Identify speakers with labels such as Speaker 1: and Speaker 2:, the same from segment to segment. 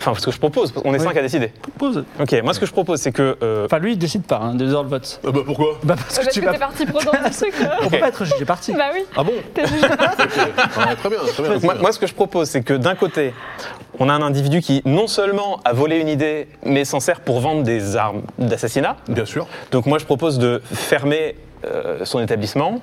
Speaker 1: Enfin, ce que je propose, on est cinq à décider.
Speaker 2: Pause.
Speaker 1: Ok, moi, ce que je propose, c'est que. euh,
Speaker 2: Enfin, lui, il décide pas, hein, deux heures le vote.
Speaker 3: Ah bah pourquoi
Speaker 2: Bah, parce que
Speaker 4: Euh, Parce
Speaker 2: tu
Speaker 4: que
Speaker 2: vas.
Speaker 4: t'es parti pro dans le truc.
Speaker 2: On peut pas être jugé parti.
Speaker 4: Bah oui.
Speaker 3: Ah bon
Speaker 4: T'es juste
Speaker 3: Ah, Très bien, très bien.
Speaker 1: Donc, moi, moi, ce que je propose, c'est que d'un côté, on a un individu qui non seulement a volé une idée, mais s'en sert pour vendre des armes d'assassinat.
Speaker 3: Bien sûr.
Speaker 1: Donc moi, je propose de fermer euh, son établissement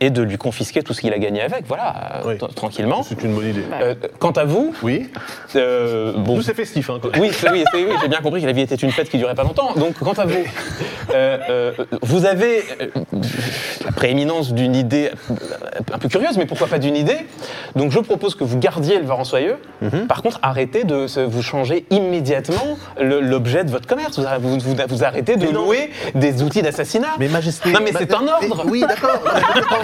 Speaker 1: et de lui confisquer tout ce qu'il a gagné avec, voilà, euh,
Speaker 3: Oui.
Speaker 1: t- tranquillement.
Speaker 3: C'est une bonne idée.
Speaker 1: Euh, quant à vous,
Speaker 3: Oui.
Speaker 1: euh, bon,
Speaker 3: Nous, c'est festif. Hein, quoi.
Speaker 1: oui, c'est- oui, c'est- oui, j'ai bien compris que la vie était une fête qui durait pas longtemps. Donc, quant à vous, euh, euh, vous avez euh, la prééminence d'une idée euh, un peu curieuse, mais pourquoi pas d'une idée. Donc, je propose que vous gardiez le Varansoyeux.
Speaker 5: Mhm.
Speaker 1: Par contre, arrêtez de se- vous changer immédiatement le- l'objet de votre commerce. Vous, arr- vous, vous- vous arrêtez de louer des outils d'assassinat.
Speaker 3: Mais Majesté.
Speaker 1: Non, mais c'est un ordre.
Speaker 3: Oui, d'accord.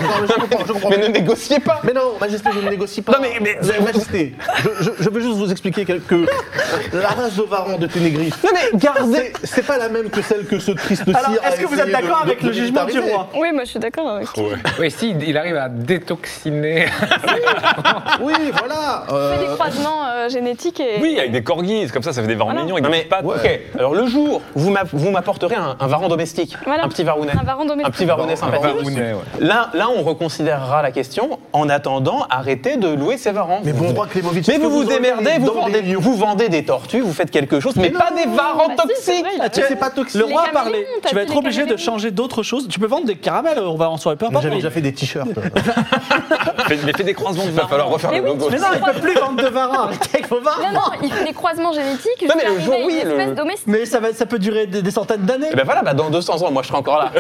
Speaker 3: Je comprends, je comprends, je comprends.
Speaker 1: Mais ne négociez pas.
Speaker 3: Mais non, Majesté, je ne négocie pas. Euh,
Speaker 1: Non, mais- mais-
Speaker 3: Majesté, je, je- je veux juste vous expliquer que que la race de Varan de Ténégris,
Speaker 1: Non, mais gardez.
Speaker 3: c'est- c'est pas la même que celle que ce triste
Speaker 2: Alors,
Speaker 3: sire a
Speaker 2: est-ce que vous
Speaker 3: essayé
Speaker 2: êtes d'accord
Speaker 3: de- de-
Speaker 2: avec le
Speaker 3: de
Speaker 2: jugement du
Speaker 3: militariser.
Speaker 2: roi
Speaker 4: Oui, moi je suis d'accord avec toi.
Speaker 6: Oui, si, il- il arrive à détoxiner.
Speaker 3: Oui, voilà.
Speaker 4: Fais des
Speaker 3: euh,
Speaker 4: croisements euh, génétiques et.
Speaker 5: Oui, avec des corgis, comme ça, ça fait des varans
Speaker 4: Voilà.
Speaker 5: mignons avec
Speaker 1: Non,
Speaker 5: des
Speaker 1: mais-
Speaker 5: pattes.
Speaker 1: Ok, alors le jour où vous m'app- vous m'apporterez un, un varan domestique,
Speaker 4: Voilà.
Speaker 1: un petit varounet,
Speaker 4: Un varan domestique.
Speaker 1: un petit varounet
Speaker 5: Un
Speaker 1: sympathique,
Speaker 5: varrounet, ouais.
Speaker 1: Là, là, on reconsidérera la question. En attendant, arrêtez de louer ses varans.
Speaker 3: Mais bon, roi Clémovitch,
Speaker 1: Mais
Speaker 3: est-ce
Speaker 1: vous
Speaker 3: que
Speaker 1: vous
Speaker 3: vous auriez
Speaker 1: démerdez,
Speaker 3: mis
Speaker 1: vous
Speaker 3: dans
Speaker 1: vendez,
Speaker 3: des lions
Speaker 1: vous vendez des tortues, vous faites quelque chose, mais, pas des varans
Speaker 4: Bah si, c'est
Speaker 1: toxiques.
Speaker 4: vrai, il a
Speaker 2: Tu
Speaker 4: raison.
Speaker 2: sais pas toxique. Le
Speaker 4: Les
Speaker 2: roi a
Speaker 4: caméléons,
Speaker 2: parlé.
Speaker 4: t'as
Speaker 2: Tu vas
Speaker 4: dit
Speaker 2: être
Speaker 4: les
Speaker 2: obligé de
Speaker 4: caméléons.
Speaker 2: changer d'autres choses. Tu peux vendre des caramels, on va en soirée. Peu
Speaker 3: mais
Speaker 2: importe.
Speaker 3: J'avais
Speaker 2: Mais
Speaker 3: déjà fait des t-shirts.
Speaker 5: Fais- Mais fais des croisements de
Speaker 6: Il va falloir refaire
Speaker 4: Mais
Speaker 6: le
Speaker 4: oui,
Speaker 6: logo.
Speaker 2: mais non, ils peuvent plus vendre de varin. Arrêtez avec vos varins.
Speaker 4: Non, non, il fait des croisements génétiques
Speaker 1: mais
Speaker 4: jusqu'à
Speaker 1: le jour,
Speaker 4: arriver à une
Speaker 1: oui, le-
Speaker 4: espèce domestique.
Speaker 2: Mais ça, va, ça peut durer des, des centaines d'années.
Speaker 3: Eh
Speaker 1: Et ben voilà, bah dans 200 ans, moi je serai encore là.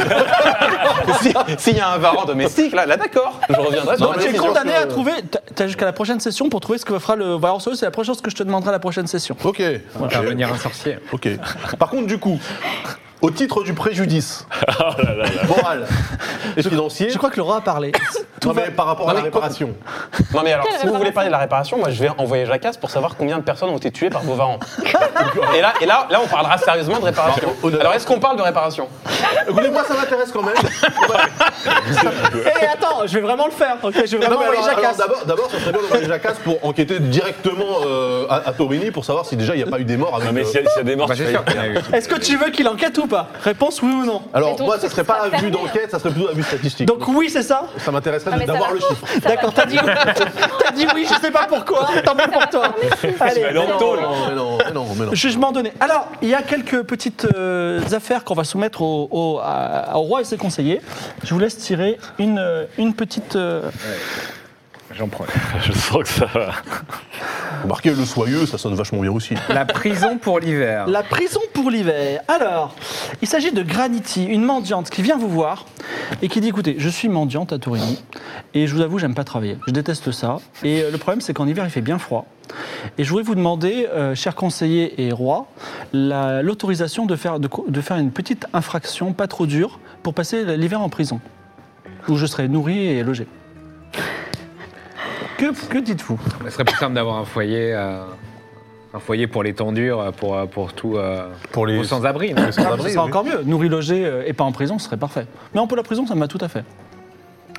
Speaker 1: Si- S'il y a un varan domestique, là, là d'accord, je reviendrai sur
Speaker 2: Non,
Speaker 1: ma
Speaker 2: tu es
Speaker 1: décision.
Speaker 2: condamné à trouver. t'as- T'as jusqu'à la prochaine session pour trouver ce que fera le Valençois. C'est la prochaine chose que je te demanderai à la prochaine session.
Speaker 3: Ok.
Speaker 6: On va faire venir un sorcier.
Speaker 3: Ok. Par contre, du coup, au titre du préjudice moral et financier,
Speaker 2: Je crois que le roi a parlé.
Speaker 3: non, mais par rapport à la réparation.
Speaker 1: Non mais alors,
Speaker 4: Quelle
Speaker 1: si vous voulez
Speaker 4: réparation
Speaker 1: parler de la réparation, moi je vais envoyer Jacasse pour savoir combien de personnes ont été tuées par vos varans. et là, et là, là, on parlera sérieusement de réparation.
Speaker 3: Bah, honnêtement.
Speaker 1: Alors est-ce qu'on parle de réparation
Speaker 3: Écoutez-moi, Euh, ça m'intéresse quand même.
Speaker 2: Hé, Eh, attends, je vais vraiment le faire. Ok, je vais
Speaker 3: Non,
Speaker 2: vraiment aller
Speaker 3: mais alors, alors,
Speaker 2: jacasse.
Speaker 3: D'abord, d'abord, ça serait bien d'envoyer Jacasse pour enquêter directement euh, à, à Torini pour savoir si déjà il n'y a pas eu des morts. Avec,
Speaker 5: Non, mais
Speaker 3: euh,
Speaker 5: s'il y, a- s'il y a des morts,
Speaker 6: Bah,
Speaker 5: tu
Speaker 6: c'est
Speaker 5: fais-
Speaker 6: sûr qu'il y en a eu.
Speaker 2: Est-ce que tu veux qu'il enquête ou pas Réponse oui ou non.
Speaker 4: Mais
Speaker 3: Alors,
Speaker 4: ton
Speaker 3: moi, ça
Speaker 4: truc
Speaker 3: serait pas
Speaker 4: sera
Speaker 3: à vue
Speaker 4: fermé.
Speaker 3: d'enquête, ça serait plutôt à vue statistique.
Speaker 2: Donc oui, c'est ça
Speaker 3: ça
Speaker 4: Ah,
Speaker 3: m'intéresserait de-
Speaker 4: mais ça
Speaker 3: d'avoir
Speaker 4: va
Speaker 3: le
Speaker 4: pas.
Speaker 3: chiffre.
Speaker 4: Ça
Speaker 2: D'accord, t'as dit, t'as dit oui, je sais pas pourquoi, tant pis pour toi. Allez,
Speaker 5: aller en
Speaker 2: alors,
Speaker 5: tôle.
Speaker 3: Non, mais non, mais non, mais non.
Speaker 2: jugement donné. Alors, il y a quelques petites euh, affaires qu'on va soumettre au, au- à- au roi et ses conseillers. Je vous laisse tirer une, euh, une petite... euh,
Speaker 6: J'en prends.
Speaker 5: Je sens que ça va.
Speaker 3: Remarquez, le soyeux, ça sonne vachement bien aussi.
Speaker 6: La prison pour
Speaker 3: Ah.
Speaker 6: l'hiver.
Speaker 2: La prison pour l'hiver. Alors, il s'agit de Granity, une mendiante qui vient vous voir et qui dit écoutez, je suis mendiante à Tourigny et je vous avoue, j'aime pas travailler. Je déteste ça. Et euh, le problème, c'est qu'en hiver, il fait bien froid. Et je voulais vous demander, euh, chers conseillers et roi, la- l'autorisation de faire, de, co- de faire une petite infraction pas trop dure pour passer l'hiver en prison, où je serai nourri et logé. Que, que dites-vous
Speaker 6: Ce serait plus simple d'avoir un foyer. euh, Un foyer pour les tendures, pour, euh, pour tout. euh,
Speaker 3: Pour les-
Speaker 6: aux sans-abri. non
Speaker 2: Ah, Ce
Speaker 3: abri,
Speaker 2: serait
Speaker 3: bah oui.
Speaker 2: encore mieux. Nourri, logé euh, et pas en prison, ce serait parfait. Mais en pour la prison, ça me va tout à fait.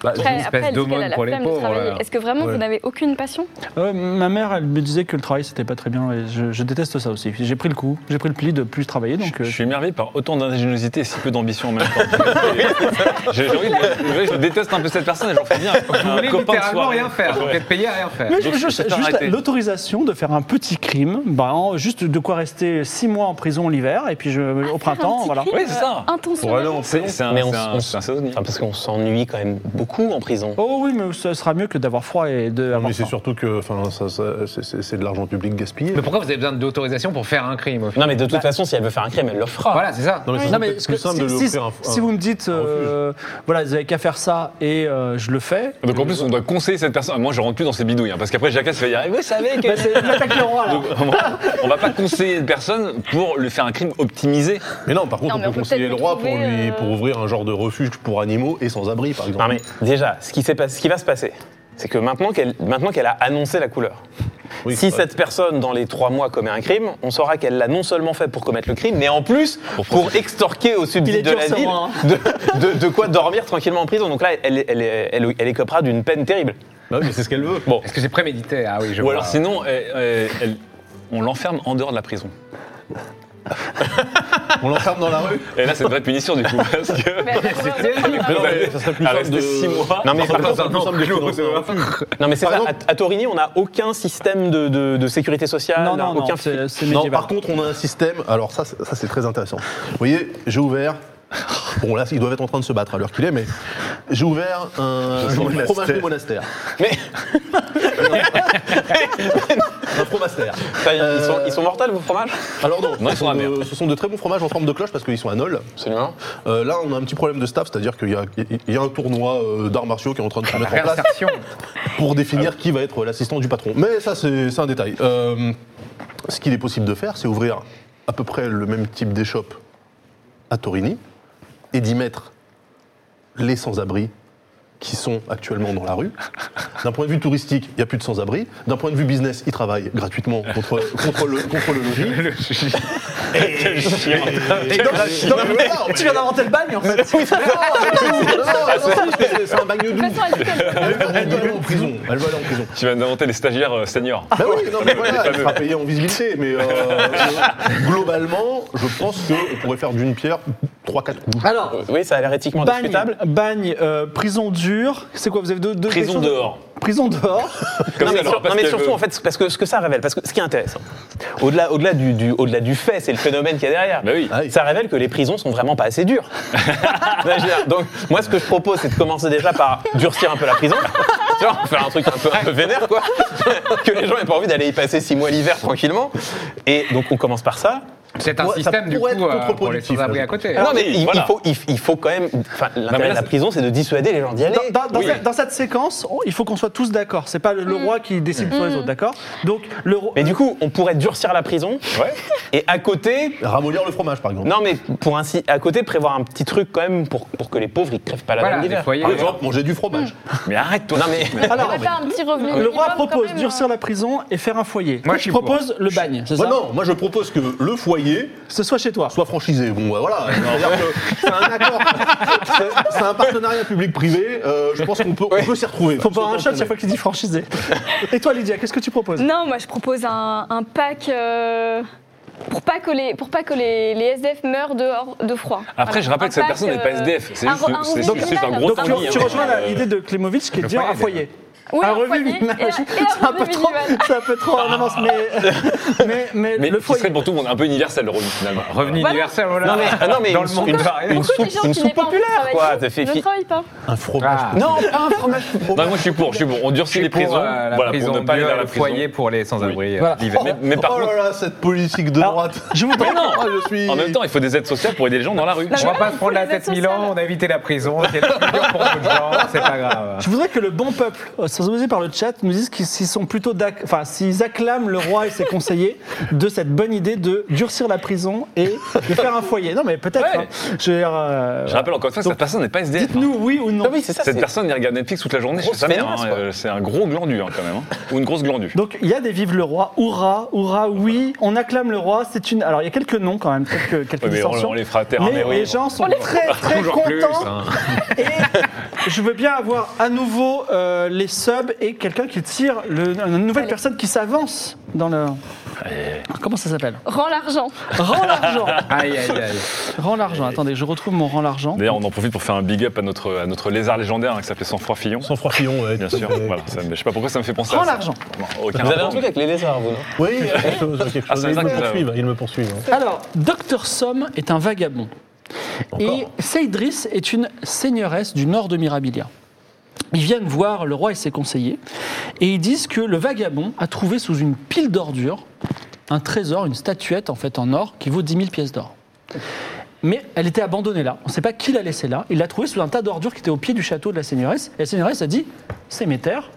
Speaker 6: Bah,
Speaker 4: Après,
Speaker 6: une
Speaker 4: après,
Speaker 6: espèce
Speaker 4: elle dit qu'elle a
Speaker 6: d'aumône
Speaker 4: la
Speaker 6: pour les
Speaker 4: flemme de
Speaker 6: pauvres. euh,
Speaker 4: travailler.
Speaker 6: là.
Speaker 4: Est-ce que vraiment vous n'avez aucune passion
Speaker 2: Euh, ma mère, elle me disait que le travail, c'était pas très bien. Et je, je déteste ça aussi. J'ai pris le coup, j'ai pris le pli de plus travailler. Donc,
Speaker 5: Je
Speaker 2: euh,
Speaker 5: suis émerveillé par autant d'ingéniosité et si peu d'ambition en même temps. J'ai j'ai envie de- Je déteste un peu cette personne et j'en fais bien.
Speaker 6: Vous voulez littéralement rien faire, vous
Speaker 5: Ouais.
Speaker 6: êtes payé à rien faire.
Speaker 2: Mais
Speaker 5: donc,
Speaker 2: je- je-
Speaker 5: c'est
Speaker 2: juste
Speaker 5: arrêté.
Speaker 2: l'autorisation de faire un petit crime, bah, en- juste de quoi rester six mois en prison l'hiver et puis
Speaker 5: Ah,
Speaker 2: je, au printemps, voilà.
Speaker 5: Oui, c'est ça.
Speaker 6: Ah.
Speaker 4: Intentionnellement.
Speaker 5: C'est c'est un,
Speaker 1: Mais on
Speaker 5: c'est
Speaker 1: s-
Speaker 5: un-
Speaker 1: on s-
Speaker 5: c'est un pseudonyme.
Speaker 1: Enfin, parce qu'on s'ennuie quand même beaucoup en prison.
Speaker 2: Oh oui, mais ce sera mieux que d'avoir froid et de. avoir
Speaker 3: Mais c'est
Speaker 2: faim.
Speaker 3: surtout que enfin, ça, ça- c'est- c'est c'est de l'argent public gaspillé.
Speaker 6: Mais pourquoi vous avez besoin d'autorisation pour faire un crime au final
Speaker 1: Non, mais de toute façon, si elle veut faire un crime, elle le fera.
Speaker 6: Voilà, c'est ça.
Speaker 3: Non, mais, ça
Speaker 2: Non,
Speaker 3: serait
Speaker 2: mais
Speaker 3: peut-être
Speaker 2: ce
Speaker 3: plus
Speaker 2: que-
Speaker 3: simple
Speaker 2: si,
Speaker 3: de
Speaker 2: si-
Speaker 3: lui offrir un-
Speaker 2: si vous me dites,
Speaker 3: refuge.
Speaker 2: euh, voilà, vous avez qu'à faire ça et euh, je le fais.
Speaker 5: Donc en plus, on doit conseiller cette personne. Moi, je rentre plus dans ces bidouilles, hein, parce qu'après, Jacques se fait dire Eh, Vous savez que.
Speaker 2: Bah, c'est l'attaque le roi, là.
Speaker 5: Donc, on va pas conseiller une personne pour lui faire un crime optimisé.
Speaker 3: Mais non, par contre,
Speaker 4: Non, mais
Speaker 3: on
Speaker 4: on
Speaker 3: peut
Speaker 4: peut
Speaker 3: conseiller
Speaker 4: peut-être
Speaker 3: le roi pour,
Speaker 4: trouver,
Speaker 3: lui,
Speaker 4: euh,
Speaker 3: pour ouvrir un genre de refuge pour animaux et sans abri, par exemple.
Speaker 1: Non mais Déjà, ce qui, s'est pas- ce qui va se passer, c'est que maintenant qu'elle maintenant qu'elle a annoncé la couleur,
Speaker 3: Oui,
Speaker 1: si
Speaker 3: ouais.
Speaker 1: cette personne, dans les trois mois, commet un crime, on saura qu'elle l'a non seulement fait pour commettre le crime, mais en plus pour, extorquer au
Speaker 2: Il est
Speaker 1: subside de
Speaker 2: dur,
Speaker 1: la
Speaker 2: ce
Speaker 1: ville
Speaker 2: roi, hein.
Speaker 1: de, de- de quoi dormir tranquillement en prison. Donc là, elle, elle, elle- elle- elle écopera d'une peine terrible.
Speaker 3: Bah oui, mais c'est ce qu'elle veut.
Speaker 1: Bon,
Speaker 6: Est-ce que c'est prémédité Ah oui, je
Speaker 5: Ou
Speaker 6: vois.
Speaker 5: alors sinon, elle- elle- elle- on l'enferme en dehors de la prison.
Speaker 3: On l'enferme dans la rue.
Speaker 5: Et là, c'est une vraie punition du coup. Parce que.
Speaker 4: Mais attends, combien de-
Speaker 6: Ah
Speaker 3: Mais non, mais ça serait plus
Speaker 5: à
Speaker 3: simple
Speaker 5: rester
Speaker 3: de-
Speaker 5: six mois.
Speaker 1: Non, mais
Speaker 3: Ça serait
Speaker 1: par
Speaker 3: plus simple de clou,
Speaker 5: clou,
Speaker 3: dans un refuge.
Speaker 1: non mais c'est
Speaker 3: Par
Speaker 1: ça,
Speaker 3: exemple-
Speaker 1: à, à Torigny, on n'a aucun système de, de- de sécurité sociale,
Speaker 2: Non, non,
Speaker 1: aucun
Speaker 2: non, c'est c'est
Speaker 3: Non,
Speaker 2: médiéval.
Speaker 3: par contre, on a un système. Alors, ça, c'est- ça c'est très intéressant. Vous voyez, j'ai ouvert. Bon, là, ils doivent être en train de se battre à l'heure qu'il est, mais j'ai ouvert un,
Speaker 5: sens le
Speaker 3: un
Speaker 5: monastère.
Speaker 3: fromagerie monastère.
Speaker 1: Mais
Speaker 3: Un fromastère.
Speaker 1: Enfin, ils, sont, ils sont
Speaker 2: Euh,
Speaker 1: mortels, vos fromages
Speaker 3: Alors, non,
Speaker 5: Non,
Speaker 3: ce,
Speaker 5: ils sont
Speaker 3: sont
Speaker 5: à
Speaker 3: de, ce sont de très bons fromages en forme de cloche parce qu'ils sont à Nol.
Speaker 1: Absolument.
Speaker 3: Euh, là, on a un petit problème de staff, c'est-à-dire qu'il y, a- il y a un tournoi euh, d'arts martiaux qui est en train de
Speaker 5: Ah,
Speaker 3: se mettre en place
Speaker 6: Réinsertion.
Speaker 3: pour définir qui va être l'assistant du patron. Mais ça, c'est c'est un détail. Euh, ce qu'il est possible de faire, c'est ouvrir à peu près le même type d'échoppe à Torini et d'y mettre les sans-abri qui sont actuellement dans la rue. D'un point de vue touristique, il n'y a plus de sans-abri. D'un point de vue business, ils travaillent gratuitement contre, contre le, contre le logis.
Speaker 2: Et donc- donc, tu viens d'inventer le bagne en fait.
Speaker 3: Oh, C'est c'est un bagne doux.
Speaker 4: De toute façon, elle dit qu'elle-
Speaker 3: Elle va aller en prison. Elle va aller en prison.
Speaker 5: Tu vas inventer les stagiaires euh, seniors.
Speaker 6: Ah,
Speaker 3: Ben oui, non, mais voilà, elle sera payée en visibilité, mais euh, euh, globalement, je pense qu'on pourrait faire d'une pierre 3-4 coups.
Speaker 2: Alors,
Speaker 1: Oui, ça a l'air éthiquement
Speaker 2: bagne,
Speaker 1: discutable.
Speaker 2: bagne, euh, prison dure. C'est quoi Vous avez deux, deux
Speaker 5: Prison
Speaker 2: quelque chose
Speaker 5: dehors.
Speaker 2: Prison dehors.
Speaker 1: non,
Speaker 5: Comme ça,
Speaker 1: mais,
Speaker 5: elle aura
Speaker 1: sur- non,
Speaker 5: pas ce
Speaker 1: mais
Speaker 5: qu'elle
Speaker 1: surtout,
Speaker 5: veut.
Speaker 1: en fait, parce que ce que ça révèle, parce que ce qui est intéressant, au-delà au -delà du, du, au -delà du fait, c'est le phénomène qu'il y a derrière.
Speaker 5: Bah oui.
Speaker 3: Ah oui.
Speaker 1: Ça révèle que les prisons sont vraiment pas assez dures. Non, je veux dire, Donc, moi, ce que je propose, c'est de commencer déjà par durcir un peu la prison. Tu vois, faire un truc un peu, un peu vénère, quoi. que les gens aient pas envie d'aller y passer six mois l'hiver tranquillement. Et donc, on commence par ça.
Speaker 6: C'est un
Speaker 3: Ouais, ça
Speaker 6: système du coup
Speaker 3: pourrait être
Speaker 6: euh, pour les
Speaker 3: contre-productif,
Speaker 6: sans-abri
Speaker 3: là,
Speaker 6: à côté.
Speaker 1: non, mais il,
Speaker 5: voilà.
Speaker 1: il faut, il, il faut quand même. enfin,
Speaker 5: mais
Speaker 1: L'intérêt de
Speaker 5: là,
Speaker 1: la
Speaker 5: c'est-
Speaker 1: prison, c'est de dissuader les gens d'y aller.
Speaker 2: Dans, dans- dans
Speaker 5: Oui.
Speaker 2: cette, dans cette séquence, on- il faut qu'on soit tous d'accord. C'est pas le,
Speaker 4: Mm.
Speaker 2: le roi qui décide pour les autres, d'accord Donc le roi.
Speaker 1: Mais du coup, on pourrait durcir la prison. Et à côté,
Speaker 3: Ramollir le fromage, par exemple.
Speaker 1: Non, mais pour ainsi, à côté, prévoir un petit truc quand même pour, pour que les pauvres ils crèvent pas la
Speaker 6: Voilà,
Speaker 1: dalle
Speaker 6: des
Speaker 1: d'hiver.
Speaker 6: foyers.
Speaker 3: Par exemple, manger du fromage.
Speaker 5: Mais arrête toi.
Speaker 1: Non, mais
Speaker 2: Alors,
Speaker 4: elle a pas un petit revenu.
Speaker 2: le roi
Speaker 4: minimum, quand
Speaker 2: propose
Speaker 4: même,
Speaker 2: durcir
Speaker 4: hein.
Speaker 2: la prison et faire un foyer.
Speaker 6: Moi,
Speaker 2: Toi,
Speaker 6: je
Speaker 2: tu
Speaker 6: suis pour.
Speaker 2: proposes le bagne, c'est
Speaker 3: Moi,
Speaker 2: ça
Speaker 3: non, moi je propose que le foyer
Speaker 2: Ce soit chez toi.
Speaker 3: soit franchisé. Bon, bah, voilà, c'est-à-dire que c'est un accord, C'est- c'est un partenariat public-privé. euh, je pense qu'on peut, on peut s'y retrouver.
Speaker 2: Faut boire un shot chaque fois qu'il dit franchisé. Et toi, Lydia, qu'est-ce que tu proposes
Speaker 4: Non, moi je propose un, un pack euh, pour pas que les pour pas que les, les SDF meurent dehors de froid.
Speaker 5: Après, je rappelle
Speaker 4: Un
Speaker 5: que cette
Speaker 4: pack,
Speaker 5: personne n'est pas
Speaker 4: euh,
Speaker 5: SDF, c'est
Speaker 4: un-
Speaker 5: juste-
Speaker 4: un
Speaker 5: c'est
Speaker 4: revenu
Speaker 5: juste- c'est
Speaker 4: minimal.
Speaker 5: un gros
Speaker 2: Donc
Speaker 5: Ah
Speaker 2: tu,
Speaker 5: oui,
Speaker 2: tu
Speaker 5: hein.
Speaker 2: rejoins la-
Speaker 5: Euh,
Speaker 2: l'idée de Klimovic qui est de dire
Speaker 6: foyer,
Speaker 2: un foyer.
Speaker 4: Oui,
Speaker 1: Ah,
Speaker 2: un revenu
Speaker 4: foyer
Speaker 2: minimum.
Speaker 4: et un- et
Speaker 2: C'est un peu
Speaker 4: revenu
Speaker 2: trop,
Speaker 4: minimal.
Speaker 2: c'est un peu trop en avance, mais, mais, mais
Speaker 5: Mais
Speaker 2: le
Speaker 5: qui
Speaker 2: foyer.
Speaker 5: serait pour tout le monde un peu universel le revenu finalement.
Speaker 6: Revenu
Speaker 4: Voilà.
Speaker 6: universel, voilà.
Speaker 1: Non, mais- ah, non, mais
Speaker 6: dans
Speaker 1: une
Speaker 6: le monde.
Speaker 1: soupe-
Speaker 6: pareil.
Speaker 1: une
Speaker 4: Pourquoi
Speaker 1: soupe-
Speaker 4: les gens
Speaker 1: une
Speaker 4: qui
Speaker 1: soupe
Speaker 4: n'aient pas envie de
Speaker 1: populaire,
Speaker 4: travailler
Speaker 1: quoi, ça fait
Speaker 4: ne
Speaker 1: fi-
Speaker 4: travaillent pas.
Speaker 3: Un fromage.
Speaker 6: Ah.
Speaker 1: Non, pas un fromage.
Speaker 5: Non, moi je suis pour, je suis pour. On durcit les
Speaker 6: Pour,
Speaker 5: prisons.
Speaker 6: euh, la
Speaker 5: voilà,
Speaker 6: prison
Speaker 5: pour ne pas aller
Speaker 6: dure,
Speaker 5: vers
Speaker 6: le
Speaker 5: la prison.
Speaker 6: foyer pour les sans-abri euh,
Speaker 2: Voilà.
Speaker 6: l'hiver.
Speaker 5: Ah, Mais, mais par
Speaker 3: oh
Speaker 5: contre,
Speaker 3: là là, cette politique de droite.
Speaker 2: Je voudrais.
Speaker 5: non.
Speaker 3: Ah, je suis.
Speaker 5: en même temps, il faut des aides sociales pour aider les gens dans la rue.
Speaker 4: Non,
Speaker 6: On va
Speaker 4: mais
Speaker 6: pas
Speaker 4: il
Speaker 6: se
Speaker 4: faut
Speaker 6: prendre la
Speaker 4: les aides
Speaker 6: tête mille ans,
Speaker 4: sociales.
Speaker 6: on a évité la prison, c'est le plus dur pour beaucoup de gens, c'est pas grave.
Speaker 2: Je voudrais que le bon peuple, euh, sponsorisé par le chat, nous dise qu'ils s'ils sont plutôt d'ac- enfin s'ils acclament le roi et ses conseillers de cette bonne idée de durcir la prison et de faire un foyer. Non mais peut-être.
Speaker 5: Ouais.
Speaker 2: hein. Je veux dire, euh,
Speaker 5: Je rappelle encore une fois que cette personne n'est pas SDF. hein.
Speaker 2: dites-nous oui ou non.
Speaker 1: Ah oui, c'est ça.
Speaker 5: Cette
Speaker 1: c'est-
Speaker 5: personne, il regarde Netflix toute la journée chez
Speaker 1: Grosse
Speaker 5: sa mère.
Speaker 1: feignasse,
Speaker 5: hein,
Speaker 1: quoi.
Speaker 5: euh, C'est un gros glandu hein, quand même. hein. Ou une grosse glandue.
Speaker 2: Donc il y a des vives le roi, hurrah, hurrah, oui, on acclame le roi. C'est une. Alors il y a quelques noms quand même, quelques quelques
Speaker 5: Ouais, mais on-
Speaker 2: dissensions.
Speaker 5: on les fera à terre, hein,
Speaker 2: Mais
Speaker 5: mais oui,
Speaker 2: les
Speaker 5: bon.
Speaker 2: gens sont très très
Speaker 6: Toujours plus,
Speaker 2: contents.
Speaker 6: hein.
Speaker 2: Et je veux bien avoir à nouveau euh, les subs et quelqu'un qui tire le- une nouvelle personne qui s'avance dans le. Comment ça s'appelle
Speaker 4: Rends l'argent.
Speaker 2: Rends l'argent.
Speaker 6: Aïe, aïe, aille.
Speaker 2: Rends l'argent. Attendez, je retrouve mon rend l'argent.
Speaker 5: D'ailleurs, on en profite pour faire un big up à notre, à notre lézard légendaire hein, qui s'appelait Sang-Froid Fillon.
Speaker 3: Sans froid fillon, ouais.
Speaker 5: Bien sûr, voilà. ça me- je sais pas pourquoi ça me fait penser
Speaker 2: Prends
Speaker 5: à ça.
Speaker 2: l'argent.
Speaker 5: Non, aucun
Speaker 1: Vous avez un
Speaker 5: rapport.
Speaker 1: truc avec les lézards, vous, non
Speaker 3: Oui, il y a quelque chose, quelque
Speaker 5: Ah,
Speaker 3: chose.
Speaker 5: c'est
Speaker 3: Ils
Speaker 5: ça que
Speaker 3: me
Speaker 5: ça-
Speaker 3: poursuivent, ils me poursuivent. hein.
Speaker 2: Alors, Docteur Somme est un vagabond.
Speaker 3: Encore.
Speaker 2: Et Seydris est une seigneuresse du nord de Mirabilia. Ils viennent voir le roi et ses conseillers et ils disent que le vagabond a trouvé sous une pile d'ordures un trésor, une statuette en fait en or qui vaut 10 000 pièces d'or. Mais elle était abandonnée là. On ne sait pas qui l'a laissée là. Il l'a trouvée sous un tas d'ordures qui était au pied du château de la seigneuresse. Et la seigneuresse a dit C'est mes terres,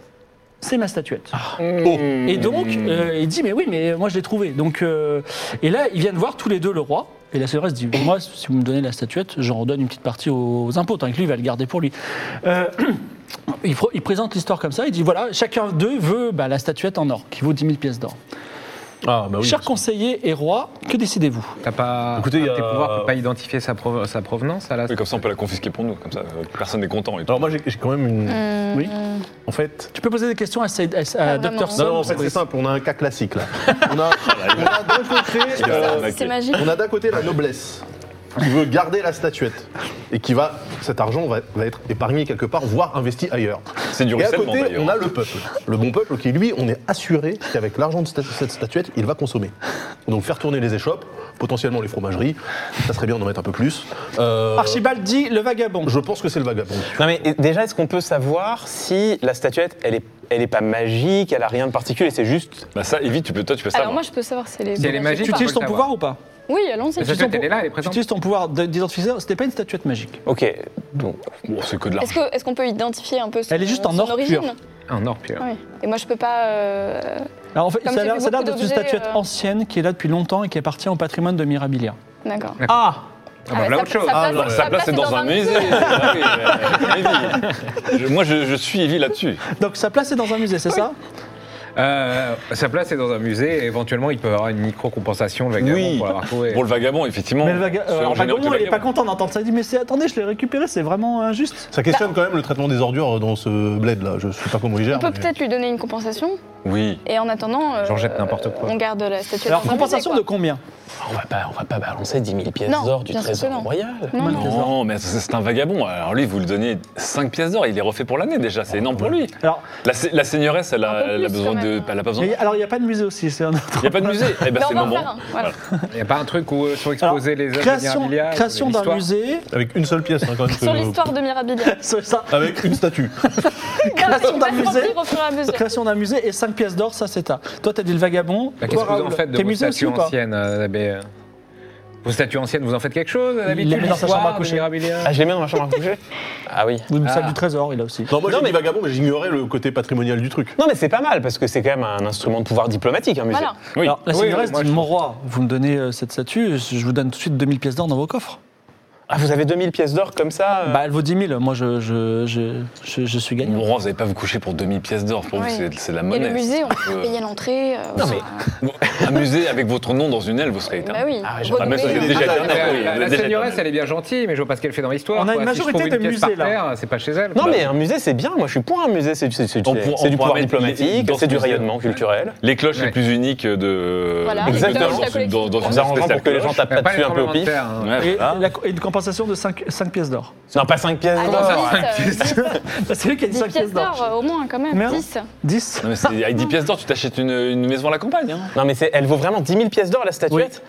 Speaker 2: c'est ma statuette. Et donc, euh, il dit, mais oui, mais moi je l'ai trouvé. Donc, euh, et là, ils viennent voir tous les deux le roi. Et la seigneuresse dit Moi, si vous me donnez la statuette, j'en redonne une petite partie aux impôts. Tant que lui, il va le garder pour lui. Euh, il, pr- il présente l'histoire comme ça. Il dit Voilà, chacun d'eux veut bah, la statuette en or, qui vaut 10 000 pièces d'or.
Speaker 3: Ah, bah oui.
Speaker 2: Chers conseillers et rois, que décidez-vous
Speaker 6: T'as pas.
Speaker 3: Écoutez, il y a-
Speaker 6: Tes pouvoirs peuvent pas identifier sa, prov- sa provenance à la.
Speaker 5: euh, Oui, comme ça, on peut la confisquer pour nous. Comme ça, euh, personne n'est content. Et tout.
Speaker 3: Alors moi, j'ai j'ai quand même une.
Speaker 2: Oui.
Speaker 3: En fait.
Speaker 2: Tu peux poser des questions à, Saïd- à- à
Speaker 4: Pas
Speaker 2: Dr.
Speaker 4: vraiment.
Speaker 3: Ah, Non,
Speaker 2: Somme
Speaker 3: non, en fait, c'est simple, on a un cas classique là. On a, on a d'un côté,
Speaker 5: Oh Il a
Speaker 3: euh,
Speaker 5: arnaqué.
Speaker 4: C'est magique.
Speaker 3: on a d'un côté la noblesse qui veut garder la statuette et qui va. Cet argent va, va être épargné quelque part, voire investi ailleurs.
Speaker 5: C'est du
Speaker 3: Et à
Speaker 5: ruissellement,
Speaker 3: côté,
Speaker 5: d'ailleurs.
Speaker 3: on a le peuple. Le bon peuple qui, lui, on est assuré qu'avec l'argent de cette cette statuette, il va consommer. Donc faire tourner les échoppes, potentiellement les fromageries, ça serait bien d'en mettre un peu plus. Euh,
Speaker 2: Archibald dit Le vagabond.
Speaker 3: je pense que c'est le vagabond.
Speaker 1: Non mais et- déjà, est-ce qu'on peut savoir si la statuette, elle est, elle est pas magique, elle a rien de particulier, c'est juste
Speaker 5: Bah, ça, évite, tu peux, toi, tu peux
Speaker 4: Alors
Speaker 5: savoir.
Speaker 4: moi, je peux savoir si elle est.
Speaker 6: Si elle est
Speaker 4: blanche ou
Speaker 6: magique,
Speaker 2: Tu
Speaker 4: pas.
Speaker 6: tu
Speaker 2: utilises
Speaker 6: faut
Speaker 2: ton
Speaker 6: le
Speaker 2: pouvoir ou pas
Speaker 4: Oui, allez-y.
Speaker 6: La
Speaker 4: Est-ce
Speaker 6: statuette, elle est là, elle est
Speaker 2: Tu
Speaker 6: présente.
Speaker 2: utilises ton pouvoir d- d'identificateur. C'était pas une statuette magique.
Speaker 1: Ok, donc
Speaker 5: Bon, c'est que de l'argent.
Speaker 4: que- est-ce qu'on peut identifier un peu son,
Speaker 2: Elle est juste en
Speaker 4: son
Speaker 2: or pur.
Speaker 4: origine
Speaker 6: Un or pur.
Speaker 4: Oui. Et moi, je peux pas. euh,
Speaker 2: Alors en fait,
Speaker 4: Comme
Speaker 2: ça a
Speaker 4: j'ai
Speaker 2: l'air
Speaker 4: vu
Speaker 2: ça a l'air
Speaker 4: beaucoup
Speaker 2: d'être une
Speaker 4: d'objets,
Speaker 2: statuette
Speaker 4: euh,
Speaker 2: ancienne qui est là depuis longtemps et qui appartient au patrimoine de Mirabilia.
Speaker 4: D'accord.
Speaker 2: Ah
Speaker 6: Ah, bah, voilà
Speaker 4: ça-
Speaker 6: autre chose.
Speaker 4: ça
Speaker 3: Ah,
Speaker 4: place-
Speaker 3: bah,
Speaker 4: ça
Speaker 5: Sa place
Speaker 4: place
Speaker 5: est dans un musée. Ah oui, euh, Evie. Je- Moi, je, je suis Evie là-dessus.
Speaker 2: Donc sa place est dans un musée, c'est ça
Speaker 6: Euh, sa place est dans un musée. et Éventuellement, il peut avoir une micro-compensation le vagabond pour l'avoir trouvé.
Speaker 5: Pour le vagabond, effectivement.
Speaker 2: Mais le vaga-
Speaker 5: C'est
Speaker 2: euh,
Speaker 5: en
Speaker 2: alors,
Speaker 5: général
Speaker 2: Vagabond,
Speaker 5: que le
Speaker 2: il est pas
Speaker 5: vagabond.
Speaker 2: content d'entendre ça. Il dit Mais c'est- attendez, je l'ai récupéré, c'est vraiment injuste.
Speaker 3: Ça questionne quand même le traitement des ordures dans ce bled là. Je sais pas comment il gère.
Speaker 4: On peut
Speaker 3: mais-
Speaker 4: peut-être lui donner une compensation
Speaker 5: Oui.
Speaker 4: et en attendant. euh,
Speaker 6: J'en jette n'importe quoi.
Speaker 4: On garde la statuette.
Speaker 2: Alors
Speaker 4: dans un
Speaker 2: compensation de
Speaker 4: musée,
Speaker 2: combien
Speaker 1: on va pas, on va pas balancer 10 000 pièces
Speaker 4: Non,
Speaker 1: d'or du
Speaker 4: bien sûr que
Speaker 1: trésor
Speaker 4: non.
Speaker 1: royal.
Speaker 4: quoi. Non, non.
Speaker 5: Non, mais c'est c'est un vagabond. Alors lui, vous lui donnez 5 pièces d'or, il est refait pour l'année déjà, c'est énorme pour lui.
Speaker 2: Alors
Speaker 5: La, se- la seigneuresse, elle
Speaker 4: Un
Speaker 5: a,
Speaker 4: peu
Speaker 5: elle a
Speaker 4: plus,
Speaker 5: besoin
Speaker 4: quand
Speaker 5: de.
Speaker 4: même.
Speaker 5: Elle a pas besoin.
Speaker 2: il n'y a pas de musée aussi, c'est un autre.
Speaker 5: Il n'y a pas de musée Eh ben
Speaker 4: Mais on
Speaker 5: c'est
Speaker 4: va
Speaker 5: le
Speaker 4: en faire
Speaker 5: moment.
Speaker 4: un. Voilà.
Speaker 6: Il n'y a pas un truc où euh, sont
Speaker 2: Alors,
Speaker 6: exposés les œuvres de
Speaker 2: création
Speaker 6: Mirabilia,
Speaker 2: création
Speaker 6: euh,
Speaker 2: d'un
Speaker 6: l'histoire
Speaker 2: musée.
Speaker 3: Avec une seule pièce hein, quand même.
Speaker 4: Sur
Speaker 3: que-
Speaker 4: l'histoire de Mirabilia.
Speaker 2: C'est ça.
Speaker 3: Avec une statue.
Speaker 2: Création
Speaker 4: On va
Speaker 2: d'un
Speaker 4: se
Speaker 2: musée.
Speaker 4: remplir au fur et à mesure.
Speaker 2: Création d'un musée et 5 pièces d'or, ça c'est ta. Toi t'as dit le vagabond.
Speaker 6: Bah, Qu'est-ce
Speaker 2: Toi,
Speaker 6: que vous en
Speaker 2: Raoul,
Speaker 6: faites de
Speaker 2: t'es
Speaker 6: vos
Speaker 2: musée aussi
Speaker 6: statues
Speaker 2: ou pas
Speaker 6: anciennes, euh, l'abbé, euh Vos statues anciennes, vous en faites quelque chose d'habitude
Speaker 2: les met dans sa
Speaker 6: l'histoire
Speaker 2: chambre à
Speaker 6: de
Speaker 2: coucher.
Speaker 6: Mirabilia
Speaker 1: Ah, je les mets dans ma chambre à coucher Ah oui.
Speaker 2: Ou une salle
Speaker 6: Ah.
Speaker 2: du trésor, il a aussi.
Speaker 3: Non, moi j'ai
Speaker 1: Non,
Speaker 3: dit
Speaker 1: mais-
Speaker 3: vagabond, mais j'ignorais le côté patrimonial du truc.
Speaker 1: Non mais c'est pas mal, parce que c'est quand même un instrument de pouvoir diplomatique, hein, un musée.
Speaker 4: Voilà.
Speaker 5: Oui.
Speaker 2: Alors la
Speaker 6: Oui,
Speaker 2: seigneuresse
Speaker 6: oui, moi,
Speaker 2: dit
Speaker 6: je
Speaker 2: Mon roi, vous me donnez euh, cette statue, je vous donne tout de suite 2000 pièces d'or dans vos coffres.
Speaker 1: Ah, vous avez 2000 pièces d'or comme ça euh,
Speaker 2: Bah elle vaut 10 000, moi je, je, je, je, je suis gagnant.
Speaker 5: Mon roi, vous n'allez pas vous coucher pour 2000 pièces d'or, pour
Speaker 4: Oui.
Speaker 5: vous, c'est- c'est de la
Speaker 4: Et
Speaker 5: monnaie.
Speaker 4: le musée, on
Speaker 5: Euh,
Speaker 4: peut payer l'entrée. euh,
Speaker 5: Non,
Speaker 4: voilà.
Speaker 5: mais- Un musée avec votre nom dans une aile, vous serez
Speaker 4: Bah
Speaker 5: éternel.
Speaker 4: oui.
Speaker 1: Ah,
Speaker 5: Ah, même si
Speaker 4: Renommer,
Speaker 5: c'est
Speaker 4: euh,
Speaker 6: Ah,
Speaker 5: déjà éternel. oui,
Speaker 6: la,
Speaker 5: vous
Speaker 6: la
Speaker 5: êtes déjà
Speaker 6: seigneuresse,
Speaker 5: éternel.
Speaker 6: elle est bien gentille, mais je vois pas ce qu'elle fait dans l'histoire.
Speaker 2: On a
Speaker 6: quoi.
Speaker 2: une
Speaker 6: Si je
Speaker 2: majorité
Speaker 6: trouve
Speaker 2: de
Speaker 6: une pièce
Speaker 2: musées,
Speaker 6: par
Speaker 2: là.
Speaker 6: terre, C'est pas chez elle.
Speaker 1: Non
Speaker 6: Bah,
Speaker 1: mais un musée c'est bien, moi je suis pour un musée, c'est c'est- c'est-
Speaker 5: On
Speaker 1: c'est-
Speaker 5: pour-
Speaker 1: c'est
Speaker 5: on
Speaker 1: du
Speaker 5: pourra
Speaker 1: pouvoir
Speaker 5: mettre
Speaker 1: diplomatique,
Speaker 5: dans ce
Speaker 1: c'est du
Speaker 5: musée.
Speaker 1: rayonnement culturel.
Speaker 5: Les cloches
Speaker 6: Ouais.
Speaker 5: les plus uniques de.
Speaker 4: Voilà,
Speaker 5: de
Speaker 1: Exactement.
Speaker 5: Cloche,
Speaker 4: la collection.
Speaker 5: Dans, dans
Speaker 1: On
Speaker 5: une
Speaker 1: s'arrange
Speaker 5: spéciale
Speaker 1: pour que les gens
Speaker 5: cloche.
Speaker 1: tapent
Speaker 6: pas
Speaker 1: pas
Speaker 6: les
Speaker 1: dessus un peu au
Speaker 6: tremblements de
Speaker 1: pif.
Speaker 6: terre, hein.
Speaker 5: Ouais,
Speaker 2: Et,
Speaker 5: voilà.
Speaker 2: la- et une compensation de 5, pièces d'or.
Speaker 1: Non pas 5 pièces
Speaker 4: Ah,
Speaker 1: d'or
Speaker 4: dix, euh,
Speaker 2: C'est lui qui a dit
Speaker 4: 10
Speaker 2: 5
Speaker 4: pièces d'or, euh, au moins, quand même.
Speaker 2: Merde.
Speaker 4: 10.
Speaker 2: 10
Speaker 5: Non, mais c'est- avec 10 pièces d'or, tu t'achètes une, une maison à la campagne. Hein.
Speaker 1: Non mais c'est- elle vaut vraiment 10 000 pièces d'or la statuette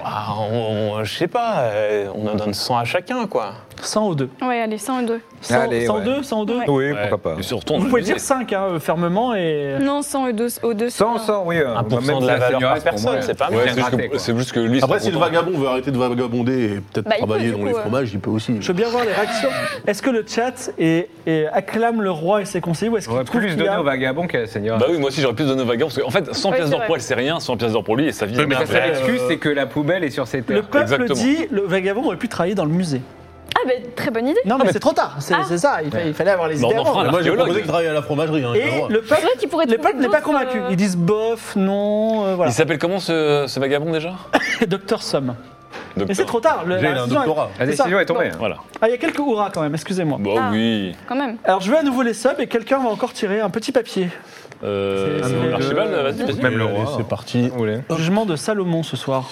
Speaker 1: Ouah, on- on- Je sais pas, euh, on en donne 100 à chacun quoi.
Speaker 2: 100 ou 2
Speaker 4: Ouais, allez, 100 et 2.
Speaker 2: 100,
Speaker 6: Allez,
Speaker 2: 102 102
Speaker 4: Ouais.
Speaker 6: Oui,
Speaker 5: Ouais. Et si on retourne
Speaker 2: Vous
Speaker 5: au
Speaker 2: pouvez
Speaker 5: musée,
Speaker 2: dire 5 hein, fermement et.
Speaker 4: Non, 100 et 2. Au 2,
Speaker 6: 100, 100, oui. euh,
Speaker 1: 1%
Speaker 6: même
Speaker 1: de
Speaker 6: si
Speaker 1: la valeur
Speaker 6: seigneuresse,
Speaker 1: par
Speaker 6: pour moi,
Speaker 1: personne, c'est pas
Speaker 6: elle
Speaker 5: Ouais,
Speaker 1: mal.
Speaker 6: vient
Speaker 5: c'est juste,
Speaker 6: gratter,
Speaker 5: que,
Speaker 6: quoi.
Speaker 5: c'est juste que lui. il
Speaker 3: Après,
Speaker 5: sera
Speaker 3: si le
Speaker 5: content.
Speaker 3: vagabond veut arrêter de vagabonder et peut-être
Speaker 4: Bah, il peut,
Speaker 3: travailler
Speaker 4: du
Speaker 3: dans
Speaker 4: coup,
Speaker 3: les
Speaker 4: ouais.
Speaker 3: fromages, il peut aussi.
Speaker 2: Je veux bien voir les réactions. Est-ce que le chat est, est- acclame le roi et ses conseillers ou est-ce
Speaker 6: On
Speaker 2: qu'il
Speaker 6: va
Speaker 2: trouve
Speaker 6: plus
Speaker 2: qu'il y
Speaker 6: donner
Speaker 2: a...
Speaker 6: au vagabond qu'à la seigneuresse.
Speaker 5: Bah oui, moi aussi j'aurais plus donné au vagabond parce qu'en fait, 100
Speaker 4: Ah. Ouais,
Speaker 5: pièces
Speaker 4: c'est
Speaker 5: d'or pour
Speaker 4: vrai.
Speaker 5: elle, c'est rien, 100 pièces d'or pour lui et sa vie.
Speaker 3: Oui, mais
Speaker 5: est
Speaker 6: Ça, c'est
Speaker 5: merveilleuse.
Speaker 6: l'excuse, c'est que la poubelle est sur ses
Speaker 2: Le
Speaker 6: terres.
Speaker 2: peuple
Speaker 5: Exactement.
Speaker 2: dit le vagabond aurait pu travailler dans le musée.
Speaker 4: Ah, bah, très bonne idée.
Speaker 2: Non, mais, c'est trop tard, c'est
Speaker 4: Ah.
Speaker 2: c'est ça, il, fa- il fallait avoir les
Speaker 5: Mais on
Speaker 2: idées
Speaker 5: en
Speaker 2: avant.
Speaker 5: fera un
Speaker 3: Moi, j'ai
Speaker 5: archéologue.
Speaker 3: proposé de travailler à la fromagerie. Hein, j'ai le
Speaker 2: Et
Speaker 3: droit.
Speaker 2: le
Speaker 4: C'est
Speaker 2: peuple,
Speaker 4: vrai qu'il pourrait
Speaker 2: le peuple n'est pas
Speaker 4: trouver d'autres,
Speaker 2: convaincu.
Speaker 4: euh,
Speaker 2: Ils disent bof, non, euh, voilà.
Speaker 5: Il s'appelle comment ce, ce vagabond déjà
Speaker 2: Docteur Somme.
Speaker 5: Docteur.
Speaker 2: Mais c'est trop tard. le-
Speaker 3: J'ai
Speaker 2: la
Speaker 3: un
Speaker 2: décision est-
Speaker 3: doctorat.
Speaker 6: La
Speaker 2: c'est ça.
Speaker 6: décision est tombée. hein.
Speaker 5: Voilà.
Speaker 2: Ah, il y a quelques hurrahs quand même, excusez-moi.
Speaker 5: Bah
Speaker 4: Ah.
Speaker 5: oui.
Speaker 4: Quand même.
Speaker 2: Alors je vais à nouveau les subs et quelqu'un va encore tirer un petit papier. C'est- c'est-
Speaker 5: Euh, Archibald,
Speaker 6: euh,
Speaker 5: vas-y, vas-y.
Speaker 6: Même le
Speaker 3: Allez,
Speaker 6: roi.
Speaker 3: C'est parti.
Speaker 6: Vous voulez
Speaker 2: Jugement de Salomon ce soir.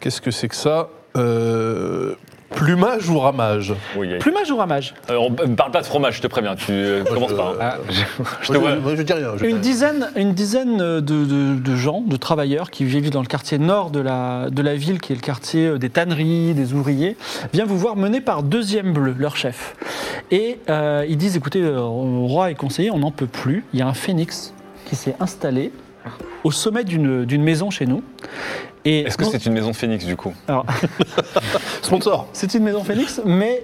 Speaker 3: Qu'est-ce que c'est que ça Euh, Plumage ou ramage
Speaker 5: Oui, oui.
Speaker 2: Plumage ou ramage
Speaker 5: Euh, on ne parle pas de fromage, je te préviens, tu euh, commences pas. hein.
Speaker 6: Ah, je-
Speaker 3: Je,
Speaker 5: te vois.
Speaker 3: Euh, je- je dis rien. je-
Speaker 2: Une dizaine, une dizaine de, de- de gens, de travailleurs qui vivent dans le quartier nord de la, de la ville, qui est le quartier euh, des tanneries, des ouvriers, vient vous voir mené par Deuxième Bleu, leur chef. Et euh, ils disent, écoutez, euh, roi et conseiller, on n'en peut plus. Il y a un phénix qui s'est installé au sommet d'une d'une maison chez nous. Et
Speaker 5: Est-ce que c'est une maison de phénix du coup
Speaker 2: Alors,
Speaker 3: Sponsor.
Speaker 2: C'est une maison Phoenix, mais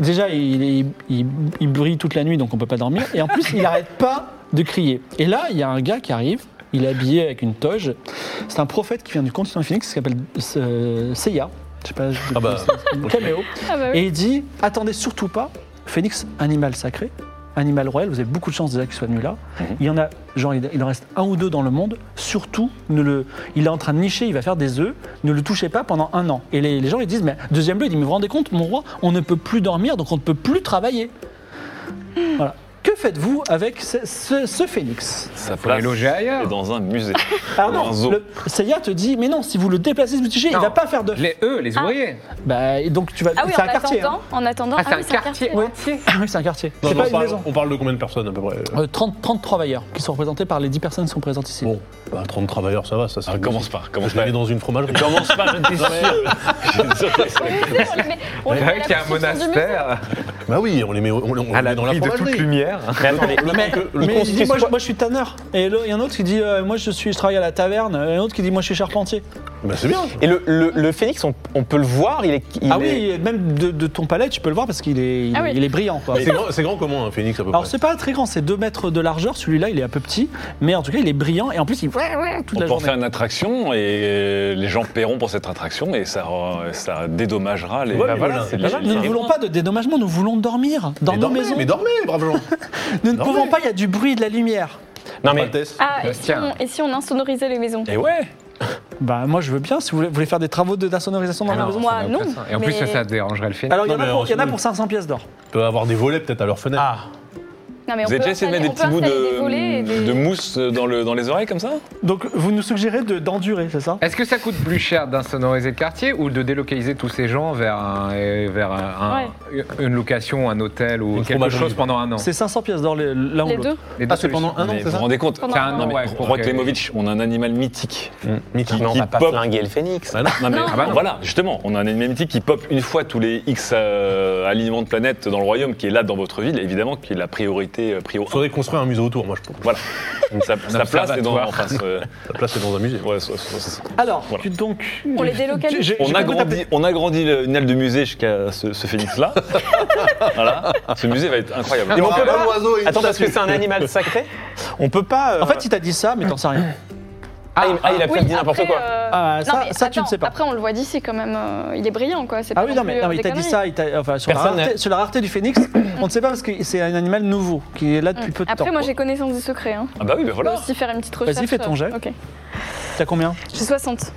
Speaker 2: déjà, il, est- il- il brille toute la nuit, donc on peut pas dormir. Et en plus, il n'arrête pas de crier. Et là, il y a un gars qui arrive, il est habillé avec une toge. C'est un prophète qui vient du continent Phoenix, qui s'appelle euh, Seiya. Je sais pas, je-
Speaker 3: Ah bah,
Speaker 2: une caméo.
Speaker 4: Ah bah oui.
Speaker 2: Et il dit attendez surtout pas, Phoenix, animal sacré, animal royal, vous avez beaucoup de chance déjà qu'il soit venu là. Il y en a, genre, il il en reste un ou deux dans le monde. Surtout, ne le, il est en train de nicher, il va faire des œufs. Ne le touchez pas pendant un an. Et les, les gens, ils disent mais deuxième bleu, il dit mais vous vous rendez compte, mon roi, on ne peut plus dormir, donc on ne peut plus travailler.
Speaker 4: Hmm.
Speaker 2: Voilà. Que faites-vous avec ce, ce- ce phénix
Speaker 6: Faut
Speaker 5: Sa
Speaker 6: les
Speaker 5: place
Speaker 6: loger
Speaker 5: est
Speaker 6: ailleurs.
Speaker 5: dans un musée.
Speaker 2: Ah
Speaker 5: Dans un zoo.
Speaker 2: le- Seiya te dit mais non, si vous le déplacez, ce petit jet, il
Speaker 6: Non.
Speaker 2: va pas faire de.
Speaker 6: Les, eux, les ouvriers.
Speaker 2: Bah, et donc tu vas.
Speaker 4: Ah oui,
Speaker 2: c'est
Speaker 4: en
Speaker 2: un quartier. hein.
Speaker 4: attendant, en attendant.
Speaker 6: Ah, c'est un quartier
Speaker 4: ouais.
Speaker 6: entier.
Speaker 2: Oui, c'est un quartier.
Speaker 3: Non,
Speaker 2: C'est
Speaker 3: mais
Speaker 2: pas
Speaker 3: on,
Speaker 2: une
Speaker 3: parle,
Speaker 2: maison.
Speaker 3: on parle de combien de personnes à peu près
Speaker 2: Euh, 30, 30 travailleurs qui sont représentés par les 10 personnes qui sont présentes ici.
Speaker 3: Bon, bah, 30 travailleurs, ça va, ça
Speaker 5: Ah,
Speaker 3: c'est
Speaker 5: commence pas, commence
Speaker 3: Je l'ai
Speaker 5: pas.
Speaker 3: mis dans une fromagerie.
Speaker 5: Commence pas, je t'ai sûr.
Speaker 4: Mais on
Speaker 6: On
Speaker 4: est à
Speaker 6: dirait
Speaker 4: la
Speaker 6: qu'il y a un
Speaker 4: construction du musée.
Speaker 6: monastère
Speaker 3: Bah oui, on les met, on, on les
Speaker 6: à
Speaker 3: met
Speaker 6: la
Speaker 3: dans la
Speaker 6: pluie de toute
Speaker 3: fromagerie.
Speaker 6: lumière.
Speaker 1: Mais attendez, le
Speaker 2: Mais,
Speaker 1: mec,
Speaker 2: mais il dit, moi, je,
Speaker 3: consiste-
Speaker 2: moi, je suis tanneur. Et le- il y a un autre qui dit euh, moi je suis je travaille à la taverne. Et un autre qui dit moi je suis charpentier.
Speaker 3: Bah c'est bien.
Speaker 1: et le, le- le phénix, on, on peut le voir, il est. il
Speaker 2: ah
Speaker 1: est-
Speaker 2: oui, même de, de ton palais tu peux le voir parce qu'il est, il,
Speaker 4: Ah oui.
Speaker 2: il est brillant quoi.
Speaker 3: C'est grand, c'est grand comment un phénix à peu
Speaker 2: Alors
Speaker 3: près
Speaker 2: c'est pas très grand, c'est 2 mètres de largeur. Celui-là il est un peu petit, mais en tout cas il est brillant et en plus il ouais, ouais, toute
Speaker 5: On
Speaker 2: la
Speaker 5: peut en
Speaker 2: journée.
Speaker 5: faire une attraction et euh, les gens paieront pour cette attraction et ça, re- ça dédommagera les.
Speaker 3: Ouais,
Speaker 5: Ah,
Speaker 3: mais voilà,
Speaker 5: c'est
Speaker 3: mais
Speaker 5: pas
Speaker 3: voilà.
Speaker 5: mal.
Speaker 2: Nous ne voulons pas de dédommagement, nous voulons dormir dans
Speaker 3: mais
Speaker 2: nos
Speaker 3: dormez,
Speaker 2: maisons.
Speaker 3: mais dormez, braves gens.
Speaker 2: nous ne
Speaker 3: dormez.
Speaker 2: pouvons pas, il y a du bruit et de la lumière.
Speaker 1: Non mais.
Speaker 3: Pratesse.
Speaker 4: Ah, et si,
Speaker 6: Tiens.
Speaker 4: on, et si on insonorisait les maisons
Speaker 5: Et ouais
Speaker 2: Bah moi je veux bien si vous voulez, vous voulez faire des travaux de d'insonorisation dans
Speaker 4: Ah
Speaker 2: la
Speaker 4: non.
Speaker 2: maison.
Speaker 4: moi,
Speaker 6: ça n'a aucun
Speaker 4: non,
Speaker 6: sens. Et en
Speaker 4: mais-
Speaker 6: plus, ça, ça dérangerait le film.
Speaker 2: Alors il y en
Speaker 3: Non,
Speaker 2: a
Speaker 3: mais
Speaker 2: pour- il y en a
Speaker 3: on-
Speaker 2: pour 500 pièces d'or.
Speaker 3: On peut avoir des volets peut-être à leur fenêtre.
Speaker 2: Ah.
Speaker 4: Non, mais on
Speaker 5: Vous avez
Speaker 4: peut
Speaker 5: déjà essayé de mettre des petits
Speaker 4: installer- on
Speaker 5: bouts
Speaker 4: peut installer des volets et
Speaker 5: de,
Speaker 4: des-
Speaker 5: de mousse euh, dans, le, dans les oreilles comme ça
Speaker 2: Donc vous nous suggérez de- d'endurer, c'est ça
Speaker 6: Est-ce que ça coûte plus cher d'insonoriser le quartier ou de délocaliser tous ces gens vers, un, euh, vers un- un- une location, un hôtel ou
Speaker 3: Une
Speaker 6: quelque
Speaker 3: fromagerie.
Speaker 6: chose pendant un an
Speaker 2: C'est 500 pièces d'or les- l'un
Speaker 4: Les
Speaker 2: ou l'autre.
Speaker 4: deux.
Speaker 6: Les deux
Speaker 3: Ah, c'est
Speaker 6: solutions.
Speaker 3: pendant un an, c'est
Speaker 5: Mais Vous vous
Speaker 3: ça
Speaker 5: rendez compte
Speaker 4: Pendant
Speaker 6: C'est un an, ouais.
Speaker 5: Rod
Speaker 6: ok.
Speaker 5: Klemovic, on a un animal mythique. Mythique,
Speaker 1: Mmh, Non, on
Speaker 5: qui
Speaker 1: va pas
Speaker 5: pop.
Speaker 1: flinguer le phénix.
Speaker 3: Ah non.
Speaker 5: Non, mais
Speaker 4: Non.
Speaker 5: ah bah non. voilà, justement, on a un animal mythique qui pop une fois tous les X euh, alignements de planètes dans le royaume qui est là dans votre ville, évidemment, qui est la priorité euh, prio 1.
Speaker 3: Faudrait construire un musée autour, moi je pense.
Speaker 5: Voilà. sa, sa place est dans.
Speaker 6: observatoire.
Speaker 5: Enfin, ce-
Speaker 3: La place est dans un musée.
Speaker 5: euh, ouais, so- so- so-
Speaker 2: Alors,
Speaker 5: Voilà.
Speaker 2: tu- donc.
Speaker 4: On les
Speaker 2: tu-
Speaker 4: délocalise.
Speaker 2: j'ai-
Speaker 5: On
Speaker 2: j'ai compris ta-
Speaker 5: agrandit, on agrandit le- une aile de musée jusqu'à ce, ce phénix-là. voilà. Ce musée va être incroyable.
Speaker 1: Mais on
Speaker 3: Ah,
Speaker 1: peut pas.
Speaker 3: un oiseau et une
Speaker 1: Attends, parce que
Speaker 3: statue.
Speaker 1: c'est un animal sacré, on peut pas. euh,
Speaker 2: En fait, il t'a dit ça, mais t'en sais rien.
Speaker 1: ah, il, ah, il a
Speaker 4: Oui,
Speaker 1: peut-être dit n'importe
Speaker 4: après,
Speaker 1: quoi.
Speaker 4: euh,
Speaker 2: Ah,
Speaker 4: non,
Speaker 2: ça-
Speaker 4: mais
Speaker 2: ça, tu ne
Speaker 4: attends,
Speaker 2: sais pas.
Speaker 4: Après, on le voit d'ici quand même. euh, il est brillant, quoi. c'est
Speaker 2: Ah
Speaker 4: pas
Speaker 2: oui,
Speaker 4: non
Speaker 2: non, mais,
Speaker 4: plus,
Speaker 2: non,
Speaker 4: euh,
Speaker 2: mais il
Speaker 4: des
Speaker 2: t'a dit
Speaker 4: conneries.
Speaker 2: ça, il t'a- enfin, sur, la
Speaker 1: Personne
Speaker 2: rareté,
Speaker 1: n'a-
Speaker 2: sur la rareté du phénix, on ne sait pas parce que c'est un animal nouveau qui est là depuis peu de
Speaker 4: Mm. Après,
Speaker 2: temps.
Speaker 4: moi, j'ai connaissance des secrets. Hein.
Speaker 5: Ah bah oui, bah
Speaker 4: Je peux
Speaker 5: voilà.
Speaker 4: aussi faire une petite
Speaker 2: Vas-y,
Speaker 4: recherche.
Speaker 2: fais ton
Speaker 4: euh,
Speaker 2: jet.
Speaker 4: Ok.
Speaker 2: T'as combien
Speaker 4: J'ai 60.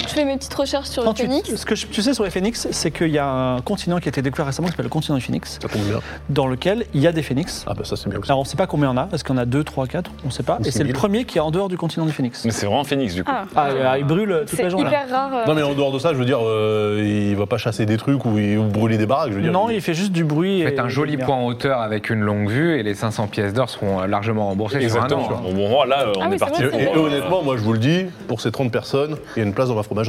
Speaker 4: Je fais mes petites recherches sur le
Speaker 2: 38.
Speaker 4: phénix.
Speaker 2: Ce que je- tu sais sur les phénix, c'est qu'il y a un continent qui a été découvert récemment qui s'appelle le continent du phénix,
Speaker 3: Ça tombe bien.
Speaker 2: dans lequel il y a des phénix.
Speaker 3: Ah bah ça c'est bien aussi.
Speaker 2: Alors, on ne sait pas combien on a, est-ce qu'on a 2, 3, 4 On ne sait pas.
Speaker 3: Ou
Speaker 2: Et c'est le
Speaker 3: 6 000.
Speaker 2: premier qui est en dehors du continent du phénix.
Speaker 5: Mais c'est vraiment phénix du coup.
Speaker 4: Ah,
Speaker 2: Ah, euh, il brûle toute
Speaker 4: c'est
Speaker 2: la journée.
Speaker 4: hyper rare. euh,
Speaker 3: Non mais en dehors de ça, je veux dire, euh, il va pas chasser des trucs ou, il- ou brûler des baraques, je veux dire.
Speaker 2: Non, il fait juste du bruit.
Speaker 6: Faites
Speaker 2: et-
Speaker 6: un joli
Speaker 2: et-
Speaker 6: point en hauteur avec une longue vue et les 500 pièces d'or seront euh, largement remboursées
Speaker 5: Exactement.
Speaker 6: sur un an.
Speaker 5: Bon, bon, là, euh, on
Speaker 4: Ah oui, c'est
Speaker 5: est parti.
Speaker 3: Et,
Speaker 4: vrai,
Speaker 5: pour,
Speaker 4: c'est
Speaker 3: et
Speaker 4: vrai.
Speaker 5: euh,
Speaker 3: honnêtement, moi je vous le dis, pour ces 30 personnes, il y a une place dans ma fromagerie.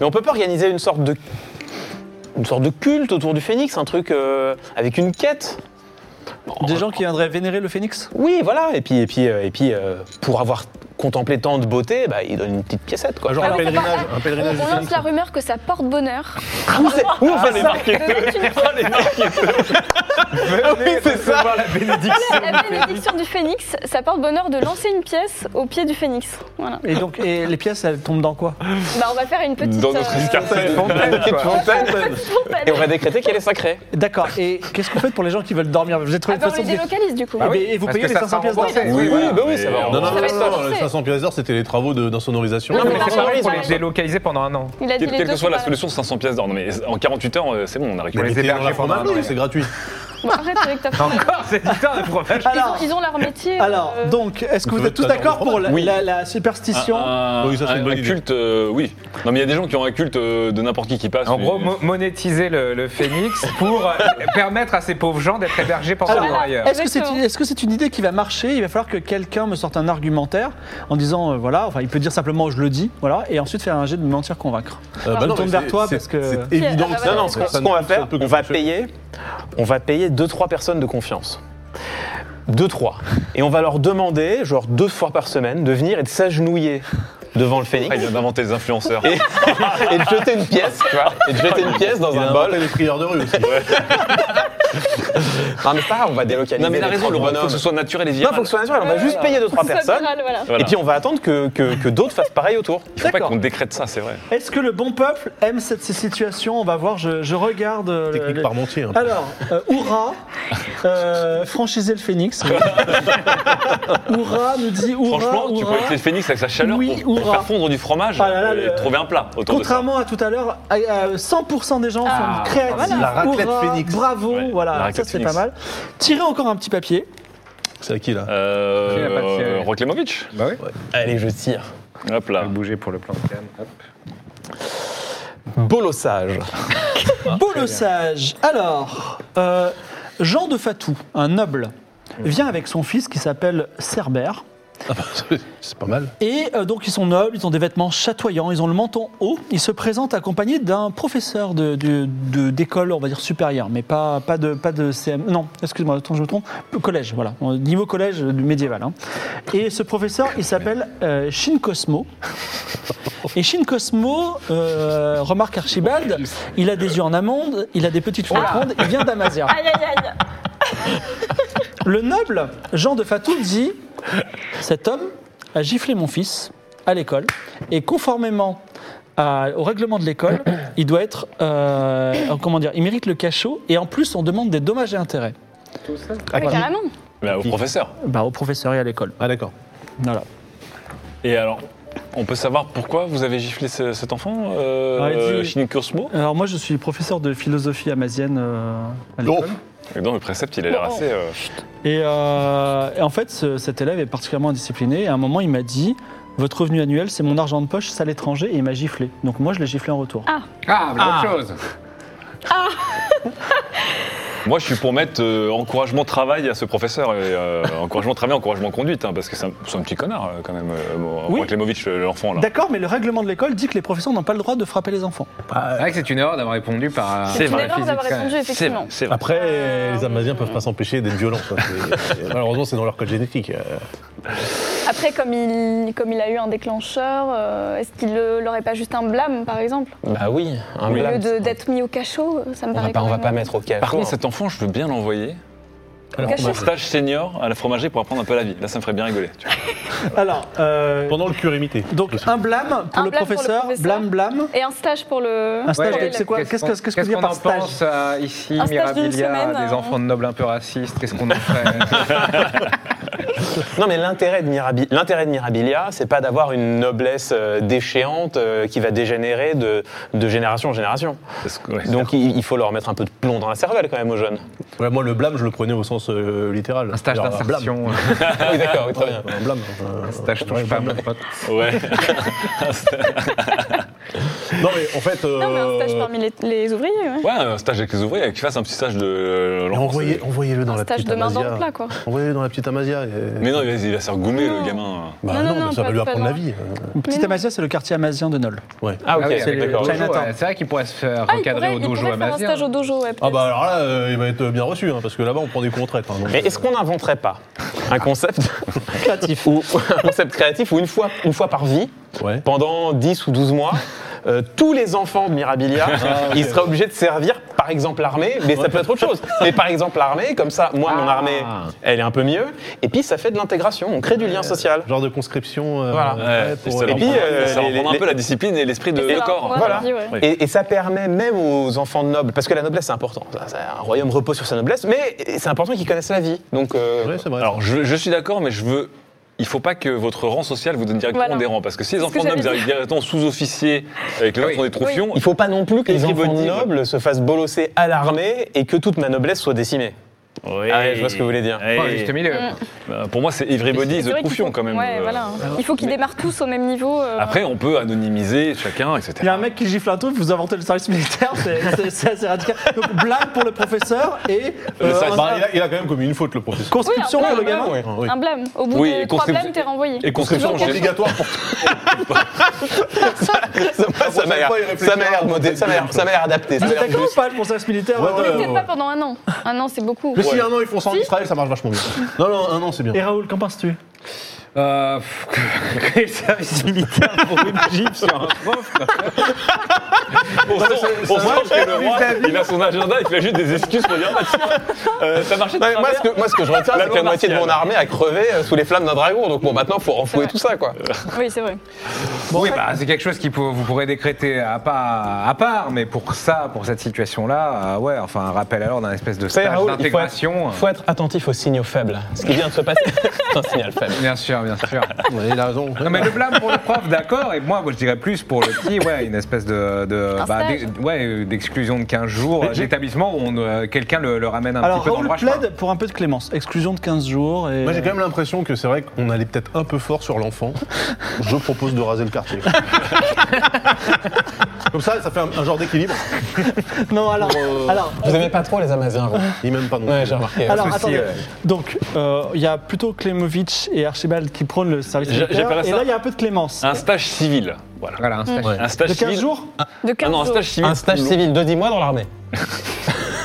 Speaker 1: Mais on peut pas organiser une sorte de une sorte de culte autour du phénix, un truc euh, avec une quête.
Speaker 2: Des gens qui viendraient vénérer le phénix
Speaker 1: Oui, voilà. Et puis et puis euh, et puis euh, pour avoir contemplé tant de beauté, bah, il donne une petite piécette quoi.
Speaker 3: Ah, genre
Speaker 4: alors,
Speaker 3: un
Speaker 4: faut pas-
Speaker 3: pèlerinage, un pèlerinage
Speaker 4: on-
Speaker 3: du
Speaker 4: on lance
Speaker 3: phénix.
Speaker 4: la rumeur que ça porte bonheur. Euh,
Speaker 1: où, c'est- où on fait ça
Speaker 5: Venez recevoir la bénédiction.
Speaker 4: La bénédiction du phénix, ça porte bonheur de lancer une pièce au pied du phénix. Voilà.
Speaker 2: Et donc, et les pièces, elles tombent dans quoi
Speaker 4: Bah, on va faire une petite. euh,
Speaker 5: Dans notre escarcelle.
Speaker 1: Et on va décréter qu'elle est sacrée.
Speaker 2: D'accord. Et qu'est-ce que vous faites pour les gens qui veulent dormir Vous avez trouvé
Speaker 4: Ah
Speaker 2: une
Speaker 4: bah, on
Speaker 2: façon
Speaker 4: les
Speaker 2: de-
Speaker 4: délocalise du coup.
Speaker 2: Eh ben, Et vous
Speaker 6: Parce
Speaker 2: payez
Speaker 6: que
Speaker 2: les
Speaker 6: ça
Speaker 2: 500
Speaker 6: sera
Speaker 2: pièces d'or
Speaker 6: remboursé.
Speaker 5: Oui, oui,
Speaker 6: voilà.
Speaker 5: bah oui, ça va.
Speaker 3: Non, non,
Speaker 4: Ça
Speaker 3: non,
Speaker 4: va être
Speaker 3: non, non,
Speaker 4: remboursé.
Speaker 3: les 500 pièces d'or, c'était les travaux de- d'insonorisation.
Speaker 6: Non, mais c'est
Speaker 1: Favorise,
Speaker 6: pareil pour
Speaker 1: hein.
Speaker 6: les délocaliser pendant un an.
Speaker 4: Il a dit
Speaker 5: Quelle,
Speaker 4: les
Speaker 5: quelle
Speaker 4: deux
Speaker 5: que soit la
Speaker 4: sont pas-
Speaker 5: solution, 500 pièces d'or. Non, mais en 48 heures, euh, c'est bon, on a récupéré.
Speaker 3: Mais
Speaker 6: les
Speaker 3: mettez-les dans
Speaker 6: héberger
Speaker 3: la
Speaker 6: pendant un an,
Speaker 3: fromagerie,
Speaker 6: ouais.
Speaker 3: c'est gratuit. Euh,
Speaker 4: Bon, arrête avec ta phrase.
Speaker 6: Encore cette histoire de fromage.
Speaker 4: Ils ont-
Speaker 2: Alors,
Speaker 4: Ils ont leur métier.
Speaker 2: alors,
Speaker 4: euh,
Speaker 2: donc, est-ce que
Speaker 3: Vous
Speaker 2: vous êtes
Speaker 3: êtes
Speaker 2: tous
Speaker 3: d'accord
Speaker 2: d'accord pour la,
Speaker 5: Oui.
Speaker 2: la- la superstition
Speaker 4: Ah,
Speaker 5: Un,
Speaker 3: Oui, ça, c'est
Speaker 5: un-
Speaker 3: une bonne
Speaker 5: un
Speaker 3: idée.
Speaker 5: culte, euh, oui. Non, mais il y a des gens qui ont un culte euh, de n'importe qui qui passe.
Speaker 6: En gros,
Speaker 5: mais- euh,
Speaker 6: mo- monétiser le, le phénix pour euh, permettre à ces pauvres gens d'être
Speaker 4: Ah,
Speaker 6: hébergés pendant
Speaker 2: Alors,
Speaker 6: un an ailleurs.
Speaker 2: Est-ce que c'est
Speaker 4: Exactement.
Speaker 2: une- est-ce que c'est une idée qui va marcher Il va falloir que quelqu'un me sorte un argumentaire en disant, euh, voilà, enfin, il peut dire simplement je le dis, voilà, et ensuite faire un jet de mentir convaincre.
Speaker 3: Euh,
Speaker 2: Je me
Speaker 3: non,
Speaker 2: tourne
Speaker 3: mais
Speaker 2: vers
Speaker 3: c'est-
Speaker 2: toi
Speaker 3: c'est-
Speaker 2: parce que-
Speaker 3: C'est évident que
Speaker 4: Ah, bah,
Speaker 3: ça.
Speaker 4: bah,
Speaker 1: Non, non, ce
Speaker 3: ça-
Speaker 1: qu'on-
Speaker 3: ça
Speaker 1: ce qu'on va
Speaker 3: ne-
Speaker 1: faire,
Speaker 3: ça peut
Speaker 1: on va
Speaker 3: fonctionner.
Speaker 1: payer, on va payer 2-3 personnes de confiance. 2-3. Et on va leur demander, genre deux fois par semaine, de venir et de s'agenouiller devant le phénix
Speaker 5: Ah, il vient d'inventer des influenceurs.
Speaker 1: et, et
Speaker 4: bah,
Speaker 1: de jeter une pièce, tu vois, et de jeter une pièce dans
Speaker 3: Il a
Speaker 1: un
Speaker 3: inventé
Speaker 1: bol.
Speaker 3: les prières de rue aussi.
Speaker 1: Non, mais c'est pas grave, Ah, on va délocaliser.
Speaker 5: Non, mais il a
Speaker 1: les
Speaker 5: raison,
Speaker 1: trois
Speaker 5: le faut
Speaker 1: bonhommes.
Speaker 5: que ce soit naturel et
Speaker 1: Non,
Speaker 5: viral.
Speaker 1: faut que ce soit naturel. On va juste payer deux, trois
Speaker 4: Ça,
Speaker 1: personnes.
Speaker 4: Graal, voilà.
Speaker 5: Voilà.
Speaker 1: Et puis on va attendre que, que, que d'autres fassent pareil autour.
Speaker 5: Il faut pas
Speaker 2: D'accord.
Speaker 5: qu'on décrète ça, c'est vrai.
Speaker 2: Est-ce que le bon peuple aime cette situation On va voir, je, je regarde. euh, le-
Speaker 3: Technique
Speaker 2: le-
Speaker 3: parmentier. hein.
Speaker 2: Alors, euh, Oura, euh, franchisez le phénix. Oura nous dit Oura.
Speaker 5: Franchement, tu
Speaker 2: Oura.
Speaker 5: peux le phénix avec sa chaleur
Speaker 2: Oui,
Speaker 5: pour, pour
Speaker 2: hurrah.
Speaker 5: faire fondre du fromage
Speaker 2: Ah là là,
Speaker 5: et
Speaker 2: le-
Speaker 5: trouver un plat autour de ça.
Speaker 2: Contrairement à tout à l'heure, à- à 100% des gens
Speaker 4: Ah,
Speaker 2: sont créatifs.
Speaker 4: voilà.
Speaker 3: La raclette
Speaker 2: Hurrah,
Speaker 3: Phoenix.
Speaker 2: Bravo,
Speaker 5: Ouais, la
Speaker 2: voilà, ça
Speaker 5: raclette
Speaker 2: c'est pas
Speaker 5: Phoenix. Ah,
Speaker 2: mal. Tirez encore un petit papier.
Speaker 3: C'est à qui là
Speaker 5: Euh,
Speaker 6: Il y a pas de
Speaker 5: euh,
Speaker 6: ciel.
Speaker 5: Roklemovic
Speaker 6: Bah oui,
Speaker 1: Allez, je tire.
Speaker 5: Hop
Speaker 6: on va
Speaker 5: là. Bah,
Speaker 6: bouger pour le plan de Cannes. Hop.
Speaker 1: Bolossage.
Speaker 2: Bolossage. Alors, euh, Jean de Fatou, un noble, vient avec son fils qui s'appelle Cerbère.
Speaker 3: Ah bah, C'est pas mal.
Speaker 2: Et euh, donc ils sont nobles, ils ont des vêtements chatoyants, ils ont le menton haut. Ils se présentent accompagnés d'un professeur de- de- de- d'école, on va dire supérieure, mais pas, pas, de, pas de CM. Non, excuse-moi, attends, je me trompe. Collège, voilà. Niveau collège euh, du médiéval. hein. Et ce professeur, il s'appelle euh, Shin Cosmo. Et Shin Cosmo, euh, remarque Archibald, il a des yeux en amande, il a des petites frontes rondes, il vient d'Amazia.
Speaker 4: Aïe, aïe, aïe.
Speaker 2: Le noble Jean de Fatou dit Cet homme a giflé mon fils à l'école et conformément à- au règlement de l'école, il doit être. euh, comment dire Il mérite le cachot et en plus, on demande des dommages et intérêts.
Speaker 4: Ah, carrément.
Speaker 5: Mais au professeur.
Speaker 2: Bah, au professeur et à l'école.
Speaker 3: Ah d'accord.
Speaker 2: Voilà.
Speaker 5: Et alors, on peut savoir pourquoi vous avez giflé ce- cet enfant, euh,
Speaker 2: Ouais, dis-
Speaker 5: euh, Shinny Kursmo
Speaker 2: Alors, moi, je suis professeur de philosophie amazienne euh, à l'école.
Speaker 3: Oh,
Speaker 5: Et Non, le précepte, il a l'air
Speaker 2: Oh.
Speaker 5: assez. euh,
Speaker 2: Et, euh, et en fait, ce- cet élève est particulièrement indiscipliné. Et à un moment, il m'a dit Votre revenu annuel, c'est mon argent de poche, ça l'étranger, et il m'a giflé. Donc, moi, je l'ai giflé en retour.
Speaker 6: Ah, bonne chose
Speaker 5: Moi, je suis pour mettre euh, encouragement travail à ce professeur. Et, euh, encouragement travail, encouragement conduite, hein, parce que c'est un, c'est un petit connard euh, quand même, euh, bon,
Speaker 2: Oui.
Speaker 5: Roklemovic, euh, l'enfant là.
Speaker 2: D'accord, mais le règlement de l'école dit que les professeurs n'ont pas le droit de frapper les enfants.
Speaker 3: Bah,
Speaker 6: C'est vrai que c'est une erreur d'avoir répondu par.
Speaker 5: C'est
Speaker 4: C'est une
Speaker 5: vrai,
Speaker 4: erreur d'avoir
Speaker 6: physique,
Speaker 4: répondu, effectivement.
Speaker 5: C'est vrai.
Speaker 3: Après, les Amaziens peuvent pas s'empêcher d'être violents. ça, c'est- Malheureusement, c'est dans leur code génétique. euh.
Speaker 4: Après, comme il, comme il a eu un déclencheur, euh, est-ce qu'il euh, l'aurait pas juste un blâme, par exemple
Speaker 1: Bah oui, un
Speaker 4: Au lieu
Speaker 1: blâme.
Speaker 4: de- d'être mis au cachot, euh, ça me
Speaker 1: On va
Speaker 4: paraît
Speaker 1: pas,
Speaker 4: quand
Speaker 1: on va
Speaker 4: même-
Speaker 1: pas mettre au cachot.
Speaker 5: Par contre,
Speaker 1: hein.
Speaker 5: cet enfant, je veux bien l'envoyer
Speaker 4: au
Speaker 5: en
Speaker 4: cachot.
Speaker 5: stage senior à la fromagerie pour apprendre un peu la vie. Là, ça me ferait bien rigoler. tu vois.
Speaker 2: Alors, euh,
Speaker 3: Pendant le curimité.
Speaker 2: donc un blâme pour
Speaker 4: Un
Speaker 2: le
Speaker 4: blâme pour le
Speaker 2: professeur,
Speaker 4: professeur.
Speaker 2: blâme, blâme.
Speaker 4: Et un stage pour le...
Speaker 2: Un stage,
Speaker 4: pour
Speaker 2: de-
Speaker 4: les-
Speaker 2: c'est quoi Qu'est-ce que- qu'est-ce que dire
Speaker 6: qu'on
Speaker 2: par
Speaker 6: en
Speaker 2: stage
Speaker 6: pense euh, ici,
Speaker 4: Un stage d'une
Speaker 6: Mirabilia,
Speaker 4: semaine,
Speaker 6: des
Speaker 4: euh,
Speaker 6: enfants de nobles un peu racistes Qu'est-ce qu'on en fait
Speaker 1: Non, mais l'intérêt de, Mirabi- l'intérêt de Mirabilia, c'est pas d'avoir une noblesse euh, déchéante euh, qui va dégénérer de, de génération en génération.
Speaker 5: Parce que, ouais.
Speaker 1: Donc il, il faut leur mettre un peu de plomb dans la cervelle quand même aux jeunes.
Speaker 3: Ouais, moi, le blâme, je le prenais au sens euh, littéral.
Speaker 6: Un stage
Speaker 3: C'est-à-dire,
Speaker 6: d'insertion, euh,
Speaker 1: Ah oui, d'accord, oui, très bien.
Speaker 3: blâme. Un blâme. euh,
Speaker 6: un stage
Speaker 3: ouais,
Speaker 6: touche pas,
Speaker 3: blâme.
Speaker 6: mon pote.
Speaker 5: Ouais.
Speaker 3: Non, mais en fait.
Speaker 4: Non, Ah, mais un stage
Speaker 3: euh,
Speaker 4: parmi les, les ouvriers, ouais.
Speaker 5: Ouais, un stage avec les ouvriers, qu'ils fassent un petit stage de euh,
Speaker 3: mais
Speaker 5: l'enfant,
Speaker 3: envoyez-
Speaker 5: c'est-
Speaker 3: Envoyez-le dans
Speaker 4: Un
Speaker 3: la
Speaker 4: stage
Speaker 3: petite
Speaker 4: de main dans le
Speaker 3: Amazia.
Speaker 4: plat, quoi.
Speaker 3: Envoyez-le dans la petite Amazia. et-
Speaker 5: Mais non, il va, il va se faire goumer le
Speaker 4: Non.
Speaker 5: gamin.
Speaker 3: Bah
Speaker 4: Non,
Speaker 3: non,
Speaker 4: non, non,
Speaker 3: mais ça
Speaker 4: pas-
Speaker 3: va lui apprendre
Speaker 4: pas
Speaker 3: la
Speaker 4: loin.
Speaker 3: vie. euh.
Speaker 4: Mais
Speaker 2: Petite
Speaker 4: non.
Speaker 2: Amazia, c'est le quartier amazien de Nol.
Speaker 3: Ouais.
Speaker 1: Ah, ok,
Speaker 6: Ah oui, avec le
Speaker 1: d'accord.
Speaker 6: dojo,
Speaker 2: Chinatown.
Speaker 6: ouais. C'est vrai qu'il pourrait se faire
Speaker 4: Ah, il
Speaker 6: recadrer
Speaker 4: pourrait,
Speaker 6: au
Speaker 4: il
Speaker 6: dojo hein.
Speaker 4: pourrait faire un
Speaker 6: amazien.
Speaker 4: stage au dojo, ouais,
Speaker 3: Ah
Speaker 4: peut-être.
Speaker 3: bah alors là, euh, il va être bien reçu, hein, parce que là-bas, on prend des contrats.
Speaker 1: Mais est-ce
Speaker 3: euh,
Speaker 1: qu'on n'inventerait pas un concept créatif ou un concept créatif où une fois, une fois par vie,
Speaker 3: Ouais.
Speaker 1: pendant 10 ou 12 mois, euh, tous les enfants de Mirabilia, ils seraient obligés de servir, par exemple, l'armée, mais ça peut être autre chose. Mais par exemple, l'armée, comme ça, moi, mon
Speaker 6: Ah.
Speaker 1: armée, elle est un peu mieux, et puis ça fait de l'intégration, on crée du lien social.
Speaker 3: Genre de conscription. euh,
Speaker 1: Voilà.
Speaker 5: Ouais,
Speaker 3: ouais,
Speaker 5: et
Speaker 3: pour-
Speaker 5: ça leur
Speaker 1: Et puis,
Speaker 5: prend-
Speaker 1: euh,
Speaker 5: ça leur
Speaker 1: les-
Speaker 5: prend un
Speaker 1: les-
Speaker 5: peu la discipline et l'esprit de,
Speaker 4: Et ça
Speaker 5: le
Speaker 4: leur
Speaker 5: corps.
Speaker 4: prend-
Speaker 1: Voilà.
Speaker 4: Vas-y, ouais.
Speaker 1: Et, et ça permet même aux enfants de nobles, parce que la noblesse c'est important. Ça, ça, un royaume repose sur sa noblesse, mais c'est important qu'ils connaissent la vie. Donc, euh,
Speaker 3: Ouais, c'est vrai.
Speaker 5: Alors, je, je suis d'accord, mais je veux. Il faut pas que votre rang social vous donne directement
Speaker 4: Voilà.
Speaker 5: des rangs. Parce que si les
Speaker 4: C'est ce
Speaker 5: enfants
Speaker 4: que
Speaker 5: nobles
Speaker 4: j'allais
Speaker 5: arrivent directement sous-officiers et que
Speaker 6: Ah
Speaker 5: les autres
Speaker 6: oui.
Speaker 5: sont des troufions,
Speaker 1: il faut pas non plus que les enfants
Speaker 5: Everybody, ouais.
Speaker 1: nobles se fassent bolosser à l'armée et que toute ma noblesse soit décimée. Ah ouais, je vois ce que vous voulez dire.
Speaker 5: Ouais.
Speaker 6: Oh, juste milieu.
Speaker 4: Mm.
Speaker 5: Bah, Pour moi, c'est everybody is
Speaker 4: C'est
Speaker 5: a
Speaker 4: vrai qu'il
Speaker 5: troufion
Speaker 4: faut-
Speaker 5: quand même.
Speaker 4: Ouais,
Speaker 5: Euh,
Speaker 4: voilà. Il faut qu'ils démarrent tous au même niveau. euh,
Speaker 5: Après, on peut anonymiser chacun,
Speaker 2: Il y
Speaker 5: etc.
Speaker 2: a un mec qui gifle un truc, vous inventez le service militaire, c'est- c'est c'est assez radical. Donc blâme pour le professeur et euh,
Speaker 5: Le service-
Speaker 2: un-
Speaker 3: Bah, il, a, il a quand même commis une faute, le professeur.
Speaker 2: conscription
Speaker 4: Oui, un
Speaker 2: pour le
Speaker 4: blâme,
Speaker 2: gamin.
Speaker 3: Ouais, oui.
Speaker 4: Un blâme. Au bout
Speaker 5: Oui,
Speaker 4: de
Speaker 5: et
Speaker 4: trois
Speaker 5: conscription-
Speaker 4: blâmes, t'es renvoyé.
Speaker 5: Et conscription, j'ai-
Speaker 3: Obligatoire pour
Speaker 1: Ça, moi, ça m'a l'air-
Speaker 3: fois, il réfléchit
Speaker 1: ça m'a l'air modé- ça m'a l'air- ça m'a l'air adapté. ça
Speaker 2: Vous
Speaker 1: m'a
Speaker 2: êtes
Speaker 1: l'air
Speaker 2: d'accord
Speaker 1: Ah, juste.
Speaker 2: ou pas pour le service militaire euh,
Speaker 3: Ouais,
Speaker 2: Antoine
Speaker 3: ouais,
Speaker 4: Peut-être pas pendant un an. Un an, c'est beaucoup.
Speaker 3: Mais si un an ils font ça en Israël, ça marche vachement bien. Non, non, un an c'est bien.
Speaker 2: Et Raoul, qu'en penses-tu
Speaker 6: Euh, pff, créer le service militaire pour une hein. jeep sur un prof.
Speaker 5: On sent, on sent que le roi, il a son agenda, il fait juste des excuses pour dire bah, tiens, euh, ça marchait de
Speaker 1: Ouais, moi,
Speaker 5: travers.
Speaker 1: ce que, moi, ce que je retiens,
Speaker 5: La
Speaker 1: c'est que
Speaker 5: loi
Speaker 1: la moitié de mon
Speaker 5: martiale.
Speaker 1: armée a crevé euh, sous les flammes d'un dragon. Donc bon, maintenant, faut renflouer
Speaker 4: vrai.
Speaker 1: tout ça, quoi.
Speaker 4: Oui, c'est vrai.
Speaker 6: oui, bah, c'est quelque chose qui peut- vous pourrez décréter à part, à part, mais pour ça, pour cette situation-là, euh, ouais, enfin, un rappel alors d'un espèce de
Speaker 1: Vous savez,
Speaker 6: stage
Speaker 1: Raoul, il faut être,
Speaker 6: d'intégration.
Speaker 1: faut être attentif aux signaux faibles. Ce qui vient de se passer, c'est un signal faible.
Speaker 6: Bien sûr, bien sûr.
Speaker 3: Ouais, il a raison.
Speaker 6: Non mais le blâme pour le prof, d'accord, et moi, moi, je dirais plus pour le petit, ouais, une espèce de, de-
Speaker 4: Un stage.
Speaker 6: d'ex- ouais, euh, d'exclusion de 15 jours, d'établissement où on, euh, quelqu'un le, le ramène un
Speaker 2: Alors,
Speaker 6: petit peu dans
Speaker 2: Raoul
Speaker 6: le droit chemin.
Speaker 2: plaide pour un peu de clémence. Exclusion de 15 jours. Et...
Speaker 3: Moi, j'ai quand même l'impression que c'est vrai qu'on allait peut-être un peu fort sur l'enfant. Je propose de raser le quartier. Comme ça, ça fait un, un genre d'équilibre.
Speaker 2: Non, alors. alors
Speaker 1: Vous aimez pas trop les Amaziens, vous
Speaker 3: Ni même pas non plus.
Speaker 1: Ouais, j'ai remarqué.
Speaker 2: alors,
Speaker 6: Ceci,
Speaker 2: attendez.
Speaker 6: euh,
Speaker 2: Donc, euh, il y a plutôt Klemovic et Archibald qui prônent le service
Speaker 5: J'a-
Speaker 2: militaire.
Speaker 5: j'appellerais
Speaker 2: Et
Speaker 5: ça
Speaker 2: là, il y a un peu de clémence.
Speaker 5: Un stage civil. Voilà.
Speaker 6: Voilà, un
Speaker 4: Mm.
Speaker 6: stage.
Speaker 5: Un stage
Speaker 2: De 15
Speaker 5: civil.
Speaker 2: jours
Speaker 4: De 15
Speaker 5: Ah non, un
Speaker 4: jours.
Speaker 5: stage civil.
Speaker 1: Un stage civil de 10 mois dans l'armée.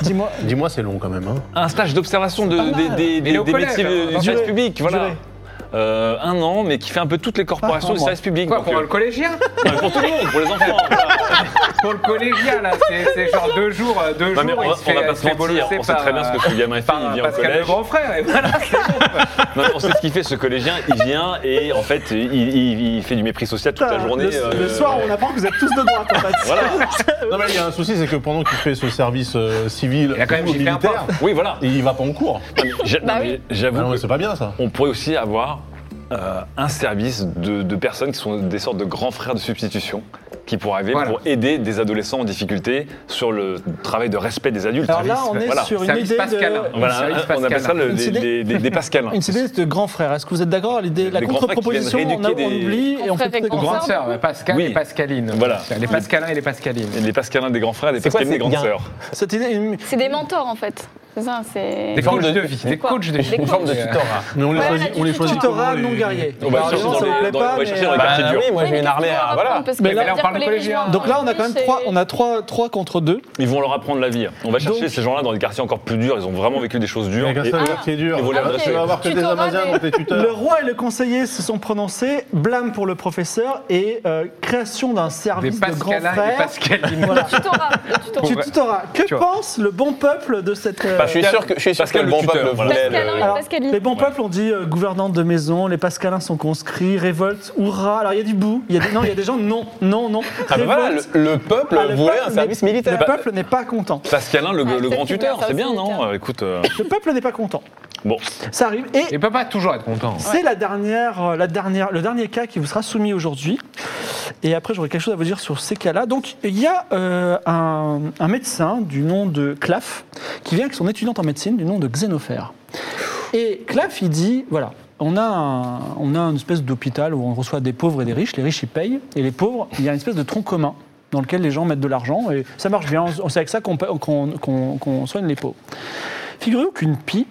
Speaker 2: Dis-moi.
Speaker 3: Dis-moi, c'est long quand même. Hein.
Speaker 5: Un stage d'observation de, des, des,
Speaker 6: Mais il est
Speaker 5: des,
Speaker 6: au
Speaker 5: des
Speaker 6: collège,
Speaker 5: métiers euh,
Speaker 6: hein,
Speaker 5: du service
Speaker 2: durée,
Speaker 5: public. Voilà.
Speaker 2: durée.
Speaker 5: Euh, un an, mais qui fait un peu toutes les corporations
Speaker 2: Ah,
Speaker 5: du
Speaker 2: moi.
Speaker 5: service public.
Speaker 6: Quoi,
Speaker 5: Donc,
Speaker 6: pour
Speaker 5: euh,
Speaker 6: le collégien
Speaker 5: Ouais, pour tout le monde, pour les enfants. voilà.
Speaker 6: Pour le collégien, là, c'est- c'est genre deux jours, euh, deux
Speaker 5: Non, mais
Speaker 6: jours,
Speaker 5: on,
Speaker 6: il
Speaker 5: va-
Speaker 6: se
Speaker 5: on va
Speaker 6: fait-
Speaker 5: pas
Speaker 6: il se
Speaker 5: se
Speaker 6: fait
Speaker 5: mentir.
Speaker 6: bolosser
Speaker 5: On sait
Speaker 6: par,
Speaker 5: très bien ce que ce gamin fait.
Speaker 6: par,
Speaker 5: Il
Speaker 6: euh,
Speaker 5: vient au
Speaker 6: Pascal le
Speaker 5: collège.
Speaker 6: grand frère, et voilà.
Speaker 5: Non, on sait ce qu'il fait, ce collégien. Il vient et en fait, il, il- il fait du mépris social toute la journée.
Speaker 2: le, le
Speaker 5: euh,
Speaker 2: soir, on apprend que vous êtes tous de droite, en fait.
Speaker 5: Voilà.
Speaker 3: Non, mais il y a un souci, c'est que pendant qu'il fait ce service euh, civil
Speaker 6: Il a quand même
Speaker 3: ou
Speaker 6: giflé un
Speaker 3: militaire,
Speaker 5: Oui, voilà.
Speaker 3: il va pas en cours.
Speaker 5: J'a-
Speaker 4: Bah
Speaker 5: non,
Speaker 4: oui.
Speaker 5: mais
Speaker 3: Ah non,
Speaker 5: J'avoue,
Speaker 3: mais c'est pas bien ça.
Speaker 5: on pourrait aussi avoir euh, un service de, de personnes qui sont des sortes de grands frères de substitution qui pourraient arriver
Speaker 6: Voilà.
Speaker 5: pour aider des adolescents en difficulté sur le travail de respect des adultes.
Speaker 2: Alors là,
Speaker 6: service,
Speaker 2: on est
Speaker 5: voilà. hein.
Speaker 2: sur une
Speaker 6: Service
Speaker 2: idée
Speaker 6: pascalin.
Speaker 2: de.
Speaker 5: Voilà,
Speaker 6: service
Speaker 5: on appelle ça
Speaker 6: pascalin.
Speaker 5: le,
Speaker 2: Une
Speaker 5: des,
Speaker 2: idée-
Speaker 5: des, des, des pascalins.
Speaker 2: Une idée de grand frère. Est-ce que vous êtes d'accord à l'idée La
Speaker 5: Des grands frères qui
Speaker 2: contre-proposition,
Speaker 5: viennent
Speaker 2: on, a-
Speaker 5: rééduquer
Speaker 2: on
Speaker 5: des-
Speaker 2: oublie et on
Speaker 4: Frères
Speaker 2: fait
Speaker 4: et
Speaker 2: peut-être-
Speaker 4: grands
Speaker 6: Grande
Speaker 4: sœur,
Speaker 6: sœur,
Speaker 4: du coup.
Speaker 6: Pascal
Speaker 5: Oui.
Speaker 6: et Pascaline.
Speaker 5: Voilà.
Speaker 6: Les Pascalins et les Pascalines.
Speaker 5: Les pascalins des grands frères, des
Speaker 1: C'est quoi
Speaker 5: pascalines
Speaker 1: cette
Speaker 5: des grandes
Speaker 1: gain-
Speaker 5: sœurs.
Speaker 2: Cette idée, une-
Speaker 4: C'est des mentors, en fait. C'est ça, c'est.
Speaker 6: Des
Speaker 1: forme
Speaker 6: coachs
Speaker 1: de-
Speaker 6: de vie. Des
Speaker 4: quoi
Speaker 6: coachs de
Speaker 4: Des
Speaker 6: vie.
Speaker 4: coachs.
Speaker 1: Une forme de tutorat.
Speaker 3: Mais on les
Speaker 4: Ouais,
Speaker 3: choisit,
Speaker 4: là,
Speaker 3: on les
Speaker 4: tu
Speaker 3: choisit
Speaker 4: tutoras,
Speaker 3: comment,
Speaker 2: tutorat
Speaker 3: les-
Speaker 2: non guerrier.
Speaker 5: On va
Speaker 2: Alors,
Speaker 5: chercher
Speaker 2: Bah, non, ça
Speaker 5: dans
Speaker 2: vous
Speaker 5: les-
Speaker 2: plaît
Speaker 5: dans- on
Speaker 2: pas,
Speaker 5: va chercher dans les
Speaker 2: mais-
Speaker 5: quartiers durs.
Speaker 1: Bah oui, moi, j'ai
Speaker 4: Oui, mais
Speaker 1: une
Speaker 4: qu'est-ce
Speaker 1: armée
Speaker 4: qu'on va
Speaker 1: à. Voilà.
Speaker 4: apprendre Parce que
Speaker 2: Mais
Speaker 4: ça
Speaker 2: là,
Speaker 4: veut
Speaker 6: on
Speaker 4: dire
Speaker 6: parle
Speaker 4: que
Speaker 6: de
Speaker 4: les
Speaker 6: collégiens.
Speaker 4: gens-
Speaker 2: Donc là, on a quand même
Speaker 4: c'est-
Speaker 2: trois, on a trois, trois contre deux.
Speaker 5: Ils vont leur apprendre la vie. On va chercher
Speaker 2: Donc-
Speaker 5: ces gens-là dans des quartiers encore plus durs. Ils ont vraiment vécu des choses dures.
Speaker 3: Il y a qu'un
Speaker 5: Et-
Speaker 1: ah,
Speaker 3: seul verre qui est dur. Ah,
Speaker 5: Et vous les
Speaker 3: Tu
Speaker 5: adressez.
Speaker 3: vas avoir que des
Speaker 4: Tutorat,
Speaker 3: Amaziens
Speaker 4: mais-
Speaker 3: donc les
Speaker 2: Le
Speaker 3: tuteurs.
Speaker 2: roi et le conseiller se sont prononcés, blâme pour le professeur et euh, création d'un
Speaker 6: Des
Speaker 2: service de grand
Speaker 6: Pascalins et des
Speaker 2: frère.
Speaker 6: Pascalines.
Speaker 2: Voilà.
Speaker 4: Tutorat, le tutorat.
Speaker 2: Tu
Speaker 6: Ouais.
Speaker 2: tutoras. Que
Speaker 6: Tu vois.
Speaker 2: pense le bon peuple de cette. euh,
Speaker 1: Bah, Je suis sûr que, je suis sûr que
Speaker 5: Pascal
Speaker 1: le
Speaker 5: le
Speaker 1: bon
Speaker 5: tuteur,
Speaker 1: peuple
Speaker 5: voilà.
Speaker 1: voulait.
Speaker 4: Pascal,
Speaker 1: le-
Speaker 4: oui,
Speaker 2: Alors,
Speaker 4: Pascaline.
Speaker 2: les bons peuples ont dit euh, gouvernante de maison, les pascalins sont conscrits, révolte, hurrah. Alors il y a du bout, il y a des, non, il y a des gens, non, non, non.
Speaker 1: Ah, bah voilà,
Speaker 2: Révolte.
Speaker 1: le, le peuple
Speaker 2: Ah, le
Speaker 1: voulait
Speaker 2: peuple
Speaker 1: un
Speaker 2: n'est-
Speaker 1: service militaire.
Speaker 2: Le peuple n'est pas content.
Speaker 5: Pascalin, le,
Speaker 4: Ah,
Speaker 5: le
Speaker 4: peut-être
Speaker 5: grand
Speaker 4: qu'il voulait
Speaker 5: tuteur,
Speaker 4: faire
Speaker 5: c'est
Speaker 4: ça
Speaker 5: bien,
Speaker 4: aussi,
Speaker 5: non
Speaker 4: tiens.
Speaker 5: Euh, Écoute, euh,
Speaker 2: Le peuple n'est pas content.
Speaker 5: bon,
Speaker 2: Ça arrive. Et
Speaker 6: Il peut pas toujours être content.
Speaker 2: C'est la dernière, euh, la dernière, le dernier cas qui vous sera soumis aujourd'hui. Et après, j'aurai quelque chose à vous dire sur ces cas-là. Donc, il y a euh, un, un médecin du nom de Claff qui vient avec son étudiante en médecine du nom de Xénophère. Et Claff, il dit voilà, on a, un- on a une espèce d'hôpital où on reçoit des pauvres et des riches. Les riches, ils payent. Et les pauvres, il y a une espèce de tronc commun dans lequel les gens mettent de l'argent. Et ça marche bien. On- C'est avec ça qu'on pa- qu'on- qu'on- qu'on soigne les pauvres. Figurez-vous qu'une pie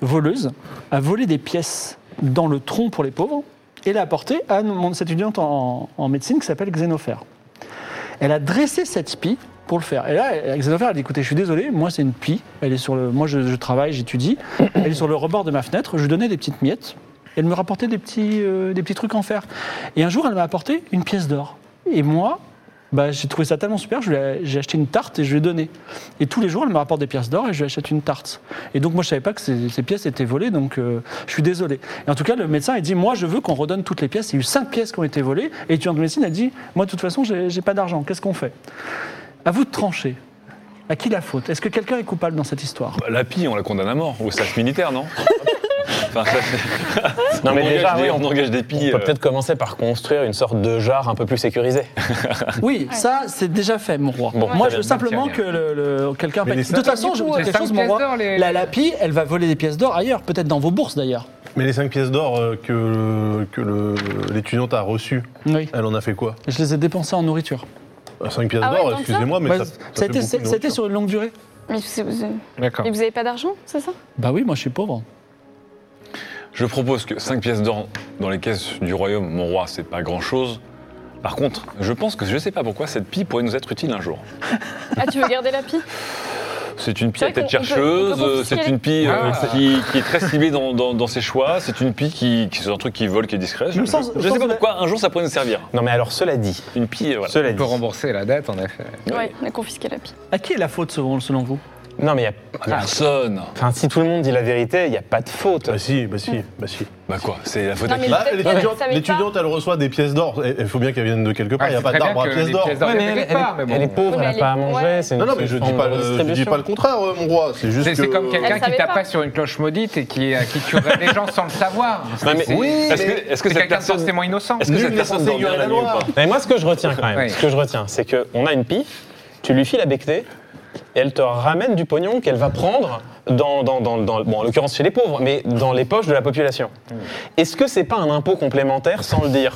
Speaker 2: voleuse a volé des pièces dans le tronc pour les pauvres et l'a apportée à mon- cette étudiante en, en médecine qui s'appelle Xénophère. Elle a dressé cette pie pour le faire. Et là, elle- Xénophère, elle dit écoutez, je suis désolé, moi c'est une pie, elle est sur le, moi je, je travaille, j'étudie, elle est sur le rebord de ma fenêtre, je lui donnais des petites miettes, elle me rapportait des petits, euh, des petits trucs en fer. Et un jour, elle m'a apporté une pièce d'or. Et moi, bah, j'ai trouvé ça tellement super, je lui ai- j'ai acheté une tarte et je lui ai donné. Et tous les jours, elle me rapporte des pièces d'or et je lui achète une tarte. Et donc, moi, je savais pas que ces, ces pièces étaient volées, donc euh, je suis désolé. Et en tout cas, le médecin, il dit Moi, je veux qu'on redonne toutes les pièces. Il y a eu cinq pièces qui ont été volées. Et l'étudiant de médecine a dit Moi, de toute façon, j'ai j'ai pas d'argent. Qu'est-ce qu'on fait À vous de trancher. À qui la faute Est-ce que quelqu'un est coupable dans cette histoire
Speaker 5: bah, la pie, on la condamne à mort. Au staff militaire, non Enfin, ça, c'est-
Speaker 1: Non, mais
Speaker 5: on
Speaker 1: déjà,
Speaker 5: engage des-
Speaker 1: oui,
Speaker 5: on engage des
Speaker 1: On
Speaker 5: pies.
Speaker 1: peut
Speaker 5: euh,
Speaker 1: peut-être commencer par construire une sorte de jarre un peu plus sécurisé.
Speaker 2: Oui, ça, c'est déjà fait, mon roi.
Speaker 1: Bon,
Speaker 2: Moi,
Speaker 1: très
Speaker 2: je veux
Speaker 1: bien,
Speaker 2: simplement
Speaker 6: bien.
Speaker 2: que le- le- quelqu'un.
Speaker 3: Mais
Speaker 2: paye.
Speaker 3: les
Speaker 2: De toute façon,
Speaker 6: Du
Speaker 2: je
Speaker 6: coup,
Speaker 2: vous dis
Speaker 6: les
Speaker 2: quelque
Speaker 6: cinq
Speaker 2: chose, mon roi.
Speaker 6: pièces d'or, les-
Speaker 2: La lapie, elle va voler des pièces d'or ailleurs, peut-être dans vos bourses d'ailleurs.
Speaker 3: Mais les 5 pièces d'or euh, que, que le- l'étudiante a reçues,
Speaker 2: Oui.
Speaker 3: elle en a fait quoi
Speaker 2: Je les ai dépensées en nourriture.
Speaker 3: 5 pièces
Speaker 4: Ah ouais, tant
Speaker 3: d'or,
Speaker 4: que ça
Speaker 3: excusez-moi, mais
Speaker 2: Bah,
Speaker 3: ça, ça
Speaker 2: ça a
Speaker 3: fait
Speaker 2: été-
Speaker 3: beaucoup de
Speaker 2: ça a été
Speaker 3: nourriture.
Speaker 2: sur une longue durée.
Speaker 4: Mais c'est- c'est-
Speaker 6: D'accord.
Speaker 4: Et vous avez pas d'argent, c'est ça
Speaker 2: Bah oui, moi je suis pauvre.
Speaker 5: Je propose que 5 pièces d'or dans les caisses du royaume, mon roi, c'est pas grand chose. Par contre, je pense que je sais pas pourquoi cette pie pourrait nous être utile un jour.
Speaker 4: Ah, tu veux garder la pie
Speaker 5: C'est une pie
Speaker 4: C'est
Speaker 5: à
Speaker 4: vrai
Speaker 5: tête
Speaker 4: qu'on- on peut- on
Speaker 5: chercheuse,
Speaker 4: peut
Speaker 5: euh,
Speaker 4: confisquer
Speaker 5: c'est
Speaker 4: les-
Speaker 5: une pie euh,
Speaker 6: Ah.
Speaker 5: qui, qui est très ciblée dans, dans- dans ses choix, c'est une pie qui, qui c'est un truc qui vole, qui est discret. Je,
Speaker 7: Mais sans-
Speaker 5: je- je
Speaker 7: sans-
Speaker 5: sais pas pourquoi, un jour ça pourrait nous servir.
Speaker 1: Non, mais alors, cela dit,
Speaker 5: Une pie, euh, voilà.
Speaker 1: cela
Speaker 6: On peut
Speaker 1: dit.
Speaker 6: rembourser la dette, en effet.
Speaker 4: Ouais, on a confisqué la pie.
Speaker 7: À qui est la faute selon, selon vous
Speaker 1: Non, mais il y a-
Speaker 5: Personne.
Speaker 1: enfin, si tout le monde dit la vérité, il n'y a pas de faute.
Speaker 3: Bah si, bah si, bah si.
Speaker 5: Bah quoi, c'est la faute
Speaker 4: Non,
Speaker 5: à
Speaker 4: mais
Speaker 5: qui
Speaker 4: le
Speaker 3: Bah,
Speaker 4: fait qu'elle
Speaker 3: l'étudiante,
Speaker 4: savait
Speaker 3: l'étudiante, elle reçoit des pièces d'or. Il faut bien qu'elle vienne de
Speaker 6: Ah,
Speaker 3: quelque part. Ah, Il n'y a pas d'arbre à pièces d'or.
Speaker 1: Ouais, mais elle, elle est- elle est pauvre,
Speaker 4: Oui, mais
Speaker 1: elle
Speaker 4: elle
Speaker 1: n'a pas
Speaker 4: est-
Speaker 1: à manger.
Speaker 4: ouais.
Speaker 1: c'est une-
Speaker 3: Non, non, mais
Speaker 1: c'est
Speaker 3: je
Speaker 1: une
Speaker 3: dis
Speaker 1: forme
Speaker 3: pas,
Speaker 1: de
Speaker 3: le, je dis
Speaker 1: redistribution.
Speaker 3: pas le contraire, euh, mon roi. C'est juste
Speaker 6: C'est c'est
Speaker 3: que-
Speaker 6: comme quelqu'un
Speaker 4: Elle
Speaker 6: qui
Speaker 4: savait
Speaker 6: taperait
Speaker 4: pas.
Speaker 6: sur une cloche maudite et qui, euh, qui tuerait les gens sans le savoir.
Speaker 5: Non, Bah, mais-
Speaker 6: C'est-
Speaker 5: Oui,
Speaker 6: c'est-
Speaker 5: est-ce que- est-ce que
Speaker 6: c'est
Speaker 5: cette
Speaker 6: quelqu'un de
Speaker 5: personne-
Speaker 6: forcément innocent
Speaker 5: Est-ce que
Speaker 3: Nul
Speaker 5: cette
Speaker 3: n'est
Speaker 5: personne
Speaker 3: censé
Speaker 5: dort bien
Speaker 3: ignorer
Speaker 5: la
Speaker 3: la
Speaker 5: nuit ou
Speaker 3: loi.
Speaker 5: pas
Speaker 1: Mais moi, ce que je retiens quand même,
Speaker 6: Oui.
Speaker 1: ce que je retiens, c'est qu'on a une pie, tu lui files à becter, et elle te ramène du pognon qu'elle va prendre dans, dans, dans, dans- bon, en l'occurrence chez les pauvres, mais dans les poches de la population.
Speaker 5: Hmm.
Speaker 1: Est-ce que c'est pas un impôt complémentaire sans le dire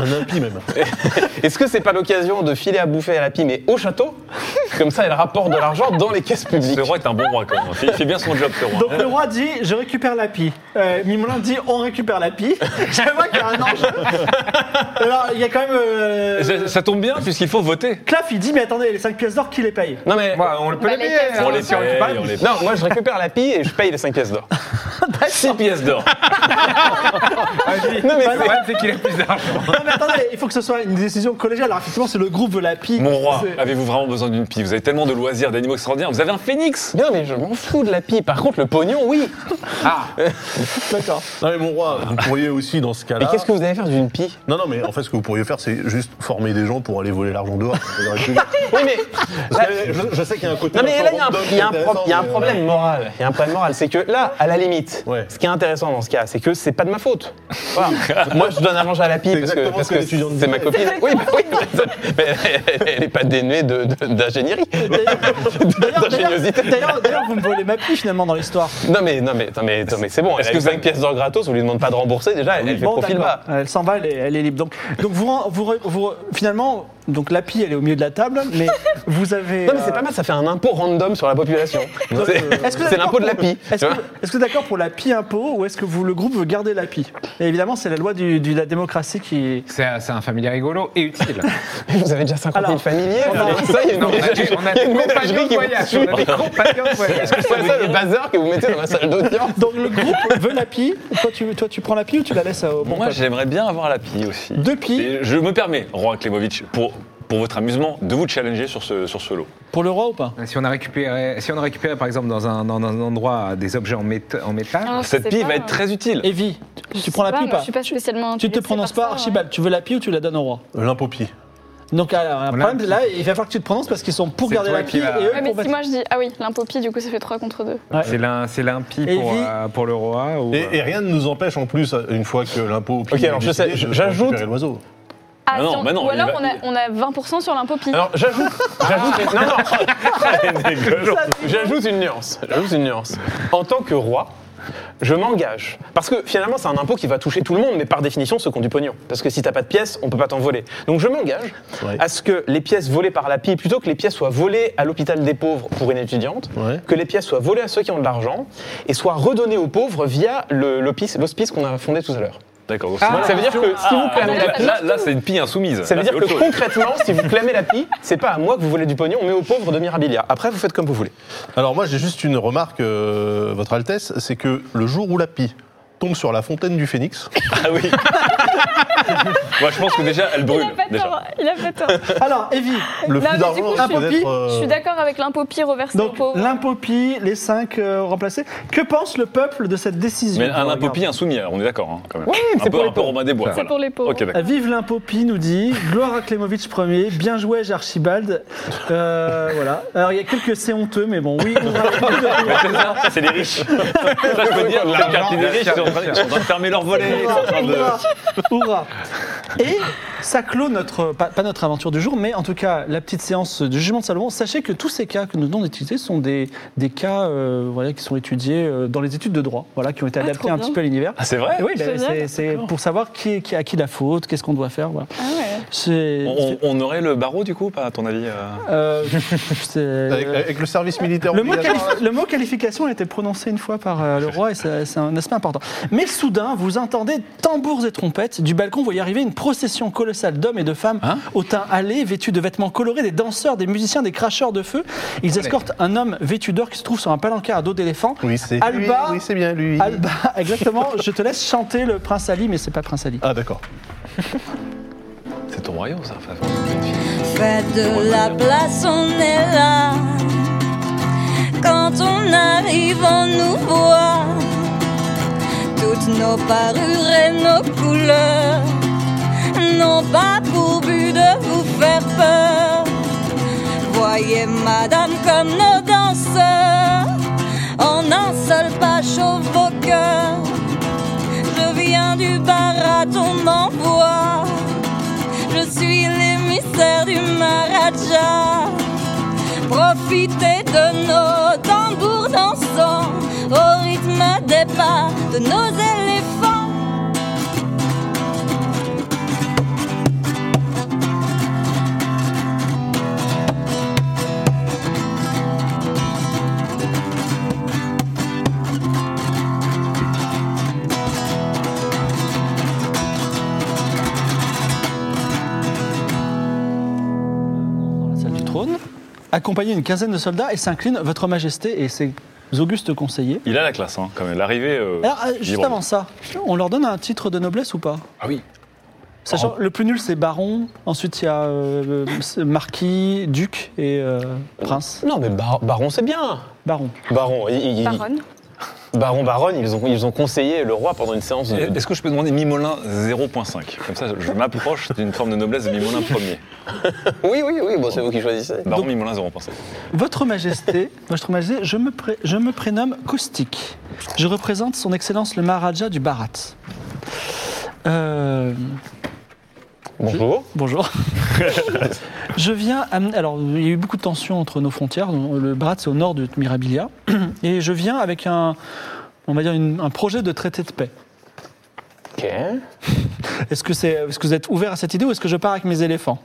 Speaker 3: Un impie, même.
Speaker 1: Est-ce que c'est pas l'occasion de filer à bouffer à la pie, mais au château Comme ça, elle rapporte de l'argent dans les caisses publiques.
Speaker 5: Ce roi est un bon roi quand même. Il fait bien son job, ce roi.
Speaker 7: Donc le roi dit je récupère la pie. Euh, Mimolin dit on récupère la pie. Je vois qu'il y a un enjeu. Alors il y a quand même. euh,
Speaker 5: Ça, ça tombe bien puisqu'il faut voter.
Speaker 7: Claff il dit mais attendez les 5 pièces d'or qui les paye
Speaker 1: Non mais
Speaker 6: Moi, on le peut
Speaker 4: Bah,
Speaker 6: les
Speaker 4: les
Speaker 6: payer.
Speaker 4: pièces
Speaker 6: hein,
Speaker 4: d'or.
Speaker 6: si on le
Speaker 5: paye,
Speaker 6: parle.
Speaker 5: on les paye.
Speaker 1: non, moi je récupère la pie et je paye les 5 pièces d'or.
Speaker 5: Six pièces d'or.
Speaker 6: Vas-y.
Speaker 1: Non, mais
Speaker 6: Le problème, c'est qu'il a plus d'argent.
Speaker 7: Non mais attendez il faut que ce soit une décision collégiale. Alors effectivement c'est le groupe veut la pie.
Speaker 5: Mon roi,
Speaker 7: C'est-
Speaker 5: avez-vous vraiment besoin d'une pie Vous avez tellement de loisirs, d'animaux extraordinaires. Vous avez un phénix
Speaker 1: Non mais je m'en fous de la pie. Par contre, le pognon, oui.
Speaker 3: Ah.
Speaker 7: D'accord.
Speaker 3: Non, mais mon roi, vous pourriez aussi, dans ce
Speaker 1: Mais
Speaker 3: cas-là.
Speaker 1: qu'est-ce que vous allez faire d'une pie
Speaker 3: Non, non, mais en fait, ce que vous pourriez faire, c'est juste former des gens pour aller voler l'argent dehors. Ça devrait être plus vite.
Speaker 1: Oui mais
Speaker 3: Parce que je, je sais qu'il y a un côté.
Speaker 1: Non mais
Speaker 3: un
Speaker 1: là
Speaker 3: peu
Speaker 1: il y a un,
Speaker 3: random
Speaker 1: il y a un
Speaker 3: qui est
Speaker 1: pro- il y a un
Speaker 3: intéressant,
Speaker 1: problème
Speaker 3: mais-
Speaker 1: moral. Il y a un problème moral, c'est que là, à la limite,
Speaker 3: Ouais.
Speaker 1: ce qui est intéressant dans ce cas, c'est que c'est pas de ma faute. Voilà. Moi je donne à manger à la pie
Speaker 3: C'est
Speaker 1: parce que
Speaker 3: exactement
Speaker 1: parce
Speaker 3: ce que
Speaker 1: que
Speaker 3: l'étudiante
Speaker 1: c'est ma
Speaker 3: disait.
Speaker 1: copine. Oui, bah oui, mais elle n'est pas dénuée de- de- d'ingénierie,
Speaker 7: D'ailleurs, d'ailleurs,
Speaker 1: d'ingéniosité.
Speaker 7: d'ailleurs- d'ailleurs, vous me volez ma pie finalement dans l'histoire.
Speaker 1: Non mais non mais non mais, non, mais c'est bon. Est-ce que 5 pièces d'or gratos, on lui demande pas de rembourser déjà, elle, elle fait
Speaker 7: Bon,
Speaker 1: profil
Speaker 7: d'accord.
Speaker 1: bas.
Speaker 7: Elle s'en va, elle est, elle est libre. Donc, donc vous, ren- vous, re- vous re- finalement, donc la pie, elle est au milieu de la table, mais vous avez.
Speaker 1: Non mais c'est
Speaker 7: euh,
Speaker 1: pas mal, ça fait un impôt random sur la population. C'est
Speaker 7: Est-ce que vous
Speaker 1: c'est
Speaker 7: êtes
Speaker 1: l'impôt de la
Speaker 7: d'accord
Speaker 1: pie.
Speaker 7: pour- Est-ce
Speaker 1: tu
Speaker 7: que,
Speaker 1: vois.
Speaker 7: est-ce que d'accord pour la pie impôt ou est-ce que vous, le groupe veut garder la pie Et évidemment, c'est la loi du- du- de la démocratie qui.
Speaker 6: C'est c'est un familier rigolo et utile.
Speaker 1: Vous avez déjà 50 000
Speaker 7: Alors,
Speaker 1: familiers.
Speaker 7: on a-
Speaker 1: Ça, il y a une
Speaker 6: Non, on a des,
Speaker 1: ménagerie-
Speaker 6: on a
Speaker 1: il y a
Speaker 6: des
Speaker 1: une
Speaker 6: compagnons
Speaker 1: ménagerie
Speaker 6: de
Speaker 1: qui vous
Speaker 6: voyage. On a des compagnons de voyage.
Speaker 1: C'est ça le bazar que vous mettez dans la salle d'audience.
Speaker 7: Donc le groupe veut la pie. Toi, tu, toi, tu prends la pie ou tu la laisses euh, au bon
Speaker 5: Moi,
Speaker 7: peuple
Speaker 5: j'aimerais bien avoir la pie aussi.
Speaker 7: Deux pies
Speaker 5: Et je me permets, Roi Klemovic, pour, pour votre amusement, de vous challenger sur ce, sur ce lot.
Speaker 7: pour le roi ou pas
Speaker 6: Si on a récupéré, si on a récupéré par exemple dans un, dans un endroit des objets en, méta- en métal,
Speaker 4: Ah, je
Speaker 5: Cette
Speaker 4: sais
Speaker 5: pie
Speaker 4: pas.
Speaker 5: va être très utile.
Speaker 7: Evie,
Speaker 4: Je
Speaker 7: tu
Speaker 4: sais
Speaker 7: prends la pie ou
Speaker 4: moi,
Speaker 7: pas
Speaker 4: Je suis pas spécialement.
Speaker 7: Tu te
Speaker 4: intéressée
Speaker 7: prononces
Speaker 4: par
Speaker 7: pas,
Speaker 4: ça,
Speaker 7: Archibald. Tu veux la pie ou tu la donnes au roi
Speaker 3: euh, L'impopie.
Speaker 7: Donc alors, un
Speaker 6: On a
Speaker 7: problème,
Speaker 6: un petit-
Speaker 7: là, il va falloir que tu te prononces parce qu'ils sont pour
Speaker 6: C'est
Speaker 7: garder
Speaker 6: toi
Speaker 7: la
Speaker 6: qui
Speaker 7: pie
Speaker 6: vas-
Speaker 7: et eux
Speaker 4: ouais. Ouais, mais
Speaker 7: pour
Speaker 4: si
Speaker 7: mettre-
Speaker 4: moi je dis ah oui, l'impopie, du coup ça fait 3 contre 2.
Speaker 6: c'est l'un- c'est l'impie
Speaker 7: Et
Speaker 6: pour,
Speaker 7: vi-
Speaker 6: euh, pour le roi ou,
Speaker 3: Et, et rien ne nous empêche en plus, une fois que l'impôt.
Speaker 1: Ok, alors je sais, j'ajoute-
Speaker 3: l'oiseau.
Speaker 4: Ah,
Speaker 5: non,
Speaker 4: si on-
Speaker 5: bah non,
Speaker 4: ou
Speaker 5: il
Speaker 4: alors
Speaker 5: va-
Speaker 4: on a, on a 20% sur l'impopie.
Speaker 1: Alors j'ajoute, j'ajoute, non, non, j'ajoute une nuance. J'ajoute une nuance. En tant que roi, je m'engage parce que finalement c'est un impôt qui va toucher tout le monde, mais par définition ceux qui ont du pognon. Parce que si t'as pas de pièces, on peut pas t'en voler. Donc je m'engage
Speaker 3: Ouais.
Speaker 1: à ce que les pièces volées par la pie, plutôt que les pièces soient volées à l'hôpital des pauvres pour une étudiante,
Speaker 3: Ouais.
Speaker 1: que les pièces soient volées à ceux qui ont de l'argent et soient redonnées aux pauvres via le- l'hospice l'hospice qu'on a fondé tout à l'heure.
Speaker 5: D'accord.
Speaker 4: Ah.
Speaker 5: donc
Speaker 1: ça veut dire que si vous
Speaker 5: c'est-
Speaker 1: clamez la
Speaker 5: là, là, là, c'est une pie insoumise.
Speaker 1: Ça veut
Speaker 5: Là,
Speaker 1: dire
Speaker 5: c'est
Speaker 1: que
Speaker 5: autre chose.
Speaker 1: concrètement, si vous clamez la pie, c'est pas à moi que vous volez du pognon, mais aux pauvres de Mirabilia. Après, vous faites comme vous voulez.
Speaker 3: Alors moi, j'ai juste une remarque, euh, Votre Altesse, c'est que le jour où la pie tombe sur la fontaine du phénix,
Speaker 5: Ah oui. Moi, je pense que déjà, elle
Speaker 4: il
Speaker 5: brûle.
Speaker 4: a pas
Speaker 5: déjà.
Speaker 4: tort, il a pas tort.
Speaker 7: Alors, Evie,
Speaker 3: le
Speaker 4: Non,
Speaker 3: flux
Speaker 4: mais du coup,
Speaker 3: d'argent
Speaker 4: je suis-
Speaker 3: peut
Speaker 7: Impopie,
Speaker 3: être. euh,
Speaker 4: Je suis d'accord avec l'impopie reversée aux
Speaker 7: donc
Speaker 4: pauvres.
Speaker 7: l'impopie, les 5 remplacés. Que pense le peuple de cette décision
Speaker 5: Mais un
Speaker 7: Regarde.
Speaker 5: impopie insoumis, alors, on est d'accord, hein, quand même.
Speaker 1: Oui,
Speaker 5: un
Speaker 1: c'est pour les
Speaker 5: peu, un peu
Speaker 1: pauvres.
Speaker 5: Romain des Bois.
Speaker 4: C'est
Speaker 5: voilà.
Speaker 4: pour les pauvres.
Speaker 5: Ok, d'accord.
Speaker 7: Vive l'impopie, nous dit. Gloire à Klemovic premier. Bien joué, Archibald. Euh, voilà. Alors, il y a quelques c'est honteux, mais bon, oui. on va-
Speaker 5: C'est ça, ça, c'est les riches. Ça, je peux dire, la carte des riches, ils sont en train- ils sont en train de fermer leur volet. ils sont en train de-
Speaker 7: Hurrah, hurrah. Et ça clôt notre, pas, pas notre aventure du jour, mais en tout cas la petite séance du jugement de Salomon. Sachez que tous ces cas que nous venons d'étudier sont des, des cas euh, voilà, qui sont étudiés euh, dans les études de droit, voilà, qui ont été adaptés
Speaker 4: trop
Speaker 7: un
Speaker 4: bien.
Speaker 7: petit peu à l'univers.
Speaker 5: Ah, c'est vrai
Speaker 7: Et oui, bah,
Speaker 4: Génial.
Speaker 7: c'est- c'est pour savoir qui, est- qui à qui la faute, qu'est-ce qu'on doit faire. Voilà.
Speaker 4: Ah ouais.
Speaker 7: C'est.
Speaker 5: on, on aurait le barreau du coup, pas à ton avis euh
Speaker 7: euh, c'est-
Speaker 3: Avec, avec le service militaire.
Speaker 7: Le mot,
Speaker 3: obligatoire,
Speaker 7: qualif- le mot qualification a été prononcé une fois par euh, le roi et ça- c'est un aspect important. Mais soudain, vous entendez tambours et trompettes. Du balcon, vous voyez arriver une procession colossale d'hommes et de femmes
Speaker 8: Hein
Speaker 7: au teint hâlé, vêtus de vêtements colorés, des danseurs, des musiciens, des cracheurs de feu. Ils escortent un homme vêtu d'or qui se trouve sur un palanquin à dos d'éléphant.
Speaker 3: Oui, c'est
Speaker 7: Alba,
Speaker 3: lui, oui, c'est bien lui.
Speaker 7: Alba, exactement. Je te laisse chanter le prince Ali, mais c'est pas prince Ali.
Speaker 3: Ah, d'accord.
Speaker 5: C'est ton royaume, ça. Faf.
Speaker 4: Faites de la place, on est là. Quand on arrive, on nous voit. Toutes nos parures et nos couleurs n'ont pas pour but de vous faire peur. Voyez, madame, comme nos danseurs, en un seul pas chauffe vos cœurs. Je viens du barat, on m'envoie. Je suis l'émissaire du Maharaja. Profitez de nos tambours dansants au rythme des pas de nos éléphants.
Speaker 7: dans la salle du trône, accompagné d'une quinzaine de soldats, et s'incline Votre Majesté et ses augustes conseillers.
Speaker 5: Il a la classe, hein, quand même. L'arrivée. euh,
Speaker 7: Alors, euh,
Speaker 5: il est
Speaker 7: juste
Speaker 5: bon.
Speaker 7: avant ça, on leur donne un titre de noblesse ou pas
Speaker 6: Ah oui. Oh.
Speaker 7: Sachant le plus nul, c'est baron, ensuite il y a euh, euh, marquis, duc et euh, prince.
Speaker 1: Non, mais bar- Baron, c'est bien.
Speaker 7: Baron.
Speaker 1: Baron, il- il-
Speaker 9: Baronne.
Speaker 1: Baron, Baronne, ils ont, ils ont conseillé le roi pendant une séance de.
Speaker 5: Euh, Est-ce que je peux demander Mimolin 0.5 Comme ça, je m'approche d'une forme de noblesse de Mimolin premier.
Speaker 1: Oui, oui, oui, bon, c'est vous qui choisissez.
Speaker 5: Baron Mimolin 0.5.
Speaker 7: Votre Majesté, Votre Majesté, je me, pré- je me prénomme Caustique. Je représente Son Excellence le Maharaja du Bharat. Euh,
Speaker 1: Bonjour.
Speaker 7: Bonjour. je viens amener. Alors, il y a eu beaucoup de tensions entre nos frontières. Le Brat, c'est au nord de Mirabilia. Et je viens avec un. On va dire une- un projet de traité de paix.
Speaker 1: Ok.
Speaker 7: Est-ce que, c'est, est-ce que vous êtes ouvert à cette idée ou est-ce que je pars avec mes éléphants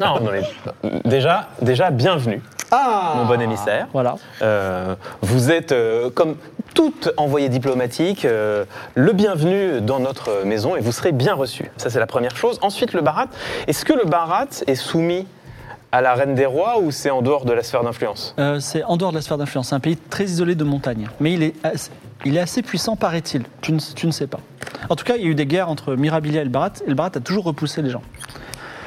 Speaker 1: Non, non, mais déjà, déjà, bienvenue,
Speaker 7: Ah
Speaker 1: mon bon émissaire.
Speaker 7: Voilà.
Speaker 1: Euh, vous êtes, euh, comme toute envoyée diplomatique, euh, le bienvenu dans notre maison et vous serez bien reçu. Ça, c'est la première chose. Ensuite, le barat. Est-ce que le barat est soumis à la reine des rois ou c'est en dehors de la sphère d'influence
Speaker 7: Euh, c'est en dehors de la sphère d'influence. C'est un pays très isolé de montagne. Mais il est assez, il est assez puissant, paraît-il. Tu ne, tu ne sais pas. En tout cas, il y a eu des guerres entre Mirabilia et le Bharat. Et le Bharat a toujours repoussé les gens.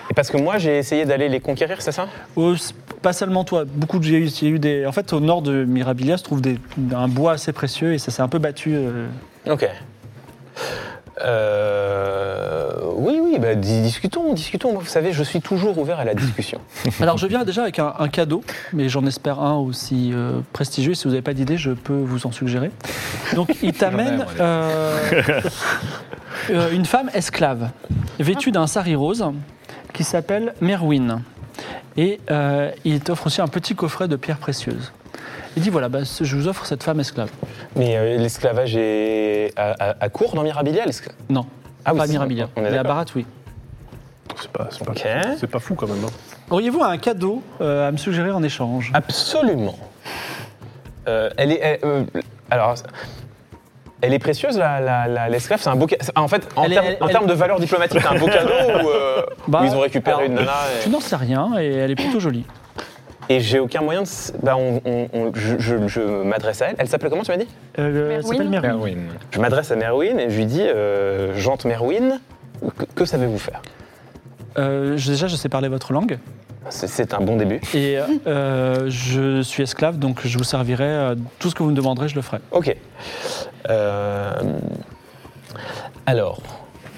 Speaker 1: Et parce que moi, j'ai essayé d'aller les conquérir, c'est ça
Speaker 7: Oh, c'est pas seulement toi, beaucoup de j'ai eu- il y a eu des. En fait, au nord de Mirabilia se trouve des- un bois assez précieux et ça s'est un peu battu. euh.
Speaker 1: Ok. Euh, oui, oui, bah, dis- discutons, discutons. Moi, vous savez, je suis toujours ouvert à la discussion.
Speaker 7: Alors, je viens déjà avec un, un cadeau, mais j'en espère un aussi euh, prestigieux. Si vous n'avez pas d'idée, je peux vous en suggérer. Donc, il
Speaker 6: J'en ai
Speaker 7: t'amène
Speaker 6: un,
Speaker 7: euh, euh, une femme esclave, vêtue d'un sari rose, qui s'appelle Merwin. Et euh, il t'offre aussi un petit coffret de pierres précieuses. Il dit voilà, bah, je vous offre cette femme esclave.
Speaker 1: Mais euh, l'esclavage est à, à- à court dans Mirabilia l'escla-
Speaker 7: Non,
Speaker 1: Ah oui,
Speaker 7: pas
Speaker 1: c'est-
Speaker 7: Mirabilia.
Speaker 1: on est
Speaker 7: Mais à
Speaker 1: d'accord.
Speaker 7: Barat, oui.
Speaker 3: C'est pas, c'est pas,
Speaker 1: Ok.
Speaker 3: c'est pas fou quand même. hein.
Speaker 7: Auriez-vous un cadeau euh, à me suggérer en échange
Speaker 1: Absolument. Euh, elle est. elle- euh, alors. Elle est précieuse, la- la- la- l'esclave. C'est un beau. ca- c'est- En fait, en
Speaker 7: Elle est-
Speaker 1: termes
Speaker 7: elle-
Speaker 1: en
Speaker 7: elle-
Speaker 1: termes de valeur diplomatique, c'est un beau cadeau ou, euh,
Speaker 7: Bah,
Speaker 1: ou ils ont récupéré
Speaker 7: alors-
Speaker 1: une nana
Speaker 7: Je n'en sais rien et elle est plutôt jolie.
Speaker 1: et, et j'ai aucun moyen de. s- Bah, on- on- on- je je- je m'adresse à elle. Elle s'appelait comment, tu m'as dit
Speaker 7: Euh, elle
Speaker 9: Merwin
Speaker 7: s'appelle Merwin.
Speaker 6: Merwin.
Speaker 1: Je m'adresse à Merwin et je lui dis euh, Jante Merwin, que, que savez-vous faire
Speaker 7: Euh, je- déjà, je sais parler votre langue
Speaker 1: C'est- C'est un bon début.
Speaker 7: et euh, je suis esclave, donc je vous servirai euh, tout ce que vous me demanderez, je le ferai.
Speaker 1: Ok. Euh, alors,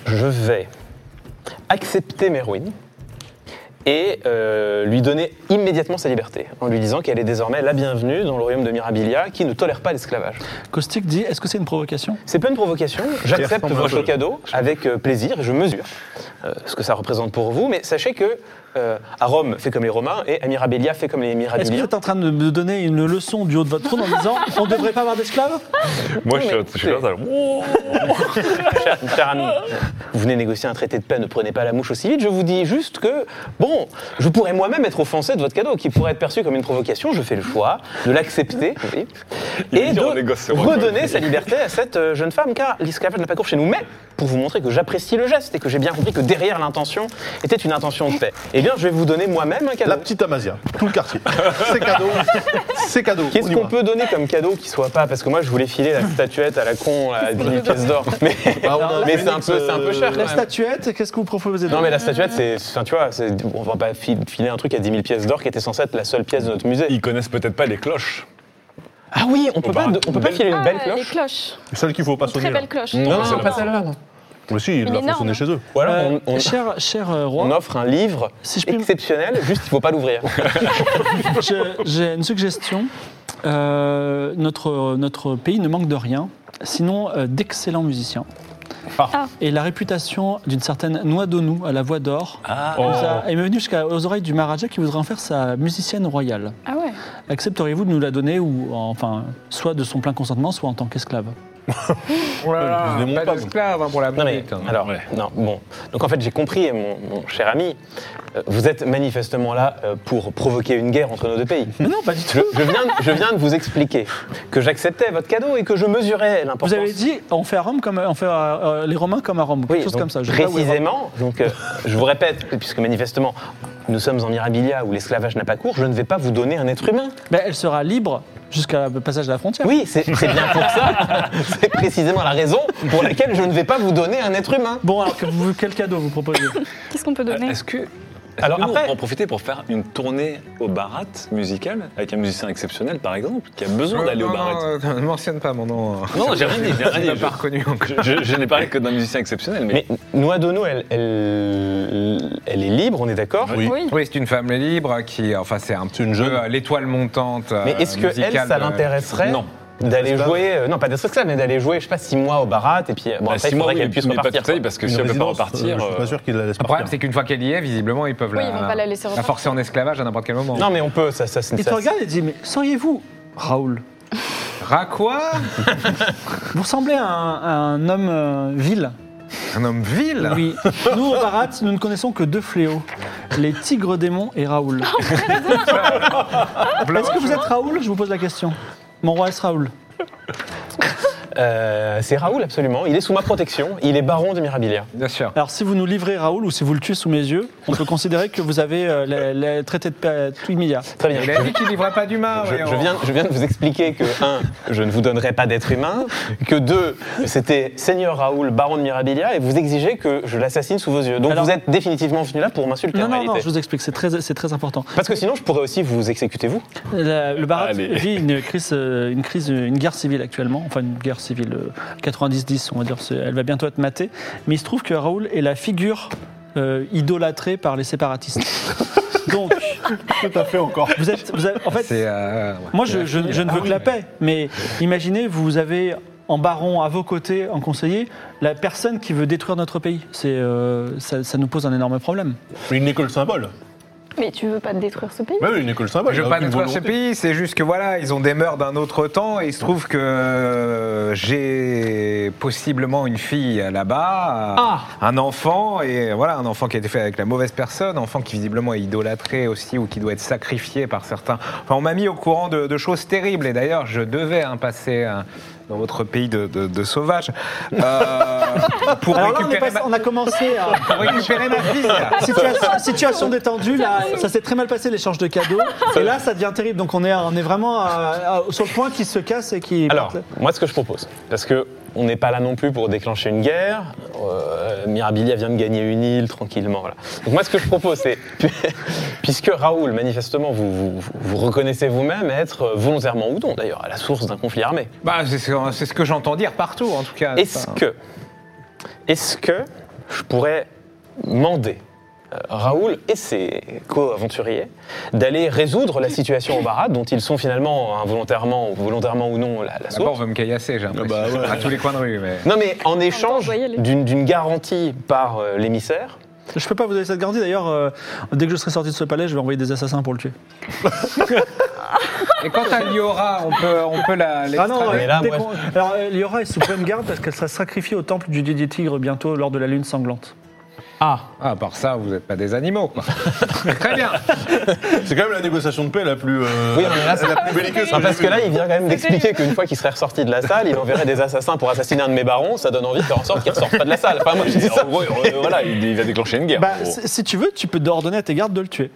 Speaker 1: je vais accepter Merwin et euh, lui donner immédiatement sa liberté, en lui disant qu'elle est désormais la bienvenue dans le royaume de Mirabilia, qui ne tolère pas l'esclavage.
Speaker 7: Caustic dit est-ce que c'est une provocation
Speaker 1: C'est pas une provocation, j'accepte
Speaker 3: ressemble un
Speaker 1: votre
Speaker 3: peu.
Speaker 1: cadeau avec euh, plaisir et je mesure euh, ce que ça représente pour vous, mais sachez que euh, à Rome fait comme les Romains et à Mirabilia fait comme les
Speaker 7: Est-ce que vous
Speaker 1: Mirabiliens.
Speaker 7: êtes en train de me donner une leçon du haut de votre trône en me disant on ne devrait pas avoir d'esclaves
Speaker 5: Moi, je suis- je suis là, ça-
Speaker 1: cher, cher ami, vous venez négocier un traité de paix, ne prenez pas la mouche aussi vite. Je vous dis juste que, bon, je pourrais moi-même être offensé de votre cadeau, qui pourrait être perçu comme une provocation. Je fais le choix de l'accepter oui,
Speaker 5: est
Speaker 1: et de
Speaker 5: dur, on négocie, on va
Speaker 1: redonner sa liberté à cette euh, jeune femme, car l'esclavage n'a pas cours chez nous. Mais pour vous montrer que j'apprécie le geste et que j'ai bien compris que derrière l'intention était une intention de paix. Eh bien, je vais vous donner moi-même un cadeau.
Speaker 3: La petite Amazia, tout le quartier. C'est cadeau. C'est cadeau.
Speaker 1: Qu'est-ce
Speaker 3: on y
Speaker 1: qu'on
Speaker 3: va.
Speaker 1: peut donner comme cadeau qui soit pas Parce que moi, je voulais filer la statuette à la con, à 10 pièces d'or. Mais,
Speaker 3: Bah, on a
Speaker 1: mais
Speaker 3: un
Speaker 1: c'est un peu,
Speaker 3: Phoenix,
Speaker 1: c'est un peu cher.
Speaker 3: euh,
Speaker 1: quand
Speaker 2: La
Speaker 1: même.
Speaker 2: statuette, qu'est-ce que vous proposez
Speaker 1: Non,
Speaker 2: d'autre
Speaker 1: mais la statuette, c'est, enfin, tu vois, c'est- on va pas fi- filer un truc à 10 000 pièces d'or qui était censée être la seule pièce de notre musée.
Speaker 5: Ils connaissent peut-être pas les cloches. Bah,
Speaker 1: Ah oui, on peut pas, on peut pas filer une belle
Speaker 4: Ah, Les
Speaker 1: cloche.
Speaker 4: cloches.
Speaker 3: Celle qu'il faut pas sonner. hein.
Speaker 4: Très
Speaker 3: là.
Speaker 4: belle cloche.
Speaker 1: Non, non, pas
Speaker 4: celle-là.
Speaker 1: celle-là. non.
Speaker 3: Mais si, ils
Speaker 4: Il
Speaker 3: la
Speaker 4: est
Speaker 3: font
Speaker 4: énorme. hein.
Speaker 3: sonner chez eux.
Speaker 1: Ou alors,
Speaker 2: Euh,
Speaker 1: on, on-
Speaker 2: Cher, cher euh,
Speaker 1: on
Speaker 2: roi,
Speaker 1: offre un livre
Speaker 2: Si je puis me-
Speaker 1: exceptionnel, juste il faut pas l'ouvrir.
Speaker 2: je- j'ai une suggestion. Euh, notre, notre pays ne manque de rien, sinon euh, d'excellents musiciens.
Speaker 4: Ah.
Speaker 2: Et la réputation d'une certaine Noix d'Onou à la voix d'or
Speaker 3: Oh.
Speaker 2: nous a- est venue jusqu'aux oreilles du Maharaja qui voudrait en faire sa musicienne royale.
Speaker 4: Ah ouais.
Speaker 2: Accepteriez-vous de nous la donner, ou enfin, soit de son plein consentement, soit en tant qu'esclave
Speaker 6: Oh là
Speaker 3: Je vous
Speaker 6: là,
Speaker 3: démonte pas,
Speaker 6: pas
Speaker 3: donc.
Speaker 6: d'esclave hein, pour la
Speaker 1: Non mais
Speaker 6: minute.
Speaker 1: alors
Speaker 5: Ouais.
Speaker 1: non bon donc en fait j'ai compris mon, mon cher ami euh, vous êtes manifestement là euh, pour provoquer une guerre entre nos deux pays.
Speaker 2: Mais non, pas du
Speaker 1: Je,
Speaker 2: tout
Speaker 1: je viens, de- je viens de vous expliquer que j'acceptais votre cadeau et que je mesurais l'importance.
Speaker 2: Vous avez dit, on fait à Rome comme on fait à, euh, les Romains comme à Rome, quelque
Speaker 1: Oui,
Speaker 2: chose
Speaker 1: donc,
Speaker 2: comme ça. Je sais pas où est Rome.
Speaker 1: précisément. Donc, euh, je vous répète, puisque manifestement, nous sommes en Mirabilia où l'esclavage n'a pas cours, je ne vais pas vous donner un être humain.
Speaker 2: Ben, elle sera libre jusqu'à le passage de la frontière.
Speaker 1: Oui, c'est c'est bien pour ça. c'est précisément la raison pour laquelle je ne vais pas vous donner un être humain.
Speaker 2: Bon, alors que vous- quel cadeau vous proposez
Speaker 4: Qu'est-ce qu'on peut donner
Speaker 5: Ah, Est-ce que.
Speaker 1: Alors
Speaker 5: Alors après,
Speaker 1: après-
Speaker 5: on en profiter pour faire une tournée au barat musicale avec un musicien exceptionnel, par exemple, qui a besoin d'aller au
Speaker 6: Non,
Speaker 5: barat.
Speaker 6: non, euh, Ne mentionne pas mon nom.
Speaker 5: Non, j'ai rien dit, j'ai rien
Speaker 6: Je
Speaker 5: dit.
Speaker 6: pas reconnu encore.
Speaker 5: Je, je- je n'ai parlé que d'un musicien exceptionnel, mais,
Speaker 1: Mais Noa Dono, elle, elle, elle est libre, on est d'accord
Speaker 5: Oui.
Speaker 4: Oui.
Speaker 6: Oui, c'est une femme libre qui, enfin, c'est un
Speaker 3: C'est une jeune.
Speaker 6: peu euh, l'étoile montante.
Speaker 1: Mais
Speaker 6: euh,
Speaker 1: est-ce que elle,
Speaker 6: musicale
Speaker 1: ça
Speaker 6: de-
Speaker 1: l'intéresserait
Speaker 5: Non.
Speaker 1: D'aller jouer, euh, non pas d'être esclave, mais d'aller jouer, je sais pas, six mois au barat, et puis euh, bon,
Speaker 5: Bah,
Speaker 1: après,
Speaker 5: six
Speaker 1: il
Speaker 5: mois,
Speaker 1: faudrait
Speaker 5: oui,
Speaker 1: qu'elle puisse
Speaker 5: mais pas
Speaker 1: repartir.
Speaker 5: toute sa vie, parce que
Speaker 3: Une
Speaker 5: si elle peut pas
Speaker 3: résidence,
Speaker 5: repartir.
Speaker 3: euh, Je suis
Speaker 5: euh,
Speaker 3: pas sûr qu'ils la laissent
Speaker 6: Le problème,
Speaker 3: partir.
Speaker 6: c'est qu'une fois qu'elle y est, visiblement, ils peuvent
Speaker 4: Oui,
Speaker 6: la,
Speaker 4: ils vont pas la laisser repartir.
Speaker 6: forcer en esclavage à n'importe quel moment.
Speaker 1: Non, mais on peut, ça, ça, ça,
Speaker 2: Il te
Speaker 1: ça-
Speaker 2: regarde et dit, mais seriez-vous, Raoul,
Speaker 6: Ra quoi
Speaker 2: vous ressemblez à un, à un homme euh, vil
Speaker 6: Un homme vil
Speaker 2: Oui. Nous, au Barat, nous ne connaissons que deux fléaux, les tigres démons et Raoul. Est-ce que vous êtes Raoul Je vous pose la question. Mon roi est Raoul.
Speaker 1: Euh, c'est Raoul, absolument. Il est sous ma protection. Il est baron de Mirabilia.
Speaker 6: Bien sûr.
Speaker 2: Alors, si vous nous livrez Raoul ou si vous le tuez sous mes yeux, on peut considérer que vous avez euh, le- le traité de paix Twimilia.
Speaker 1: Très bien.
Speaker 6: Il a dit qu'il livrait pas d'humain.
Speaker 2: Ah
Speaker 1: Je,
Speaker 2: oh.
Speaker 6: voyons.
Speaker 1: je viens, je viens de vous expliquer que, un, je ne vous donnerai pas d'être humain, que, deux, c'était Seigneur Raoul, baron de Mirabilia, et vous exigez que je l'assassine sous vos yeux. Donc
Speaker 2: Alors-
Speaker 1: vous êtes définitivement venu là pour m'insulter
Speaker 2: Non,
Speaker 1: en
Speaker 2: non, non,
Speaker 1: réalité.
Speaker 2: je vous explique, c'est très, c'est très important.
Speaker 1: Parce que sinon, je pourrais aussi vous exécuter, vous.
Speaker 2: La- Euh, le Barat
Speaker 5: Allez.
Speaker 2: vit une crise, euh, une crise, une guerre civile actuellement, enfin une guerre civile euh, 90-10, on va dire, c'est- elle va bientôt être matée. Mais il se trouve que Raoul est la figure euh, idolâtrée par les séparatistes. Donc,
Speaker 3: tout à fait encore.
Speaker 2: vous êtes, vous avez- en
Speaker 6: C'est,
Speaker 2: fait,
Speaker 6: euh, ouais.
Speaker 2: moi je, je-
Speaker 5: ah
Speaker 2: je ne veux que la paix, mais imaginez, vous avez en baron à vos côtés, en conseiller, la personne qui veut détruire notre pays. C'est, euh, ça, ça nous pose un énorme problème.
Speaker 3: Mais il n'est que le symbole.
Speaker 4: Mais tu veux pas te détruire ce pays
Speaker 3: Mais oui, il n'est que le symbole.
Speaker 6: Je
Speaker 3: il a
Speaker 6: veux pas
Speaker 3: aucune
Speaker 6: détruire ce
Speaker 3: volonté.
Speaker 6: pays, c'est juste que voilà, ils ont des mœurs d'un autre temps et il se trouve que euh, j'ai possiblement une fille là-bas, euh,
Speaker 2: Ah.
Speaker 6: un enfant, et voilà, un enfant qui a été fait avec la mauvaise personne, un enfant qui visiblement est idolâtré aussi ou qui doit être sacrifié par certains. Enfin, on m'a mis au courant de, de choses terribles et d'ailleurs, je devais hein, passer. euh, dans votre pays de, de- de sauvages. euh, pour,
Speaker 2: Alors là, on, est
Speaker 6: récupérer
Speaker 2: passé-
Speaker 6: ma,
Speaker 2: on a commencé à...
Speaker 6: pour récupérer ma fille.
Speaker 2: Situation, situation détendue, là, ça s'est très mal passé l'échange de cadeaux. Et là, ça devient terrible. Donc on est, on est vraiment à- à- sur le point qui se casse et qui.
Speaker 1: Alors, moi, ce que je propose, parce que on n'est pas là non plus pour déclencher une guerre. euh, Mirabilia vient de gagner une île tranquillement. Voilà. Donc moi, ce que je propose, c'est puisque Raoul, manifestement, vous, vous, vous reconnaissez vous-même être volontairement ou non, d'ailleurs, à la source d'un conflit armé.
Speaker 6: Bah, c'est ce que- c'est ce que j'entends dire partout, en tout cas.
Speaker 1: Est-ce
Speaker 6: Enfin,
Speaker 1: que, est-ce que je pourrais demander à Raoul et ses co-aventuriers d'aller résoudre la situation au Barat, dont ils sont finalement involontairement, ou volontairement ou non, la, la source
Speaker 6: D'abord, on veut me caillasser, j'ai l'impression.
Speaker 3: Ah bah ouais.
Speaker 6: À tous les coins de rue, mais.
Speaker 1: Non, mais en échange
Speaker 4: doit y aller.
Speaker 1: d'une d'une garantie par euh, l'émissaire.
Speaker 2: Je peux pas vous donner cette garantie. D'ailleurs, euh, dès que je serai sorti de ce palais, je vais envoyer des assassins pour le tuer.
Speaker 6: Et quant à Liora, on peut, on peut la. l'extrader.
Speaker 1: mais là,
Speaker 2: Ah dès
Speaker 1: moi,
Speaker 2: qu'on- Alors, euh, Liora est sous bonne garde parce qu'elle sera sacrifiée au temple du dieu des tigres bientôt lors de la lune sanglante. Ah,
Speaker 6: Ah, à part ça, vous n'êtes pas des animaux, quoi. Très bien.
Speaker 3: C'est quand même la négociation de paix la plus, euh,
Speaker 1: Oui, non, mais là, c'est-
Speaker 3: la plus belliqueuse.
Speaker 1: Ah, parce
Speaker 3: j'ai
Speaker 1: que
Speaker 3: vue.
Speaker 1: là, il vient quand même d'expliquer qu'une fois qu'il serait ressorti de la salle, il enverrait des assassins pour assassiner un de mes barons. Ça donne envie de faire en sorte qu'il ne ressorte pas de la salle. Enfin, moi, je dis ça.
Speaker 5: En gros, euh, voilà, il, il va déclencher une guerre. en
Speaker 2: bah,
Speaker 5: gros.
Speaker 2: si si tu veux, tu peux ordonner à tes gardes de le tuer.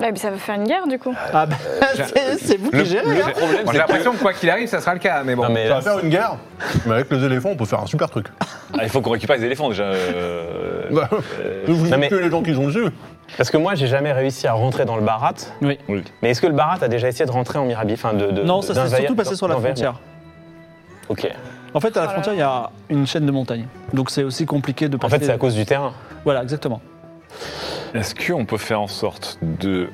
Speaker 4: Bah, mais ça va faire une guerre du coup.
Speaker 2: Ah, bah, c'est c'est vous qui gérez. hein.
Speaker 5: problème,
Speaker 6: Bon, J'ai l'impression que quoi qu'il arrive, ça sera le cas, mais bon.
Speaker 1: Non, mais
Speaker 3: Ça va
Speaker 1: là,
Speaker 3: faire une guerre, mais avec les éléphants, on peut faire un super truc.
Speaker 5: Ah, il faut qu'on récupère les éléphants déjà. euh,
Speaker 3: Bah, ne vous
Speaker 1: non, mais-
Speaker 3: que les gens qui ont dessus.
Speaker 1: parce que moi, j'ai jamais réussi à rentrer dans le barat.
Speaker 2: Oui.
Speaker 5: oui.
Speaker 1: Mais est-ce que le barat a déjà essayé de rentrer en Mirabie enfin, de, de-
Speaker 2: Non, ça s'est
Speaker 1: d'invahir-
Speaker 2: surtout passé sur la
Speaker 1: d'envahir-
Speaker 2: frontière.
Speaker 1: Ok.
Speaker 2: En fait, à la
Speaker 4: là
Speaker 2: frontière, il y a une chaîne de montagnes. Donc Ah, c'est aussi compliqué de
Speaker 1: En
Speaker 2: passer.
Speaker 1: fait, c'est à cause du terrain.
Speaker 2: Voilà, exactement.
Speaker 5: Est-ce qu'on peut faire en sorte de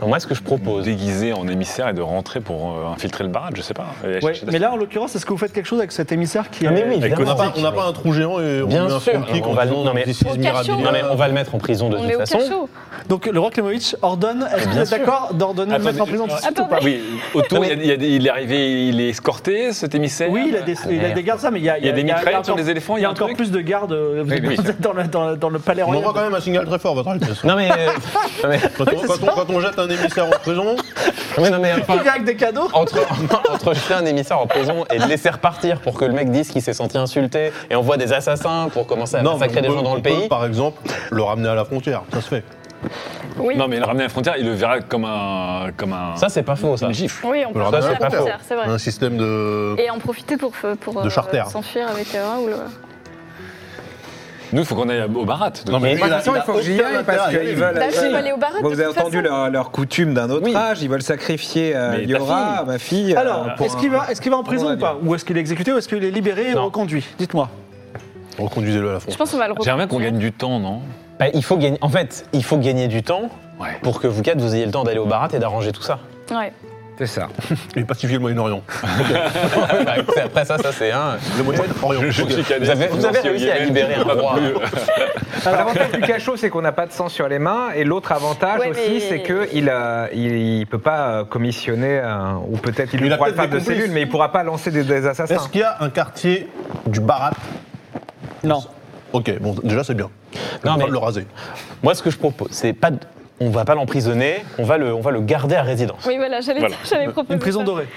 Speaker 1: Donc, moi, ce que je propose,
Speaker 5: déguiser en émissaire et de rentrer pour euh, infiltrer le barrage Je sais pas. Aller
Speaker 2: Ouais,
Speaker 5: chercher la-
Speaker 2: mais là, en l'occurrence, est-ce que vous faites quelque chose avec cet émissaire qui
Speaker 1: Non, Ah, mais
Speaker 2: est-
Speaker 1: oui,
Speaker 3: On n'a
Speaker 1: évidemment.
Speaker 3: pas, on n'a pas un trou géant et on
Speaker 1: Bien
Speaker 3: met un
Speaker 1: sûr.
Speaker 3: front kick
Speaker 1: On
Speaker 3: en
Speaker 1: va le-
Speaker 3: dessous
Speaker 1: non, mais-
Speaker 3: d'ici,
Speaker 4: Au
Speaker 3: Mirabilia.
Speaker 4: cachot.
Speaker 1: Non, mais on va le mettre en prison de
Speaker 4: On
Speaker 1: toute
Speaker 4: est au
Speaker 1: façon.
Speaker 4: cachot.
Speaker 2: Donc le roi Klemovic ordonne. Est-ce que vous êtes
Speaker 1: sûr.
Speaker 2: d'accord d'ordonner de
Speaker 5: Attendez,
Speaker 2: mettre en prison tout de suite ou
Speaker 4: attendez. euh,
Speaker 2: pas
Speaker 5: Oui, autour,
Speaker 1: Non,
Speaker 5: il y a- il y a des- il est arrivé, il est escorté, cet émissaire
Speaker 2: Oui, il a des, il a des gardes, ça, mais il y a,
Speaker 5: Il y a des mitraillettes
Speaker 2: encore-
Speaker 5: sur les éléphants,
Speaker 2: Il y a
Speaker 5: un
Speaker 2: encore
Speaker 5: truc
Speaker 2: plus de gardes euh,
Speaker 5: Oui, oui.
Speaker 2: dans, le, dans le- dans le palais
Speaker 3: On
Speaker 2: royal.
Speaker 3: envoie quand même un signal très fort, votre Altesse.
Speaker 1: Non, mais. euh, non, mais,
Speaker 3: Quand on, quand on- quand on jette un émissaire en prison,
Speaker 1: non, mais- non, mais, enfin,
Speaker 2: Il vient avec des cadeaux.
Speaker 1: entre, entre jeter un émissaire en prison et le laisser repartir pour que le mec dise qu'il s'est senti insulté et envoie des assassins pour commencer à
Speaker 3: mais
Speaker 1: massacrer
Speaker 3: on
Speaker 1: des
Speaker 3: peut-
Speaker 1: gens dans
Speaker 3: on
Speaker 1: le
Speaker 3: peut,
Speaker 1: pays.
Speaker 3: par exemple, le ramener à la frontière, ça se fait.
Speaker 4: Oui.
Speaker 5: Non, mais le ramener à la frontière, il le verra comme un. Comme un
Speaker 1: Ça, c'est pas faux, ça.
Speaker 5: une gifle.
Speaker 4: Oui, on
Speaker 3: On
Speaker 4: peut
Speaker 3: le
Speaker 4: faire
Speaker 3: ramener
Speaker 4: la
Speaker 3: à la
Speaker 4: frontière,
Speaker 3: frontière.
Speaker 4: c'est vrai.
Speaker 3: Un système de.
Speaker 4: Et en profiter pour, f- pour
Speaker 3: Hein, De
Speaker 4: euh,
Speaker 3: charter.
Speaker 4: s'enfuir avec euh, Raoul. ouais.
Speaker 5: Nous, il faut qu'on aille au barat. de-
Speaker 1: mais-
Speaker 6: De toute façon, il faut que j'y aille parce qu'ils veulent.
Speaker 4: Bah, je vais aller au barat,
Speaker 6: Bon,
Speaker 4: de
Speaker 6: vous avez
Speaker 4: toute
Speaker 6: entendu
Speaker 4: façon.
Speaker 6: leur, leur coutume d'un autre
Speaker 5: Oui.
Speaker 6: âge, ils veulent sacrifier euh,
Speaker 5: Mais ta
Speaker 6: Liora, ma fille. euh,
Speaker 2: Alors,
Speaker 6: pour
Speaker 2: est-ce
Speaker 6: un-
Speaker 2: qu'il va, est-ce qu'il va en prison
Speaker 6: Pour un
Speaker 2: ou pas Ou est-ce qu'il est exécuté ou est-ce qu'il est libéré et
Speaker 1: Non.
Speaker 2: reconduit Dites-moi.
Speaker 3: Reconduisez-le à la
Speaker 4: Je
Speaker 3: frontière.
Speaker 4: pense qu'on va le
Speaker 5: J'aimerais bien qu'on
Speaker 4: reconduire.
Speaker 5: gagne du temps, non
Speaker 1: Bah, il faut gagner. En fait, il faut gagner du temps
Speaker 5: Ouais.
Speaker 1: pour que vous quatre vous ayez le temps d'aller au barat et d'arranger tout ça.
Speaker 4: Ouais.
Speaker 6: C'est ça.
Speaker 3: Et pacifier le Moyen-Orient.
Speaker 1: Bah, écoutez, Après ça, ça c'est un.
Speaker 3: Le Moyen-Orient.
Speaker 5: Je- je
Speaker 3: Ok.
Speaker 5: suis cadet,
Speaker 1: Vous avez- vous avez
Speaker 5: financier au
Speaker 1: réussi à
Speaker 5: Yémen.
Speaker 1: libérer un roi.
Speaker 6: Enfin, L'avantage du cachot, c'est qu'on n'a pas de sang sur les mains. Et l'autre avantage
Speaker 4: Ouais,
Speaker 6: aussi,
Speaker 4: mais-
Speaker 6: c'est qu'il ne il, il peut pas euh, commissionner, euh, ou peut-être il
Speaker 3: Il a
Speaker 6: pourra le
Speaker 3: peut-être
Speaker 6: faire de
Speaker 3: des complices.
Speaker 6: cellules, mais il pourra pas lancer des, des assassins.
Speaker 3: Est-ce qu'il y a un quartier du Barat
Speaker 2: Non.
Speaker 3: Ok, bon, déjà c'est bien.
Speaker 1: Non,
Speaker 3: On va
Speaker 1: mais-
Speaker 3: le raser.
Speaker 1: Moi, ce que je propose, c'est pas. de- On va pas l'emprisonner, on va le, on va le garder à résidence.
Speaker 4: Oui, voilà, j'allais
Speaker 5: Voilà.
Speaker 4: j'allais proposer.
Speaker 2: Une prison
Speaker 4: ça.
Speaker 2: dorée.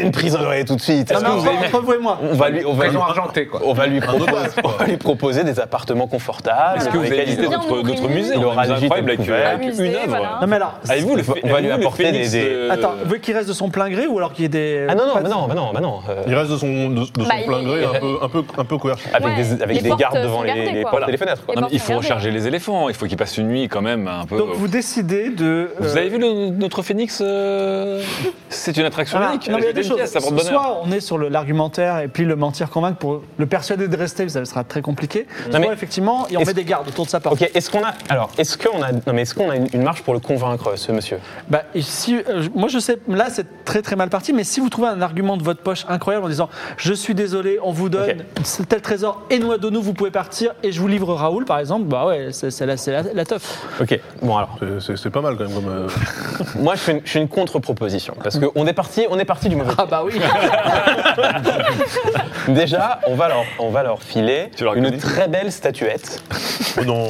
Speaker 1: Une prison dorée tout de suite.
Speaker 2: Non,
Speaker 1: Est-ce que
Speaker 2: non,
Speaker 1: vous avez-
Speaker 2: entre vous et moi.
Speaker 1: On va lui, on va lui,
Speaker 6: Prison argentée, quoi.
Speaker 1: on va lui proposer,
Speaker 3: dommage,
Speaker 1: on
Speaker 3: quoi.
Speaker 1: va lui proposer des appartements confortables.
Speaker 5: Est-ce que vous
Speaker 1: avec
Speaker 5: avez
Speaker 1: lesquels il-
Speaker 5: visité
Speaker 4: Bien
Speaker 5: notre,
Speaker 4: nourri.
Speaker 5: notre musée
Speaker 1: Il
Speaker 5: On a
Speaker 1: aura
Speaker 5: des
Speaker 1: la gîte
Speaker 5: incroyables
Speaker 1: et
Speaker 5: avec,
Speaker 1: le couvert.
Speaker 5: avec
Speaker 4: Musée,
Speaker 5: Ah, une œuvre.
Speaker 4: voilà.
Speaker 2: Non mais alors.
Speaker 5: Avez-vous le
Speaker 1: On va lui
Speaker 5: avez-vous le
Speaker 1: apporter des-
Speaker 5: phénix
Speaker 1: des-
Speaker 5: de-
Speaker 2: Attends, vous voulez qu'il reste de son plein gré ou alors qu'il y ait des.
Speaker 1: Ah non, non,
Speaker 2: pas
Speaker 1: bah
Speaker 2: de-
Speaker 1: non, bah non, bah non. euh,
Speaker 3: Il reste de son, de, de son
Speaker 4: Bah, il-
Speaker 3: plein gré,
Speaker 4: il-
Speaker 3: un peu, un peu, un peu coercitif.
Speaker 1: avec
Speaker 4: Ouais,
Speaker 1: des, avec
Speaker 4: les
Speaker 1: des
Speaker 4: portes
Speaker 1: gardes
Speaker 4: sont
Speaker 1: devant les,
Speaker 4: gardées,
Speaker 1: les
Speaker 4: quoi.
Speaker 1: portes et les fenêtres. quoi.
Speaker 4: Les
Speaker 5: Ah Non, mais il
Speaker 4: portes
Speaker 5: faut
Speaker 4: sont gardées.
Speaker 5: recharger les éléphants, il faut qu'ils passent une nuit quand même un peu.
Speaker 2: Eh ben, Donc vous décidez de. euh,
Speaker 5: Vous avez vu le- notre phénix euh, C'est une attraction
Speaker 2: voilà.
Speaker 5: unique.
Speaker 2: Ah, Non, mais il y a
Speaker 5: J'ai
Speaker 2: des
Speaker 5: une
Speaker 2: choses.
Speaker 5: pièce, ça porte bonheur.
Speaker 2: Soit on est sur le- l'argumentaire et puis le mentir convaincre pour le persuader de rester, ça sera très compliqué. Soit
Speaker 1: mais-
Speaker 2: effectivement, et on
Speaker 1: Est-ce-
Speaker 2: met des gardes autour de sa porte.
Speaker 1: Ok, est-ce qu'on a alors est-ce qu'on a non mais est-ce qu'on a une, une marche pour le convaincre ce monsieur
Speaker 2: Bah, et si, euh, je- moi je sais, là c'est très très mal parti, mais si vous trouvez un argument de votre poche incroyable en disant je suis désolé, on vous donne tel trésor et noix de nous, vous pouvez partir et je vous livre Raoul par exemple, bah ouais, c'est c'est la, c'est la, la teuf.
Speaker 1: Ok, bon alors
Speaker 3: C'est- C'est c'est pas mal quand même comme. euh,
Speaker 1: moi je fais une, je fais une contre-proposition parce que on est parti on est parti du mauvais.
Speaker 2: Ah bah oui,
Speaker 1: Déjà on va leur on va leur filer
Speaker 5: Tu l'aurais
Speaker 1: une
Speaker 5: connu
Speaker 1: très belle statuette.
Speaker 3: Oh non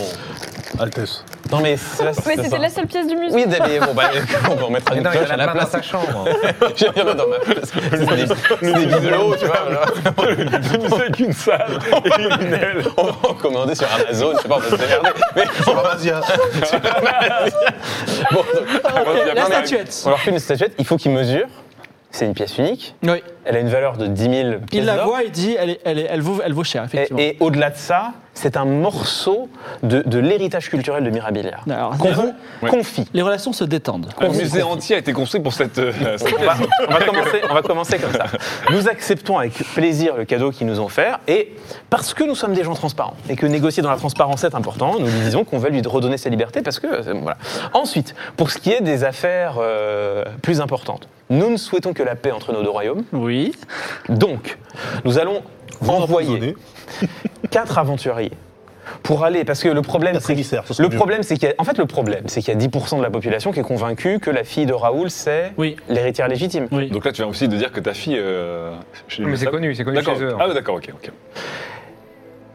Speaker 3: Altesse.
Speaker 1: Non mais c'est ça,
Speaker 4: Mais
Speaker 1: c'est
Speaker 4: c'était
Speaker 1: ça.
Speaker 4: la seule pièce du musée.
Speaker 1: Oui, mais bon, bah, on va en mettre
Speaker 6: Mais
Speaker 1: une
Speaker 6: non, il y en
Speaker 1: cloche
Speaker 6: a
Speaker 1: à la
Speaker 6: plein dans
Speaker 1: place.
Speaker 6: sa chambre.
Speaker 1: Il y en a dans ma place. C'est des- C'est des bibelots, tu vois. voilà.
Speaker 5: Nous avec une salle et une aile.
Speaker 1: On va en commander sur Amazon, je sais pas, on va se démerder. Mais
Speaker 3: Sur Amasia.
Speaker 1: bon, donc,
Speaker 5: La
Speaker 2: Ah, la
Speaker 5: Non, mais-
Speaker 2: statuette.
Speaker 1: on leur fait une statuette, il faut qu'ils mesurent. C'est une pièce unique.
Speaker 2: Oui.
Speaker 1: Elle a une valeur de 10 000 pièces
Speaker 2: Il la
Speaker 1: d'or.
Speaker 2: voit, il dit, elle, est- elle, est- elle, vaut, elle vaut cher,
Speaker 1: Et,
Speaker 2: effectivement.
Speaker 1: et au-delà de ça, c'est un morceau de, de l'héritage culturel de Mirabilia.
Speaker 2: Alors,
Speaker 1: Qu'on
Speaker 2: les-
Speaker 1: vous
Speaker 5: Ouais.
Speaker 1: confie.
Speaker 2: Les relations se détendent.
Speaker 5: Un musée entier a été construit pour cette. euh, cette
Speaker 1: On va, on va commencer, on va commencer comme ça. Nous acceptons avec plaisir le cadeau qu'ils nous ont fait et parce que nous sommes des gens transparents et que négocier dans la transparence est important, nous lui disons qu'on va lui redonner sa liberté parce que euh, voilà. Ensuite, pour ce qui est des affaires euh, plus importantes, nous ne souhaitons que la paix entre nos deux royaumes.
Speaker 2: Oui.
Speaker 1: Donc, nous allons envoyer
Speaker 3: Emprisonné.
Speaker 1: quatre aventuriers pour aller parce que le problème
Speaker 3: Quatre
Speaker 1: c'est
Speaker 3: émissaires, ce serait
Speaker 1: le
Speaker 3: mieux.
Speaker 1: problème c'est qu'il y a, en fait le problème c'est qu'il y a 10% de la population qui est convaincue que la fille de Raoul c'est
Speaker 2: Oui.
Speaker 1: l'héritière légitime.
Speaker 2: Oui.
Speaker 5: Donc là, tu viens aussi de dire que ta fille. euh, je-
Speaker 6: Mais c'est
Speaker 5: ça-
Speaker 6: connu, c'est connu
Speaker 5: D'accord.
Speaker 6: chez eux.
Speaker 5: Ah, d'accord, ok. ok.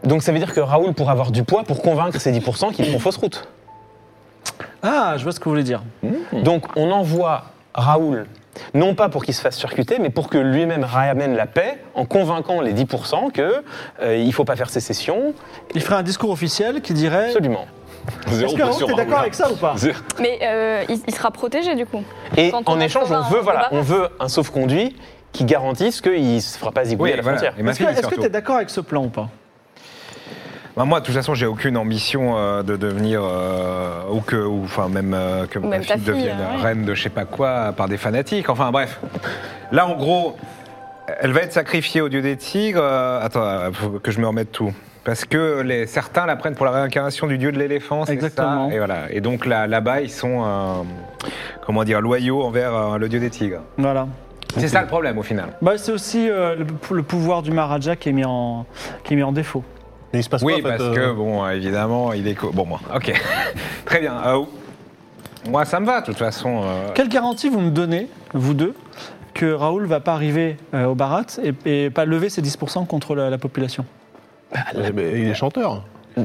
Speaker 1: Donc ça veut dire que Raoul pourra avoir du poids pour convaincre ces 10% qui font fausse route.
Speaker 2: Ah, je vois ce que vous voulez dire.
Speaker 4: Hmm.
Speaker 1: Donc on envoie Raoul, non pas pour qu'il se fasse circuiter, mais pour que lui-même ramène la paix en convainquant les 10% qu'il ne euh, faut pas faire sécession.
Speaker 2: Il ferait un discours officiel qui dirait.
Speaker 1: Absolument.
Speaker 5: Zéro hein.
Speaker 2: Est-ce que Raoul,
Speaker 5: pression,
Speaker 2: t'es
Speaker 5: Raoul,
Speaker 2: d'accord
Speaker 5: là.
Speaker 2: avec ça ou pas
Speaker 5: Zéro-
Speaker 4: Mais euh, il, il sera protégé du coup.
Speaker 1: Et
Speaker 4: Quand on
Speaker 1: en
Speaker 4: va
Speaker 1: échange, on
Speaker 4: savoir,
Speaker 1: veut,
Speaker 4: on
Speaker 1: voilà,
Speaker 4: va-
Speaker 1: on veut un sauf-conduit qui garantisse qu'il ne se fera pas zigouiller
Speaker 6: Oui,
Speaker 1: à la
Speaker 6: voilà.
Speaker 1: frontière.
Speaker 6: Et ma
Speaker 2: Est-ce que-
Speaker 6: fille,
Speaker 2: Est-ce que
Speaker 6: surtout.
Speaker 2: tu es d'accord avec ce plan ou pas
Speaker 6: Bah, moi, de toute façon, j'ai aucune ambition euh, de devenir euh, ou que, ou enfin même euh, que ma
Speaker 4: Même ta
Speaker 6: fille
Speaker 4: fille,
Speaker 6: devienne
Speaker 4: euh, ouais.
Speaker 6: reine de je sais pas quoi par des fanatiques. Enfin bref, là en gros, elle va être sacrifiée au dieu des tigres. Euh, attends, euh, faut que je me remette tout. Parce que les, certains la prennent pour la réincarnation du dieu de l'éléphant, c'est
Speaker 2: Exactement.
Speaker 6: ça Et voilà. Et donc là, là-bas, ils sont, euh, comment dire, loyaux envers euh, le dieu des tigres.
Speaker 2: Voilà.
Speaker 6: C'est ça le problème au final.
Speaker 2: Bah, c'est aussi euh, le, le pouvoir du Maharaja qui est mis en, qui est mis en défaut.
Speaker 3: Mais il se passe
Speaker 6: Oui,
Speaker 3: quoi, en fait,
Speaker 6: parce
Speaker 3: euh,
Speaker 6: que, bon, euh, évidemment, il est... co- Bon, moi, ok. Très bien. Euh, moi, ça me va, de toute façon. euh,
Speaker 2: Quelle garantie vous me donnez, vous deux, que Raoul va pas arriver euh, au Barat et, et pas lever ses 10% contre la, la population
Speaker 3: eh ben, il est chanteur.
Speaker 6: Je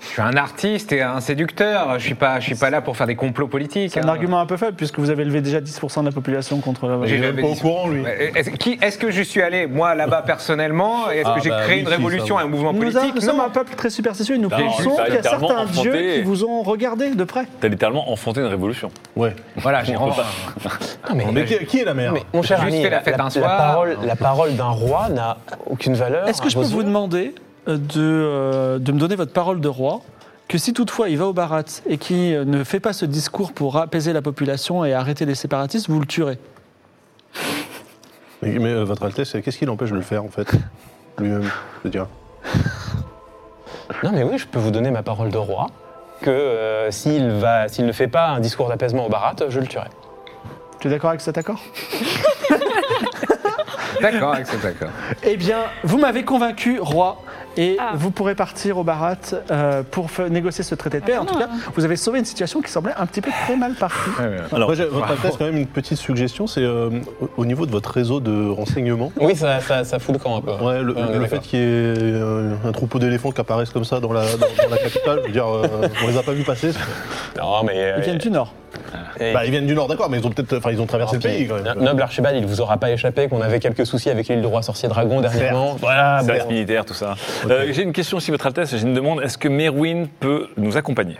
Speaker 6: suis un artiste et un séducteur. Je suis pas, je suis pas là pour faire des complots politiques.
Speaker 2: C'est un
Speaker 6: hein.
Speaker 2: argument un peu faible puisque vous avez levé déjà 10% de la population contre la.
Speaker 6: J'ai
Speaker 3: Il est
Speaker 6: jamais
Speaker 3: même pas au
Speaker 6: dit-
Speaker 3: courant, lui.
Speaker 6: Euh, Est-ce qui- est-ce que je suis allé, moi, là-bas, personnellement et Est-ce
Speaker 3: Ah,
Speaker 6: que j'ai
Speaker 3: bah
Speaker 6: créé
Speaker 3: oui,
Speaker 6: une
Speaker 3: si, ça,
Speaker 6: révolution,
Speaker 3: oui.
Speaker 6: un mouvement
Speaker 2: Nous, a-
Speaker 6: politique
Speaker 2: nous
Speaker 6: Non.
Speaker 2: sommes un peuple très superstitieux et nous
Speaker 5: Non,
Speaker 2: pensons
Speaker 5: t'as
Speaker 2: qu'il y a
Speaker 5: littéralement
Speaker 2: certains
Speaker 5: enfanté.
Speaker 2: dieux qui vous ont regardé de près.
Speaker 5: T'as littéralement enfanté une révolution.
Speaker 3: Ouais.
Speaker 6: Voilà, j'ai
Speaker 5: On peut
Speaker 3: Mais, qui, qui est la mère
Speaker 1: Mais mon cher
Speaker 6: Juste
Speaker 1: ami,
Speaker 6: fait la
Speaker 1: la,
Speaker 6: fête
Speaker 1: la-
Speaker 6: un
Speaker 1: la
Speaker 6: soir.
Speaker 1: parole, la parole d'un roi n'a aucune valeur.
Speaker 2: Est-ce que je peux
Speaker 1: Vos
Speaker 2: vous
Speaker 1: yeux.
Speaker 2: demander euh, de, euh, de me donner votre parole de roi que si toutefois il va au Barat et qu'il euh, ne fait pas ce discours pour apaiser la population et arrêter les séparatistes, vous le tuerez
Speaker 3: Mais, mais, euh, votre Altesse, qu'est-ce qui l'empêche de le faire, en fait Lui-même, je veux dire.
Speaker 1: Non mais oui, je peux vous donner ma parole de roi que euh, s'il va, s'il ne fait pas un discours d'apaisement au Barat, je le tuerai.
Speaker 2: Tu es d'accord avec cet accord
Speaker 6: D'accord, avec cet accord.
Speaker 2: Eh bien, vous m'avez convaincu, roi, et
Speaker 4: Ah.
Speaker 2: vous pourrez partir au Barat euh, pour f- négocier ce traité de paix. en tout cas, vous avez sauvé une situation qui semblait un petit peu très mal partie.
Speaker 6: Très bien.
Speaker 3: Moi, j'ai- votre Altesse, quand même, une petite suggestion, c'est euh, au- au niveau de votre réseau de renseignement.
Speaker 1: Oui, ça, ça, ça fout le camp un peu.
Speaker 3: Ouais, le,
Speaker 1: Ouais,
Speaker 3: le
Speaker 1: d'accord.
Speaker 3: fait qu'il y ait euh, un troupeau d'éléphants qui apparaissent comme ça dans la, dans, dans la capitale, je veux dire, euh, on les a pas vus passer.
Speaker 1: Non mais euh,
Speaker 2: Ils viennent du Nord.
Speaker 1: eh,
Speaker 3: Bah, ils viennent du nord, d'accord, mais ils ont peut-être, enfin, ils ont traversé le
Speaker 5: Ah,
Speaker 1: tant pis.
Speaker 3: pays quand même.
Speaker 1: No- euh, Noble Archibald, il vous aura pas échappé qu'on avait quelques soucis avec l'île du roi sorcier dragon dernièrement. Voilà.
Speaker 5: Service
Speaker 1: bon.
Speaker 5: militaire, tout ça. Euh, j'ai une question aussi, votre Altesse. J'ai une demande. Est-ce que Merwin peut nous accompagner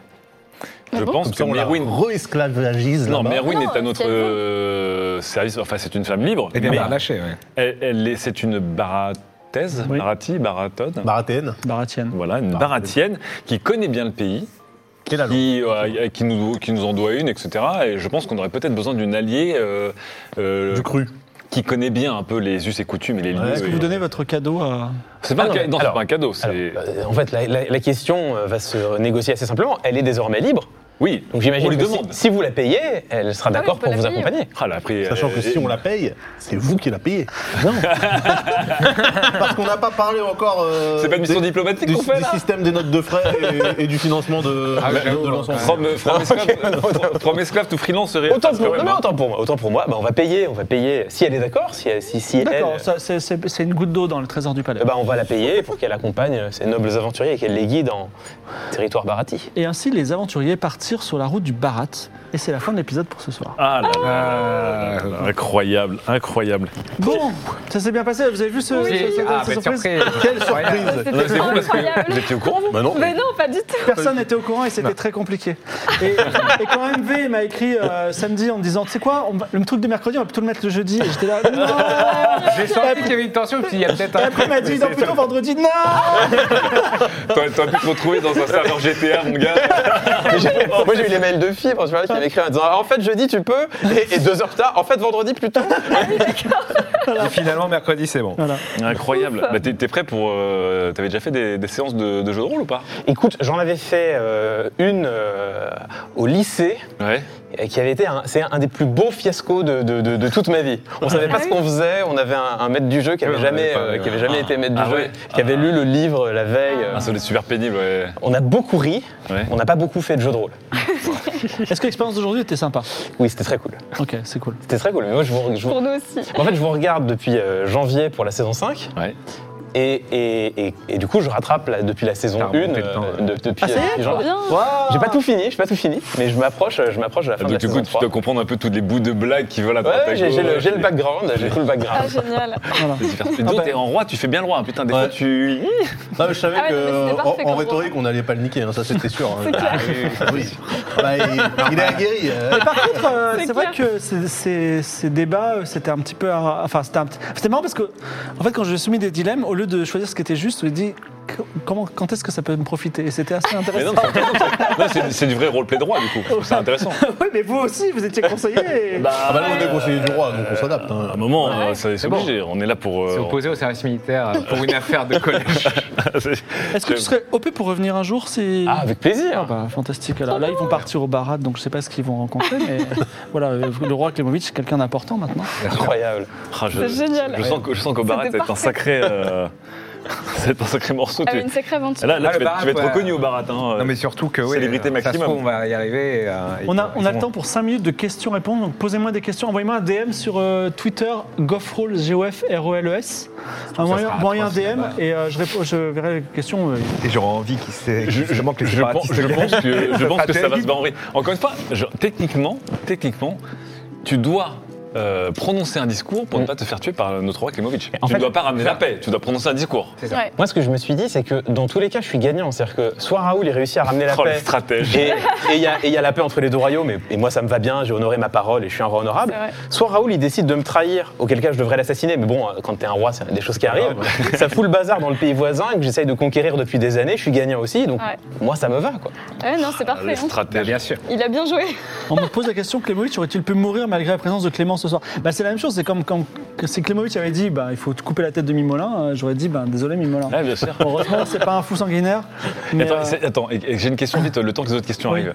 Speaker 5: Je pense
Speaker 3: Comme
Speaker 5: que
Speaker 3: ça, on la
Speaker 5: Merwin.
Speaker 3: re-esclavagise
Speaker 5: Non,
Speaker 3: là-bas.
Speaker 5: Merwin
Speaker 4: Non,
Speaker 5: est à notre
Speaker 4: c'est elle.
Speaker 5: euh, service. Enfin, c'est une femme libre.
Speaker 6: Eh bien,
Speaker 5: mais
Speaker 6: bah, lâché, ouais.
Speaker 5: elle, elle est- c'est une barataise,
Speaker 2: Oui.
Speaker 5: barati, baratonne.
Speaker 3: Baratheon.
Speaker 2: Baratienne.
Speaker 5: Voilà, une baratienne qui connaît bien le pays,
Speaker 3: Et la langue.
Speaker 5: qui, euh, qui nous, qui nous en doit une, etc. Et je pense qu'on aurait peut-être besoin d'une alliée euh, euh,
Speaker 3: Du cru.
Speaker 5: qui connaît bien un peu les us et coutumes et les lieux.
Speaker 2: Est-ce que
Speaker 5: et- euh,
Speaker 2: vous donnez votre cadeau à.
Speaker 5: C'est pas,
Speaker 1: Ah
Speaker 5: un
Speaker 1: non,
Speaker 5: ca-
Speaker 1: mais
Speaker 5: non, c'est
Speaker 1: alors-
Speaker 5: pas un cadeau,
Speaker 1: Alors,
Speaker 5: c'est...
Speaker 1: euh, en fait, la, la- la question euh, va se négocier assez simplement. Elle est désormais libre.
Speaker 5: Oui,
Speaker 1: Donc j'imagine
Speaker 5: on lui
Speaker 1: que si-
Speaker 5: demande.
Speaker 1: Si, vous la payez, elle sera d'accord
Speaker 4: on peut
Speaker 1: pour
Speaker 4: la
Speaker 1: vous
Speaker 4: payer, ouais.
Speaker 1: accompagner.
Speaker 5: Ah, là, après,
Speaker 3: Sachant
Speaker 5: euh,
Speaker 3: que si on la paye, c'est vous qui la payez. Non. Parce qu'on n'a pas parlé encore. euh,
Speaker 5: C'est pas une mission
Speaker 3: des-
Speaker 5: diplomatique
Speaker 3: du,
Speaker 5: qu'on fait,
Speaker 3: du
Speaker 5: là
Speaker 3: système des notes de frais et, et du financement de,
Speaker 6: Ah,
Speaker 3: de
Speaker 6: j'avoue,
Speaker 3: l'ensemble.
Speaker 5: From, from esclave, from- from esclave to euh, freelance serait...
Speaker 1: Autant
Speaker 5: parce que
Speaker 1: pour,
Speaker 5: ouais,
Speaker 1: non, mais
Speaker 5: bah,
Speaker 1: autant pour moi, autant pour moi, bah, on va payer, on va payer. euh, Si elle est d'accord, si, elle- si, si
Speaker 2: D'accord,
Speaker 1: elle,
Speaker 2: ça, c'est- c'est c'est une goutte d'eau dans le trésor du palais.
Speaker 1: eh ben, on va la payer pour qu'elle accompagne euh, ces nobles aventuriers et qu'elle les guide en territoire Barati.
Speaker 2: Et ainsi, les aventuriers partirent sur la route du Barat. Et c'est la fin de l'épisode pour ce soir.
Speaker 5: Ah là là, là, là, là, incroyable, incroyable.
Speaker 2: Bon, ça s'est bien passé. Vous avez vu ce, ce- ce-
Speaker 6: Ah,
Speaker 2: cette
Speaker 6: bah,
Speaker 2: surprise
Speaker 6: surprise.
Speaker 3: Quelle surprise
Speaker 4: C'était
Speaker 5: C'est bon parce que
Speaker 4: incroyable.
Speaker 5: vous étiez au courant, vous
Speaker 3: Bah non.
Speaker 4: Mais non, pas du tout.
Speaker 2: Personne n'était au courant et c'était très compliqué. Et, et quand MV m'a écrit euh, samedi en me disant, tu sais quoi, on va- le truc de mercredi, on va plutôt le mettre le jeudi. Et j'étais là, non
Speaker 6: J'ai senti qu'il y avait une tension, puis il y a peut-être
Speaker 2: Et
Speaker 6: un...
Speaker 2: après, il m'a dit, non, plutôt vendredi, non
Speaker 5: bah, T'aurais t'aurais pu te retrouver dans un serveur GTA, mon gars.
Speaker 1: moi j'ai eu les mails de fibres, tu vois, qui m'écrit en disant en fait jeudi tu peux, et, deux heures plus tard, en fait vendredi plus tôt.
Speaker 6: Et finalement, mercredi, c'est bon.
Speaker 2: Voilà.
Speaker 5: Incroyable. Bah, t'es, t'es prêt pour... euh, t'avais déjà fait des, des séances de, de jeux de rôle ou pas
Speaker 1: Écoute, j'en avais fait euh, une euh, au lycée.
Speaker 5: Ouais.
Speaker 1: euh, Qui avait été un, c'est un des plus beaux fiascos de, de- de- de toute ma vie. On savait pas
Speaker 4: Ah
Speaker 1: ce
Speaker 4: oui.
Speaker 1: qu'on faisait, on avait un, un maître du jeu qui avait
Speaker 6: Ouais, on
Speaker 1: jamais,
Speaker 6: avait pas,
Speaker 1: euh, qui avait
Speaker 6: ouais.
Speaker 1: jamais été maître du
Speaker 5: Ah
Speaker 1: jeu,
Speaker 5: ouais.
Speaker 1: qui avait lu le livre la veille. euh.
Speaker 5: Ah, ça doit être super pénible, ouais.
Speaker 1: On a beaucoup ri,
Speaker 5: Ouais.
Speaker 1: on n'a pas beaucoup fait de jeux de rôle.
Speaker 2: Est-ce que l'expérience d'aujourd'hui était sympa
Speaker 1: Oui, c'était très cool.
Speaker 2: Ok, c'est cool.
Speaker 1: C'était très cool. Mais moi, je vous, je vous-
Speaker 4: Pour nous aussi.
Speaker 1: En fait, je vous regarde depuis euh, janvier pour la saison 5.
Speaker 5: Ouais.
Speaker 1: Et, et- et- et du coup, je rattrape là, depuis la saison
Speaker 6: T'as
Speaker 1: 1.
Speaker 6: remonté le temps,
Speaker 1: euh,
Speaker 6: ouais.
Speaker 1: de- depuis,
Speaker 2: Ah, ça y est
Speaker 1: depuis genre-
Speaker 4: Bien.
Speaker 1: J'ai pas tout fini, j'ai pas tout fini, mais je m'approche, je m'approche de la fin de
Speaker 5: Ah, Donc,
Speaker 1: la
Speaker 5: du
Speaker 1: saison
Speaker 5: coup, tu
Speaker 1: 3.
Speaker 5: dois comprendre un peu tous les bouts de blagues qui veulent
Speaker 1: Ouais,
Speaker 5: attaquer.
Speaker 1: ouais, j'ai j'ai le, j'ai le background, j'ai tout le
Speaker 4: Ah,
Speaker 1: background.
Speaker 4: génial.
Speaker 5: Et donc, t'es en roi, tu fais bien le roi. hein. Putain, des
Speaker 3: Ouais.
Speaker 5: fois, tu.
Speaker 3: Ah, mais je savais
Speaker 4: Ah ouais,
Speaker 3: que,
Speaker 4: non, mais c'était
Speaker 3: euh,
Speaker 4: parfait
Speaker 3: en- en,
Speaker 4: comme
Speaker 3: rhétorique, on n'allait pas le niquer, hein, ça c'était sûr. hein.
Speaker 4: C'est clair.
Speaker 3: Oui. Bah, il, il est aguerri. euh.
Speaker 2: Par contre, euh,
Speaker 4: C'est
Speaker 2: c'est vrai
Speaker 4: clair.
Speaker 2: que ces, ces- ces débats, euh, c'était un petit peu. à- Enfin, c'était un petit- C'était marrant parce que, en fait, quand je soumis des dilemmes, au lieu de choisir ce qui était juste, je me dis qu- comment, quand est-ce que ça peut me profiter Et c'était assez
Speaker 5: Mais non,
Speaker 2: intéressant.
Speaker 5: c'est intéressant, ça. Non, c'est- c'est du vrai roleplay de roi, du coup. C'est intéressant.
Speaker 2: oui, mais vous aussi, vous étiez conseiller. et-
Speaker 3: Ah bah là, on est conseiller du roi, donc on s'adapte. hein.
Speaker 5: À un moment, euh, ça- c'est
Speaker 6: bon.
Speaker 5: obligé. On est là pour. euh,
Speaker 6: C'est opposé au service militaire euh, pour une affaire de collège.
Speaker 5: c'est-
Speaker 2: Est-ce que tu serais OP pour revenir un jour si...
Speaker 1: Ah, avec plaisir
Speaker 2: Ah bah, fantastique. Alors là, ils vont partir au barat, donc je sais pas ce qu'ils vont rencontrer, mais voilà, euh, le roi Klemovic, c'est quelqu'un d'important maintenant.
Speaker 1: Incroyable
Speaker 5: Ah, je-
Speaker 4: C'est génial.
Speaker 5: Je sens, que- je sens qu'au
Speaker 4: C'était
Speaker 5: barat, c'est un
Speaker 4: parfait.
Speaker 5: sacré. euh, C'est un sacré morceau.
Speaker 4: Ah,
Speaker 5: tu-
Speaker 4: une sacrée aventure.
Speaker 5: Là, là,
Speaker 6: Ah,
Speaker 5: tu,
Speaker 6: le
Speaker 5: vas,
Speaker 6: barat,
Speaker 5: tu vas être
Speaker 6: ouais.
Speaker 5: reconnu au barat. Hein.
Speaker 6: Non mais surtout que oui,
Speaker 5: Célébrité
Speaker 6: euh, ça se
Speaker 5: maximum.
Speaker 6: trouve, on va y arriver. euh, et
Speaker 2: On a,
Speaker 6: puis,
Speaker 2: on a
Speaker 6: ils
Speaker 2: le temps pour 5 minutes de questions-réponses, donc posez-moi des questions. Envoyez-moi un DM sur euh, Twitter, Goffroll, G-O-F, R-O-L-E-S. E Envoyez
Speaker 6: sera
Speaker 2: envoyez un
Speaker 6: atroce,
Speaker 2: DM
Speaker 6: là-bas.
Speaker 2: et euh, je, réponds- je verrai les questions. euh.
Speaker 6: vont- Et j'aurais envie qu'ils se.
Speaker 5: Je, je-
Speaker 6: manque les
Speaker 5: je pense,
Speaker 6: séparatistes.
Speaker 5: je pense que, je pense que ça va
Speaker 6: Fraternité.
Speaker 5: se barrer. Encore une fois, je- techniquement, techniquement, tu dois euh, prononcer un discours pour ne pas te faire tuer par notre roi Klimovic.
Speaker 1: en
Speaker 5: tu ne
Speaker 1: fait-
Speaker 5: dois pas ramener la paix, tu dois prononcer un discours.
Speaker 6: C'est ça.
Speaker 4: Ouais.
Speaker 1: Moi, ce que je me suis dit, c'est que dans tous les cas, je suis gagnant. C'est-à-dire que soit Raoul, il réussit à ramener la
Speaker 5: Oh, le
Speaker 1: paix.
Speaker 5: stratège.
Speaker 1: Et et il y, a- et il y a la paix entre les deux royaumes, et, et moi ça me va bien, j'ai honoré ma parole et je suis un roi honorable.
Speaker 4: C'est vrai.
Speaker 1: Soit Raoul il décide de me trahir, auquel cas je devrais l'assassiner, mais bon, euh, quand t'es un roi, c'est des choses qui arrivent. ça fout le bazar dans le pays voisin et que j'essaye de conquérir depuis des années, je suis gagnant aussi, donc
Speaker 4: Ouais.
Speaker 1: moi ça me va quoi.
Speaker 4: Ouais, non, c'est
Speaker 5: Ah,
Speaker 4: parfait.
Speaker 5: Le
Speaker 4: hein.
Speaker 5: stratège.
Speaker 6: Bien sûr.
Speaker 4: Il a bien joué.
Speaker 2: On me pose la question, Klemovic aurait-il pu mourir malgré la présence de Clément ce soir bah, C'est la même chose, c'est comme quand que si Klemovic avait dit bah, il faut couper la tête de Mimolin, euh, j'aurais dit bah, désolé Mimolin.
Speaker 5: Ouais, bien sûr.
Speaker 2: Heureusement, c'est pas un fou sanguinaire. mais,
Speaker 5: Attends,
Speaker 2: euh,
Speaker 5: c'est- attends, et- et j'ai une question vite, le temps que les autres questions
Speaker 2: Oui.
Speaker 5: arrivent.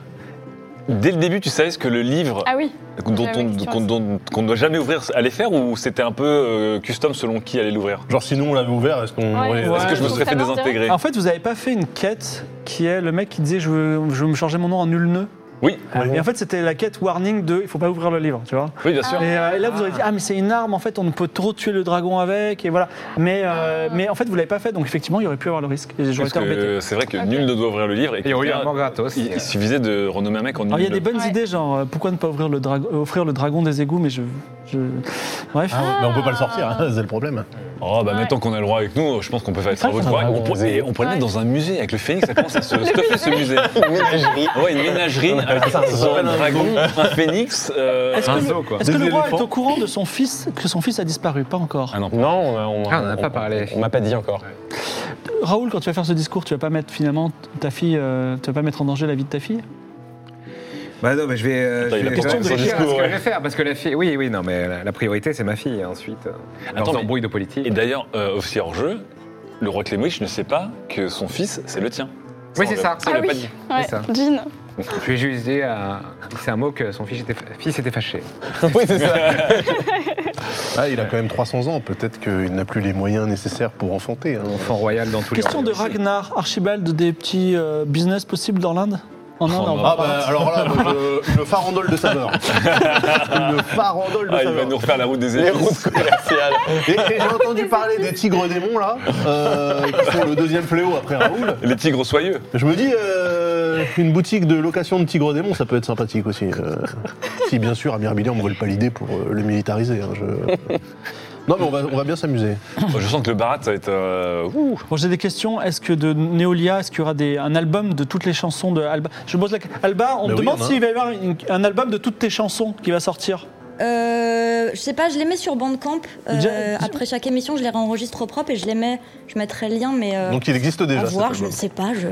Speaker 5: Dès le début, tu savais ce que le livre
Speaker 4: Ah oui.
Speaker 5: dont
Speaker 4: j'avais
Speaker 5: on-
Speaker 4: une question
Speaker 5: qu'on
Speaker 4: aussi.
Speaker 5: dont- qu'on ne doit jamais ouvrir allait faire ou c'était un peu euh, custom selon qui allait l'ouvrir
Speaker 3: Genre, sinon on l'avait ouvert, est-ce qu'on.
Speaker 4: Ouais.
Speaker 3: ouais,
Speaker 5: Est-ce que je me
Speaker 4: Ouais.
Speaker 5: serais fait
Speaker 4: Ça marche,
Speaker 5: désintégrer
Speaker 2: En fait, vous n'avez pas fait une quête qui est le mec qui disait je veux, je veux me changer mon nom en nul nœud.
Speaker 5: Oui,
Speaker 2: Et en fait, c'était la quête warning de il faut pas ouvrir le livre, tu vois.
Speaker 5: oui, bien sûr.
Speaker 2: Et, euh, et là, vous auriez dit ah mais c'est une arme en fait, on ne peut trop tuer le dragon avec et voilà. Mais euh, mais en fait, vous l'avez pas fait, donc effectivement, il y aurait pu avoir le risque. Et j'aurais
Speaker 5: Ah. Parce
Speaker 2: été embêté.
Speaker 5: que c'est vrai que nul ne doit ouvrir le livre. Et
Speaker 6: Il y aurait eu
Speaker 5: quelqu'un-
Speaker 6: un moment gratos.
Speaker 5: Il, il suffisait de renommer un mec en nul.
Speaker 2: Alors Ah, il
Speaker 3: Mmh.
Speaker 2: y a des bonnes
Speaker 4: Ouais.
Speaker 2: idées genre euh, pourquoi ne pas ouvrir le dragon, euh, offrir le dragon des égouts, mais je, je... bref.
Speaker 3: Ah, mais on peut pas le sortir, hein, c'est le problème.
Speaker 5: Oh, bah
Speaker 4: Ouais.
Speaker 5: maintenant qu'on a le roi avec nous, je pense qu'on peut faire des travaux de
Speaker 1: qu'on a
Speaker 5: roi.
Speaker 1: un
Speaker 5: On,
Speaker 1: dragon
Speaker 5: pourrait-
Speaker 1: aux
Speaker 5: et on pourrait le mettre dans un musée avec le phénix, ça commence à se stuffer ce musée.
Speaker 1: Une ménagerie.
Speaker 5: Ah Ouais, une ménagerie avec un zoo, un dragon, un phénix, euh, un zoo quoi.
Speaker 2: Est-ce que
Speaker 3: Des
Speaker 2: le roi est
Speaker 3: éléphants.
Speaker 2: au courant de son fils que son fils a disparu Pas encore.
Speaker 5: Ah non.
Speaker 1: Non, on a- on,
Speaker 6: Ah, on en a pas parlé.
Speaker 1: On m'a pas dit encore.
Speaker 2: Raoul, quand tu vas faire ce discours, tu vas pas mettre finalement ta fille, euh, tu vas pas mettre en danger la vie de ta fille
Speaker 6: Bah non, mais je vais. euh,
Speaker 5: Attends,
Speaker 6: je
Speaker 5: il a
Speaker 6: vais-
Speaker 5: question
Speaker 6: je
Speaker 5: de
Speaker 6: vais
Speaker 5: son
Speaker 6: réfléchir à ce
Speaker 5: discours,
Speaker 6: que
Speaker 5: ouais.
Speaker 6: je vais faire parce que la fille. Oui, oui, non, mais la, la priorité c'est ma fille. et Ensuite, euh,
Speaker 5: Attends,
Speaker 6: leurs
Speaker 5: mais-
Speaker 6: embrouilles de politique.
Speaker 5: Et d'ailleurs, euh, aussi hors jeu, le roi Clémoïch ne sait pas que son fils, c'est le tien.
Speaker 6: Oui,
Speaker 5: on
Speaker 6: c'est
Speaker 5: l'a-
Speaker 6: ça.
Speaker 5: on l'a
Speaker 4: Ah
Speaker 5: pas
Speaker 4: oui.
Speaker 5: dit.
Speaker 4: Ouais.
Speaker 6: C'est ça.
Speaker 4: Jean.
Speaker 6: Je vais juste dire, euh, c'est un mot que son fils était, fils était fâché.
Speaker 1: oui, c'est ça.
Speaker 3: Ah, il a quand même 300 ans, peut-être qu'il n'a plus les moyens nécessaires pour enfanter. hein.
Speaker 6: Enfant royal dans tous les.
Speaker 2: Question de
Speaker 6: royaumes.
Speaker 2: Ragnar, Archibald, des petits euh, business possibles dans l'Inde En Inde,
Speaker 5: Oh
Speaker 2: on
Speaker 5: non.
Speaker 2: va
Speaker 3: Ah
Speaker 2: pas.
Speaker 3: bah alors là, moi, je- une farandole de saveur. une farandole de
Speaker 5: Ah, il va
Speaker 3: saveur.
Speaker 5: nous refaire la route des
Speaker 1: Les
Speaker 5: épices.
Speaker 1: routes commerciales.
Speaker 3: Et, et j'ai entendu parler des tigres démons là, euh, qui sont le deuxième fléau après Raoul.
Speaker 5: Les tigres soyeux.
Speaker 3: Je me dis, euh, une boutique de location de tigres démons, ça peut être sympathique aussi. euh, si bien sûr, à Mirabilia, on me vole pas l'idée pour euh, le militariser. hein, je- Non mais on va, on va bien s'amuser.
Speaker 5: Je sens que le barat, ça va être. euh, ouh.
Speaker 2: Bon, j'ai des questions. Est-ce que de Neolia, est-ce qu'il y aura des, un album de toutes les chansons de Alba Je me pose la question. Alba, on
Speaker 3: Mais
Speaker 2: me
Speaker 3: oui,
Speaker 2: demande
Speaker 3: on a un.
Speaker 2: s'il va y avoir une- un album de toutes tes chansons qui va sortir.
Speaker 7: Euh, je sais pas, je les mets sur Bandcamp. Euh,
Speaker 2: Déjà-
Speaker 7: après chaque émission, je les réenregistre au propre et je les mets. Je mettrai le lien, mais euh,
Speaker 3: Donc il existe
Speaker 7: à
Speaker 3: déjà. cet
Speaker 7: voir,
Speaker 3: album.
Speaker 7: je ne sais pas. Je...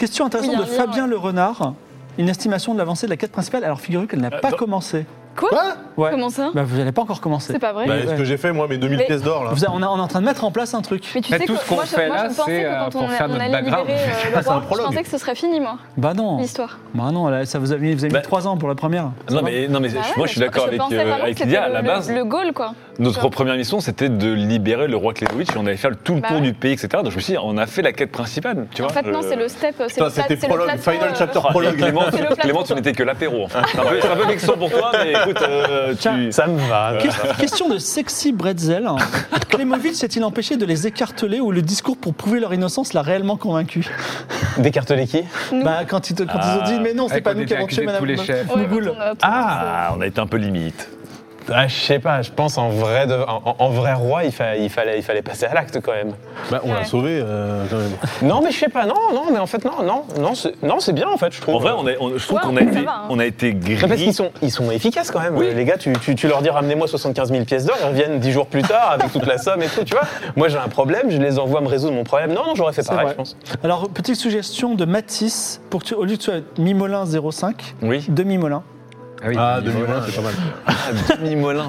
Speaker 2: Question intéressante
Speaker 4: Oui,
Speaker 2: de
Speaker 4: un lien,
Speaker 2: Fabien
Speaker 4: ouais.
Speaker 2: Le Renard. Une estimation de l'avancée de la quête principale. Alors figurez qu'elle n'a
Speaker 3: Euh,
Speaker 2: pas commencé.
Speaker 4: Quoi
Speaker 2: Ouais.
Speaker 4: Comment ça
Speaker 2: Bah, Vous n'allez pas encore commencer.
Speaker 4: C'est pas vrai.
Speaker 3: Bah,
Speaker 2: Ouais.
Speaker 3: ce que j'ai fait moi, mes 2000
Speaker 4: Mais-
Speaker 3: pièces d'or là.
Speaker 2: Vous avez- on, a- on est en train de mettre en place un truc.
Speaker 4: Mais tu
Speaker 6: Mais
Speaker 4: sais
Speaker 6: tout
Speaker 4: que
Speaker 6: ce qu'on
Speaker 4: moi, je-
Speaker 6: fait
Speaker 4: moi,
Speaker 6: là,
Speaker 4: je pensais
Speaker 6: c'est,
Speaker 4: que
Speaker 6: euh,
Speaker 4: quand
Speaker 6: pour
Speaker 4: on,
Speaker 6: faire
Speaker 4: on
Speaker 6: notre
Speaker 4: allait
Speaker 6: background.
Speaker 4: libérer euh, le
Speaker 3: Ah, c'est un
Speaker 4: roi, je
Speaker 3: prologue.
Speaker 4: pensais que ce serait fini, moi,
Speaker 2: Bah non.
Speaker 4: l'histoire.
Speaker 2: Bah non, là, ça vous avez, vous avez
Speaker 5: Bah-
Speaker 2: mis 3 ans pour la première. Ça
Speaker 5: Non
Speaker 2: va
Speaker 5: mais, non, mais
Speaker 4: Bah ouais,
Speaker 5: moi
Speaker 4: mais
Speaker 5: je suis d'accord avec,
Speaker 4: pensais
Speaker 5: euh,
Speaker 4: vraiment
Speaker 5: avec
Speaker 4: que c'était
Speaker 5: Lydia à
Speaker 4: le-
Speaker 5: la
Speaker 4: le-
Speaker 5: base.
Speaker 4: Le goal, quoi.
Speaker 5: Notre première mission, c'était de libérer le roi Klenovic et on avait fait le- tout le
Speaker 4: Bah
Speaker 5: tour
Speaker 4: ouais.
Speaker 5: du pays, etc. Donc je me suis dit, on a fait la quête principale, tu
Speaker 4: En
Speaker 5: vois.
Speaker 4: fait,
Speaker 5: je-
Speaker 4: non, c'est le step, c'est
Speaker 3: Putain,
Speaker 4: le plat-
Speaker 3: c'était
Speaker 4: c'est le
Speaker 3: prologue,
Speaker 4: plateau,
Speaker 3: final
Speaker 4: euh,
Speaker 3: chapter
Speaker 5: Oh, et
Speaker 3: prologue.
Speaker 5: Clément,
Speaker 4: C'est le plateau.
Speaker 5: Clément, tu n'étais que l'apéro. en fait. C'est un peu- C'est un peu vexant pour toi, mais écoute, euh, tu...
Speaker 1: Ça me va.
Speaker 2: Que- Question de sexy bretzel. Klemovic s'est-il empêché de les écarteler ou le discours pour prouver leur innocence l'a réellement convaincu
Speaker 1: Décarteler qui
Speaker 4: Nous.
Speaker 2: Bah quand ils, te- quand ils ont dit mais non c'est
Speaker 6: Ouais,
Speaker 2: pas
Speaker 6: quand
Speaker 2: nous
Speaker 6: Ah, on
Speaker 2: qui avons tué
Speaker 6: était accusés de
Speaker 2: Madame
Speaker 6: tous les chefs.
Speaker 4: Ouais,
Speaker 2: Mougoul.
Speaker 4: on euh, a-
Speaker 5: Ah, on a été un peu limite.
Speaker 1: ah, Je sais pas, je pense en vrai, de- en, en vrai roi, il, fa- il fallait, il fallait passer à l'acte quand même.
Speaker 3: Bah, on l'a
Speaker 4: Ouais.
Speaker 3: sauvé euh, quand même.
Speaker 1: Non, mais je sais pas, non, non, mais en fait, non, non, non, c'est, non, c'est bien en fait, je trouve.
Speaker 5: En vrai, on a- on- je trouve
Speaker 4: Ouais,
Speaker 5: qu'on a,
Speaker 4: ça
Speaker 5: été-
Speaker 4: va, hein.
Speaker 5: on a été
Speaker 1: Non, parce qu'ils
Speaker 5: gris.
Speaker 1: sont, ils sont efficaces quand même. Les gars, tu, tu- tu leur dis ramenez-moi 75 000 pièces d'or, ils reviennent 10 jours plus tard avec toute la somme et tout, tu vois. Moi j'ai un problème, je les envoie me résoudre mon problème. Non, non, j'aurais fait pareil,
Speaker 2: vrai.
Speaker 1: je pense.
Speaker 2: Alors petite suggestion de Matisse pour que tu- au lieu que tu sois Mimolin 05
Speaker 5: Oui.
Speaker 2: demi Molin.
Speaker 6: Ah, oui,
Speaker 3: Ah,
Speaker 6: il- voilà.
Speaker 3: 2001, c'est pas mal.
Speaker 5: Demi-molin,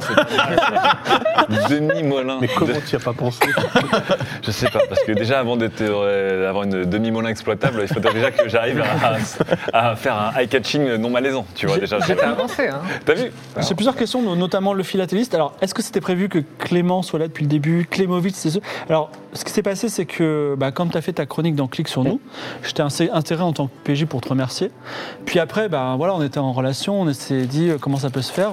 Speaker 5: c'est Demi-molin.
Speaker 3: Mais comment tu y as pas pensé
Speaker 5: Je sais pas, parce que déjà, avant d'être, euh, d'avoir une demi-molin exploitable, il faudrait déjà que j'arrive à, à faire un eye-catching non malaisant, tu vois, déjà.
Speaker 6: T'as avancé, hein
Speaker 5: T'as vu
Speaker 2: C'est plusieurs questions, no- notamment le philatéliste. Alors, est-ce que c'était prévu que Clément soit là depuis le début Clémovitch, c'est ce. Alors, ce qui s'est passé, c'est que bah, quand tu as fait ta chronique dans Clic sur nous, j'étais insé- intérêt en tant que PJ pour te remercier. Puis après, bah, voilà, on était en relation, on s'est dit euh, comment ça peut se faire.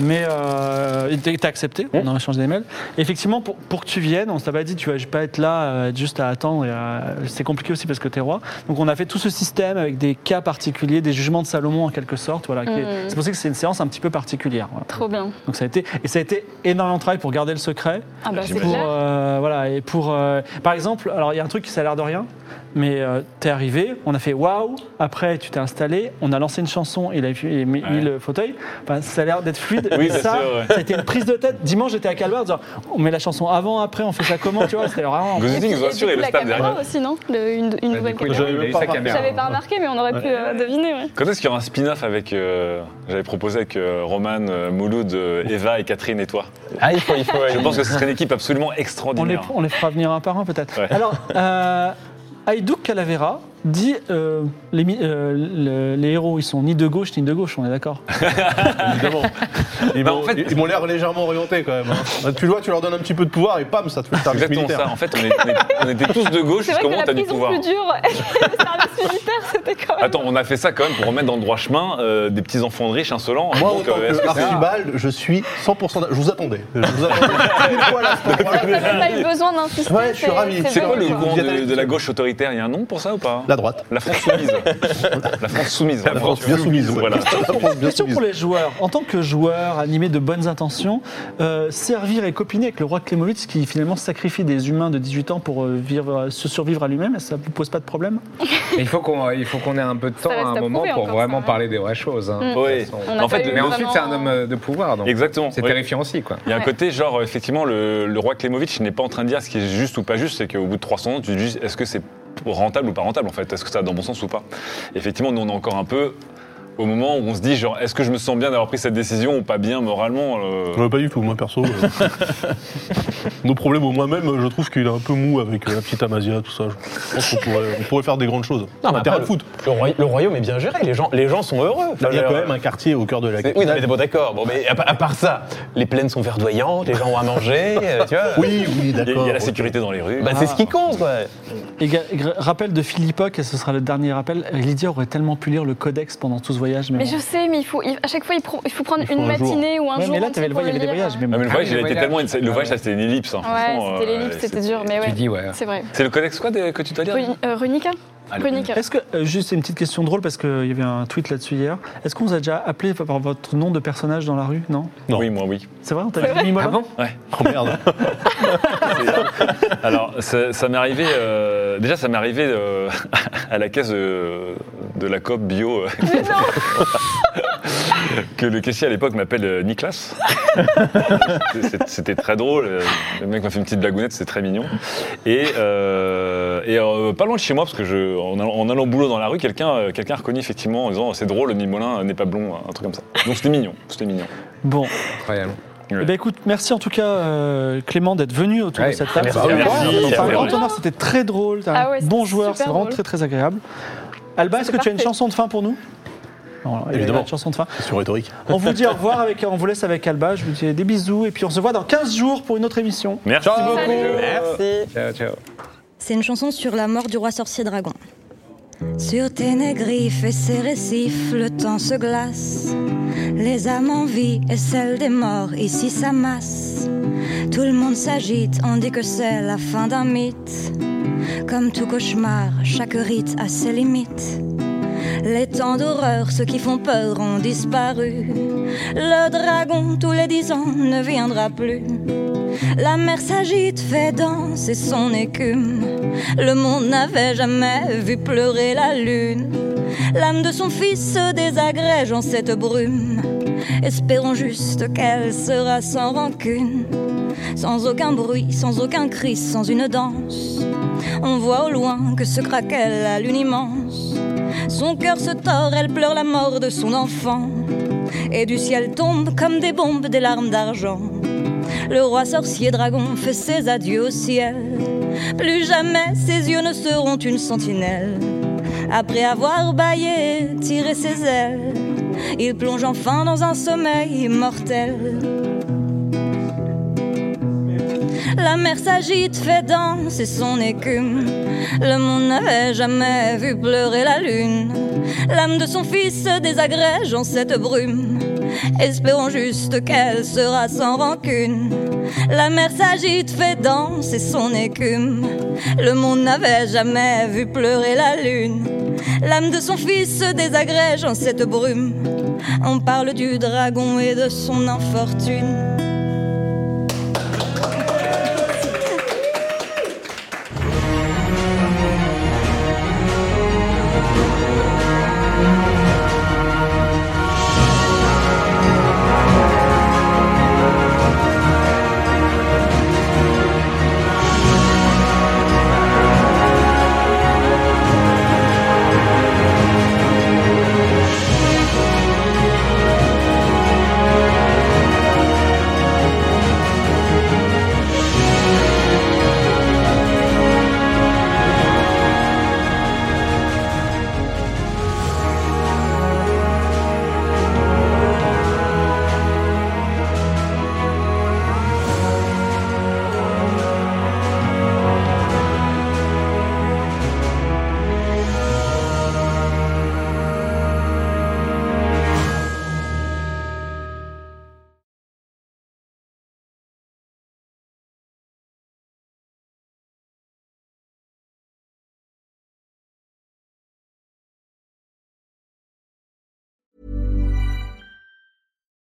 Speaker 2: Mais euh, et t'as t'as accepté, on a échangé des mails. Et effectivement, pour, pour que tu viennes, on t'a pas dit tu vas pas être là, euh, être juste à attendre. et, euh, c'est compliqué aussi parce que t'es roi. Donc on a fait tout ce système avec des cas particuliers, des jugements de Salomon en quelque sorte. Voilà, qui est-
Speaker 4: Mhm.
Speaker 2: C'est pour ça que c'est une séance un petit peu particulière. voilà.
Speaker 4: euh, Trop bien.
Speaker 2: Donc ça a été et ça a été énormément de travail pour garder le secret.
Speaker 4: Ah bah c'est
Speaker 2: Pour
Speaker 4: clair.
Speaker 2: euh, voilà et pour euh, par exemple alors il y a un truc qui ça a l'air de rien mais euh, t'es arrivé on a fait waouh après tu t'es installé on a lancé une chanson et il a vu- il a mis, mis le fauteuil Enfin, ça a l'air d'être fluide
Speaker 5: Oui,
Speaker 2: Et
Speaker 5: bien
Speaker 2: ça
Speaker 5: sûr, ouais.
Speaker 2: ça a été une prise de tête dimanche j'étais à Calvert en disant, on met la chanson avant après on fait ça comment tu vois c'était vraiment
Speaker 4: Et puis,
Speaker 5: Gosling,
Speaker 4: et
Speaker 5: vous
Speaker 4: du coup,
Speaker 5: assurez le
Speaker 4: la
Speaker 5: stade hein.
Speaker 4: caméra
Speaker 5: derrière.
Speaker 4: aussi, non Le- Une, une
Speaker 6: Bah,
Speaker 4: nouvelle
Speaker 6: du coup,
Speaker 4: caméra.
Speaker 6: il a eu sa caméra.
Speaker 4: J'avais pas remarqué, mais on aurait pu euh, deviner. ouais.
Speaker 5: Quand est-ce qu'il y aura un spin-off avec. euh, J'avais proposé avec euh, Roman, euh, Mouloud, euh, Eva et Catherine et toi.
Speaker 1: Ah, il faut, il faut.
Speaker 5: Je pense que ce serait une équipe absolument
Speaker 2: on les
Speaker 5: extraordinaire.
Speaker 2: on les fera venir un par un peut-être
Speaker 5: Ouais.
Speaker 2: alors euh, Haïdouk Calavera dit euh, les, mi- euh, le- les héros ils sont ni de gauche ni de gauche on est d'accord
Speaker 3: Évidemment. Ils
Speaker 5: Bah, en
Speaker 3: m'ont
Speaker 5: fait-
Speaker 3: ils m'ont l'air légèrement orientés quand même. hein. Bah, Tu le vois, tu leur donnes un petit peu de pouvoir et pam, ça te fait le service
Speaker 5: Exactement
Speaker 3: militaire.
Speaker 5: ça. En fait, on, est- on est- on était tous de gauche
Speaker 4: C'est vrai
Speaker 5: jusqu'au
Speaker 4: que
Speaker 5: moment où
Speaker 4: la
Speaker 5: t'as du
Speaker 4: prison
Speaker 5: pouvoir.
Speaker 4: plus dure, le service militaire, c'était quand même.
Speaker 5: Attends, on a fait ça quand même pour remettre dans le droit chemin euh, des petits enfants de riches insolents.
Speaker 3: Moi,
Speaker 5: Donc,
Speaker 3: autant
Speaker 5: euh, est-ce
Speaker 3: que
Speaker 5: que c'est-
Speaker 3: Archibald, je suis 100% d'a- Je vous attendais. Je vous attendais. Une fois là, ce moment-là.
Speaker 4: T'as même pas eu besoin d'insister.
Speaker 3: Ouais, je suis
Speaker 4: c'est-
Speaker 3: ravi.
Speaker 5: C'est quoi le
Speaker 4: bien,
Speaker 3: Vous
Speaker 5: courant
Speaker 3: y êtes
Speaker 5: de,
Speaker 3: allé
Speaker 5: de la gauche autoritaire Il y a un nom pour ça ou pas
Speaker 3: La droite.
Speaker 5: La France soumise. La France soumise.
Speaker 3: La France bien soumise. ouais.
Speaker 5: Voilà.
Speaker 3: La
Speaker 5: Oh,
Speaker 3: France bien
Speaker 2: Question
Speaker 3: soumise.
Speaker 2: pour les joueurs. En tant que joueur animé de bonnes intentions, euh, servir et copiner avec le roi Klemovitz qui finalement sacrifie des humains de 18 ans pour euh, vivre, se survivre à lui-même, ça vous pose pas de problème
Speaker 6: Il faut qu'on il faut qu'on ait un peu de temps à
Speaker 4: reste
Speaker 6: un
Speaker 4: à
Speaker 6: moment
Speaker 4: prouver
Speaker 6: pour
Speaker 4: encore,
Speaker 6: vraiment
Speaker 4: ça, hein. Mm.
Speaker 6: parler des vraies choses. hein, de toute
Speaker 5: Oui.
Speaker 6: façon.
Speaker 4: On n'a
Speaker 5: En
Speaker 4: pas
Speaker 5: fait,
Speaker 4: eu
Speaker 6: Mais
Speaker 4: vraiment-
Speaker 6: ensuite, c'est un homme de pouvoir, donc
Speaker 5: Exactement.
Speaker 6: c'est
Speaker 5: oui.
Speaker 6: terrifiant aussi, quoi.
Speaker 5: Il y a un
Speaker 4: Ouais.
Speaker 5: côté, genre, effectivement, le, le roi Klemovic n'est pas en train de dire ce qui est juste ou pas juste, c'est qu'au bout de 300 ans, tu te dis est-ce que c'est rentable ou pas rentable en fait Est-ce que ça a dans bon sens ou pas Effectivement, nous on est encore un peu au moment où on se dit genre est-ce que je me sens bien d'avoir pris cette décision ou pas bien moralement euh,
Speaker 3: Ouais, pas du tout, moi perso. euh, Nos problèmes au moi-même, je trouve qu'il est un peu mou avec euh, la petite Amazia, tout ça. Je pense qu'on pourrait, on pourrait faire des grandes choses.
Speaker 1: Non, mais
Speaker 3: Intérêt
Speaker 1: après,
Speaker 3: de
Speaker 1: le,
Speaker 3: foot.
Speaker 1: le roi- le royaume est bien géré, les gens, les gens sont heureux. Enfin,
Speaker 3: Il y a
Speaker 1: je-
Speaker 3: quand même un quartier au cœur de la
Speaker 1: C'est- Oui, non, mais
Speaker 3: capitale.
Speaker 1: bon, d'accord. Bon, mais à, pa- à part ça, les plaines sont verdoyantes, les gens ont à manger, euh, tu vois.
Speaker 3: Oui, oui,
Speaker 5: Il y, a- il
Speaker 3: d'accord.
Speaker 5: y a la sécurité dans les rues.
Speaker 1: Bah, c'est ce qui compte, quoi.
Speaker 2: Et ga- et gra- rappel de Philippoc, et ce sera le dernier rappel, Lydia aurait tellement pu lire le codex pendant tout ce voyage.
Speaker 4: Mais je sais, mais il faut, il- à chaque fois, il, pro- il faut prendre
Speaker 3: Il faut
Speaker 4: une
Speaker 3: un jour.
Speaker 4: matinée ou un
Speaker 2: Ouais,
Speaker 4: jour.
Speaker 2: mais là,
Speaker 4: entier
Speaker 2: t'avais le
Speaker 4: pour
Speaker 2: voyage, il y avait des
Speaker 4: lire.
Speaker 2: voyages. Mais
Speaker 5: Ah, mais
Speaker 2: bon.
Speaker 5: le voyage,
Speaker 6: Ah oui,
Speaker 5: il a
Speaker 6: le
Speaker 5: été
Speaker 6: voyage.
Speaker 5: tellement. une- Le voyage,
Speaker 6: Ah
Speaker 5: là, c'était une ellipse. hein, franchement,
Speaker 4: Ouais, c'était
Speaker 5: euh,
Speaker 4: les livres, c'était dur, mais
Speaker 6: Tu
Speaker 4: ouais.
Speaker 6: dis, ouais.
Speaker 4: C'est vrai.
Speaker 5: C'est le codex quoi de- que tu dois lire
Speaker 4: Runi- euh, Runica
Speaker 5: hein. Allez.
Speaker 4: Runica.
Speaker 2: Est-ce que, euh, juste c'est une petite question drôle parce qu'il y avait un tweet là-dessus hier, est-ce qu'on vous a déjà appelé par votre nom de personnage dans la rue Non
Speaker 3: Non.
Speaker 5: Oui, moi, oui.
Speaker 2: C'est vrai, on t'a dit Mimolin
Speaker 5: Ouais.
Speaker 3: Oh merde.
Speaker 5: C'est- Alors, ça, ça m'est arrivé. euh, déjà, ça m'est arrivé euh, à la caisse de, de la COP bio. euh,
Speaker 4: Mais non,
Speaker 5: que le caissier à l'époque m'appelle euh, Nicolas. C'était- C'était très drôle. euh, Le mec m'a fait une petite blagounette, c'était très mignon. Et, euh, et, euh, pas loin de chez moi, parce que je, en, allant- en allant au boulot dans la rue, quelqu'un euh, quelqu'un a reconnu effectivement en disant c'est drôle, le Mimolin n'est pas blond, un truc comme ça. Donc c'était mignon, c'était mignon.
Speaker 2: Bon.
Speaker 6: Incroyable.
Speaker 5: Ouais.
Speaker 2: Eh ben, écoute, merci en tout cas, euh, Clément, d'être venu autour
Speaker 6: Ah Ouais,
Speaker 2: de cette table.
Speaker 1: merci. Bah,
Speaker 5: Merci.
Speaker 2: Enfin,
Speaker 5: Merci.
Speaker 2: un grand
Speaker 5: Merci.
Speaker 2: honneur, c'était très drôle. t'as un
Speaker 4: Ah ouais,
Speaker 2: bon
Speaker 4: c'était
Speaker 2: joueur,
Speaker 4: super
Speaker 2: c'est vraiment
Speaker 4: drôle.
Speaker 2: très très agréable. Alba, est-ce que
Speaker 4: C'était
Speaker 2: tu as une
Speaker 4: parfait.
Speaker 2: chanson de fin pour nous Voilà, il y a
Speaker 3: Évidemment.
Speaker 2: la chanson de fin.
Speaker 3: Question rhétorique.
Speaker 2: On vous dit au revoir, avec, on vous laisse avec Alba, je vous dis des bisous, et puis on se voit dans 15 jours pour une autre émission.
Speaker 5: Merci beaucoup.
Speaker 1: Merci.
Speaker 6: Ciao, ciao.
Speaker 7: C'est une chanson sur la mort du roi sorcier dragon. Sur tes nez griffes et ses récifs, le temps se glace. Les âmes en vie et celles des morts ici s'amassent. Tout le monde s'agite, on dit que c'est la fin d'un mythe. Comme tout cauchemar, chaque rite a ses limites. Les temps d'horreur, ceux qui font peur ont disparu. Le dragon, tous les dix ans, ne viendra plus. La mer s'agite, fait danser son écume. Le monde n'avait jamais vu pleurer la lune. L'âme de son fils se désagrège en cette brume. Espérons juste qu'elle sera sans rancune. Sans aucun bruit, sans aucun cri, sans une danse. On voit au loin que se craquelle la lune immense. Son cœur se tord, elle pleure la mort de son enfant. Et du ciel tombent comme des bombes des larmes d'argent. Le roi sorcier dragon fait ses adieux au ciel. Plus jamais ses yeux ne seront une sentinelle. Après avoir bâillé, tiré ses ailes, il plonge enfin dans un sommeil mortel. La mer s'agite, fait danser son écume. Le monde n'avait jamais vu pleurer la lune. L'âme de son fils se désagrège en cette brume. Espérons juste qu'elle sera sans rancune. La mer s'agite, fait danser son écume. Le monde n'avait jamais vu pleurer la lune. L'âme de son fils se désagrège en cette brume. On parle du dragon et de son infortune.